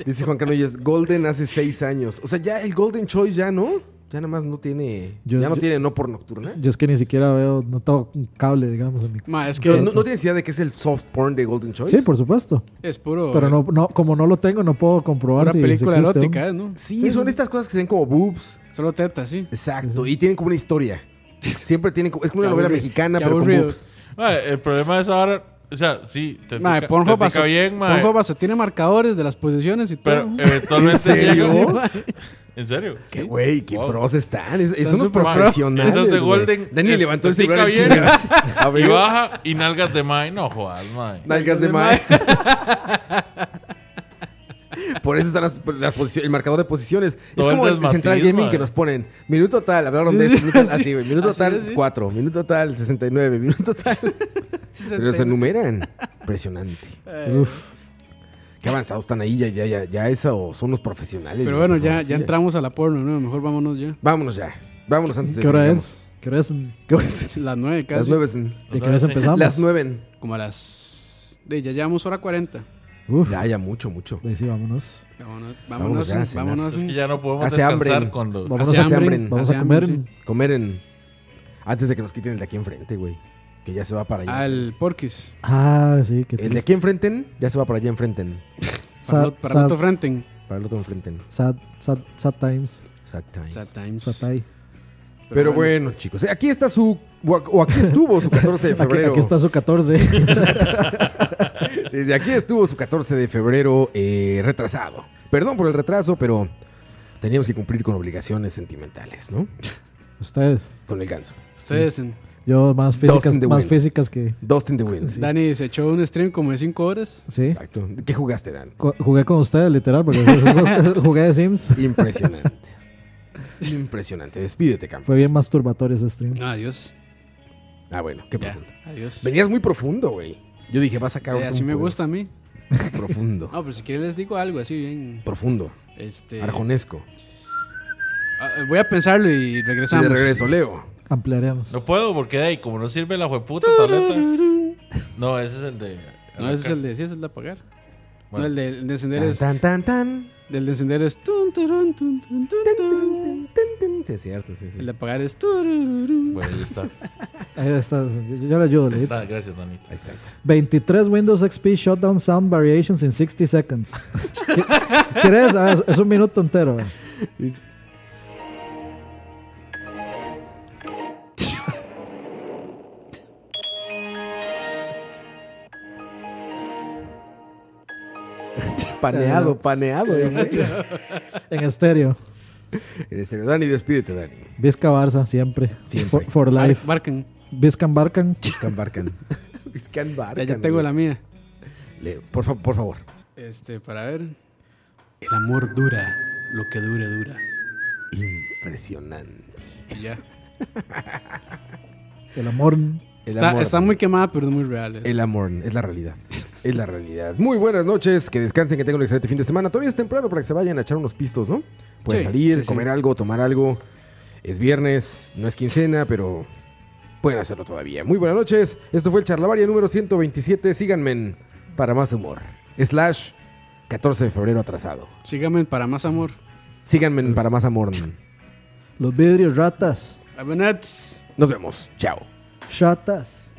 Speaker 4: Dice Juan Canollas, Golden hace seis años. O sea, ya el Golden Choice ya no. Ya nada más no tiene.
Speaker 6: Yo-
Speaker 4: ya no
Speaker 6: yo-
Speaker 4: tiene no por nocturna.
Speaker 6: Yo es que ni siquiera veo, no tengo un cable, digamos, en mi.
Speaker 7: Ma, es que
Speaker 4: Pero, ¿no, no tienes idea de que es el soft porn de Golden Choice?
Speaker 6: Sí, por supuesto.
Speaker 7: es puro.
Speaker 6: Pero no, no, como no lo tengo, no puedo comprobar
Speaker 7: Una
Speaker 6: si, si
Speaker 7: película
Speaker 6: existe o
Speaker 7: erótica,
Speaker 6: no.
Speaker 7: ¿eh? ¿no?
Speaker 4: Sí, son estas cosas que se ven como boobs.
Speaker 7: Solo teta, sí.
Speaker 4: Exacto. Y tienen como una historia. Siempre tienen como. Es como una
Speaker 7: Qué
Speaker 4: novela
Speaker 7: aburrido.
Speaker 4: mexicana,
Speaker 7: Qué
Speaker 4: pero con
Speaker 7: aburrido.
Speaker 4: boobs.
Speaker 5: Mae, el problema es ahora. O sea, sí, te
Speaker 7: Ma,
Speaker 5: pica,
Speaker 7: Pornhub
Speaker 5: te pica
Speaker 7: hasta-
Speaker 5: bien, mae,
Speaker 7: Pornhub hasta tiene marcadores de las posiciones y
Speaker 5: Pero eh,
Speaker 7: todo.
Speaker 4: ¿En
Speaker 5: eventualmente.
Speaker 4: serio?
Speaker 5: llega-
Speaker 7: Sí, ma.
Speaker 5: ¿En serio?
Speaker 4: Qué
Speaker 5: Sí.
Speaker 4: güey, qué
Speaker 5: Wow.
Speaker 4: pros están. Es- son unos
Speaker 5: súper mal.
Speaker 4: profesionales.
Speaker 5: Esas de
Speaker 4: güey.
Speaker 5: Golden,
Speaker 4: Dani
Speaker 5: es-
Speaker 4: levantó el
Speaker 5: te pica
Speaker 4: celular en
Speaker 5: bien.
Speaker 4: chingas. A
Speaker 5: Y
Speaker 4: ver.
Speaker 5: baja y nalgas de mae. No jodas, mae.
Speaker 4: Nalgas de mae. Por eso están las, las posiciones- el marcador de posiciones.
Speaker 5: Todo
Speaker 4: es como
Speaker 5: el
Speaker 4: el Central
Speaker 5: desmatismo,
Speaker 4: Gaming
Speaker 5: eh.
Speaker 4: que nos ponen. Minuto tal, hablaron de
Speaker 7: Sí,
Speaker 4: esto.
Speaker 7: sí,
Speaker 4: minuto-
Speaker 7: así,
Speaker 4: así, güey. Minuto
Speaker 7: así
Speaker 4: tal,
Speaker 7: es, sí.
Speaker 4: 4. Minuto tal, 69. Minuto tal. Pero se enumeran. Impresionante.
Speaker 7: Eh,
Speaker 4: Qué avanzados están ahí. Ya, ya, ya, ya esa o son los profesionales.
Speaker 7: Pero
Speaker 4: güey,
Speaker 7: bueno, ya,
Speaker 4: pornografía.
Speaker 7: ya entramos a la porno, ¿no? Mejor vámonos ya.
Speaker 4: Vámonos ya. Vámonos antes de
Speaker 6: ¿Qué hora
Speaker 4: que
Speaker 6: es? ¿Qué hora es? ¿De
Speaker 4: digamos. ¿Qué hora es?
Speaker 7: Las nueve casi.
Speaker 4: Las nueve. son-
Speaker 6: qué hora
Speaker 5: Sí.
Speaker 6: empezamos?
Speaker 4: Las nueve.
Speaker 7: Como a las. De, ya llevamos hora 40.
Speaker 6: Uf,
Speaker 4: Ya, ya, mucho, mucho.
Speaker 6: pues sí, vámonos.
Speaker 7: Vámonos, vámonos,
Speaker 4: Vámonos ya a cenar.
Speaker 7: vámonos.
Speaker 5: Es que ya no podemos
Speaker 4: Hace
Speaker 5: descansar
Speaker 4: hambre.
Speaker 5: cuando.
Speaker 6: Vámonos
Speaker 7: Hace
Speaker 6: a
Speaker 7: hambre,
Speaker 6: hambre, vamos a
Speaker 7: hace
Speaker 6: comer.
Speaker 7: hambre,
Speaker 4: Comer en. Antes de que nos quiten el de aquí enfrente, güey. Que ya se va para allá.
Speaker 7: Al Porquis.
Speaker 6: Ah, sí, qué
Speaker 4: El de
Speaker 6: triste.
Speaker 4: aquí enfrente ya se va para allá enfrente.
Speaker 6: Sad,
Speaker 7: Para
Speaker 6: sad,
Speaker 7: Loto Frenten.
Speaker 4: Para el otro enfrente.
Speaker 6: sad, sad, sad times.
Speaker 4: Exactamente.
Speaker 7: Sad times.
Speaker 6: Sad time.
Speaker 4: Pero, bueno, chicos. eh, Aquí está su. O ac- o aquí estuvo su 14 de
Speaker 6: Aquí,
Speaker 4: febrero.
Speaker 6: aquí está su 14.
Speaker 4: Sí, sí, aquí estuvo su 14 de febrero eh, retrasado. Perdón por el retraso, pero teníamos que cumplir con obligaciones sentimentales, ¿no?
Speaker 6: Ustedes.
Speaker 4: Con el ganso.
Speaker 7: Ustedes. en-
Speaker 6: Yo más físicas,
Speaker 4: in the
Speaker 6: más
Speaker 4: wind.
Speaker 6: físicas que.
Speaker 4: Dust in the Wind.
Speaker 7: Dani se echó un stream como de 5 horas.
Speaker 6: Sí.
Speaker 4: Exacto. ¿Qué jugaste, Dan?
Speaker 6: Cu- Jugué con ustedes, literal, porque jugué- jugué de Sims.
Speaker 4: Impresionante. Impresionante. Despídete, campo.
Speaker 6: Fue bien masturbatorio ese stream.
Speaker 7: No, adiós.
Speaker 4: Ah, bueno, qué
Speaker 7: Ya,
Speaker 4: profundo.
Speaker 7: adiós.
Speaker 4: Venías muy profundo, güey. Yo dije, va a sacar
Speaker 7: Eh,
Speaker 4: otro
Speaker 7: así me
Speaker 4: poema.
Speaker 7: gusta a mí.
Speaker 4: Profundo.
Speaker 7: No, pero si quieren les digo algo así bien.
Speaker 4: profundo.
Speaker 7: Este.
Speaker 4: Arjonesco.
Speaker 7: Ah, voy a pensarlo y
Speaker 4: Y
Speaker 7: regresamos.
Speaker 4: de regreso, Leo.
Speaker 6: Ampliaremos.
Speaker 5: No puedo porque de ahí, como no sirve la jueputa tableta. No, ese es el de.
Speaker 7: No, ese es el de. Sí, ese es el de apagar.
Speaker 5: Bueno.
Speaker 7: No, el de, el de encender
Speaker 4: Tan,
Speaker 7: es.
Speaker 4: tan, tan, tan.
Speaker 7: Del de encender es. tun, turun, tun, tun, tun,
Speaker 4: Tan,
Speaker 7: tun.
Speaker 4: tan, tan, tan. Sí, es cierto, sí, sí.
Speaker 7: El de apagar es. turururun.
Speaker 5: Bueno, ahí está.
Speaker 6: Ahí está. Yo, yo le ayudo, Leito.
Speaker 5: Nada, gracias, Danita.
Speaker 4: Ahí está, ahí está.
Speaker 6: 23 Windows XP Shutdown Sound Variations in 60 Seconds. ¿Qui- ¿Quieres? A ver, es un minuto entero. güey.
Speaker 4: Paneado, paneado. güey.
Speaker 6: En estéreo.
Speaker 4: En este- Dani, despídete, Dani.
Speaker 6: Vizca Barça, siempre.
Speaker 4: Siempre.
Speaker 6: For, for
Speaker 7: Mar-
Speaker 6: life.
Speaker 7: Marcan.
Speaker 6: Vizcan Barcan.
Speaker 4: Vizcan Barcan. Vizcan
Speaker 7: Ya,
Speaker 4: Barcan.
Speaker 7: ya tengo
Speaker 4: güey.
Speaker 7: la mía.
Speaker 4: Leo, por, fa- por favor.
Speaker 7: Este, para ver. El amor dura lo que dure, dura.
Speaker 4: Impresionante.
Speaker 7: Y ya.
Speaker 6: El amor.
Speaker 4: El
Speaker 7: Está,
Speaker 4: amor.
Speaker 7: está muy quemada, pero es muy real.
Speaker 4: El amor, es la realidad. Es la realidad. Muy buenas noches, que descansen, que tengan un excelente fin de semana. Todavía es temprano para que se vayan a echar unos pistos, ¿no? Pueden
Speaker 7: Sí,
Speaker 4: salir,
Speaker 7: sí, sí.
Speaker 4: comer algo, tomar algo. Es viernes, no es quincena, pero pueden hacerlo todavía. Muy buenas noches. Esto fue el Charlavaria número 127. Síganme en para más humor. Slash 14 de febrero atrasado.
Speaker 7: Síganme en para más amor.
Speaker 4: Síganme en para más amor.
Speaker 6: Los vidrios ratas.
Speaker 7: Abenats.
Speaker 4: Nos vemos. Chao.
Speaker 6: Chatas.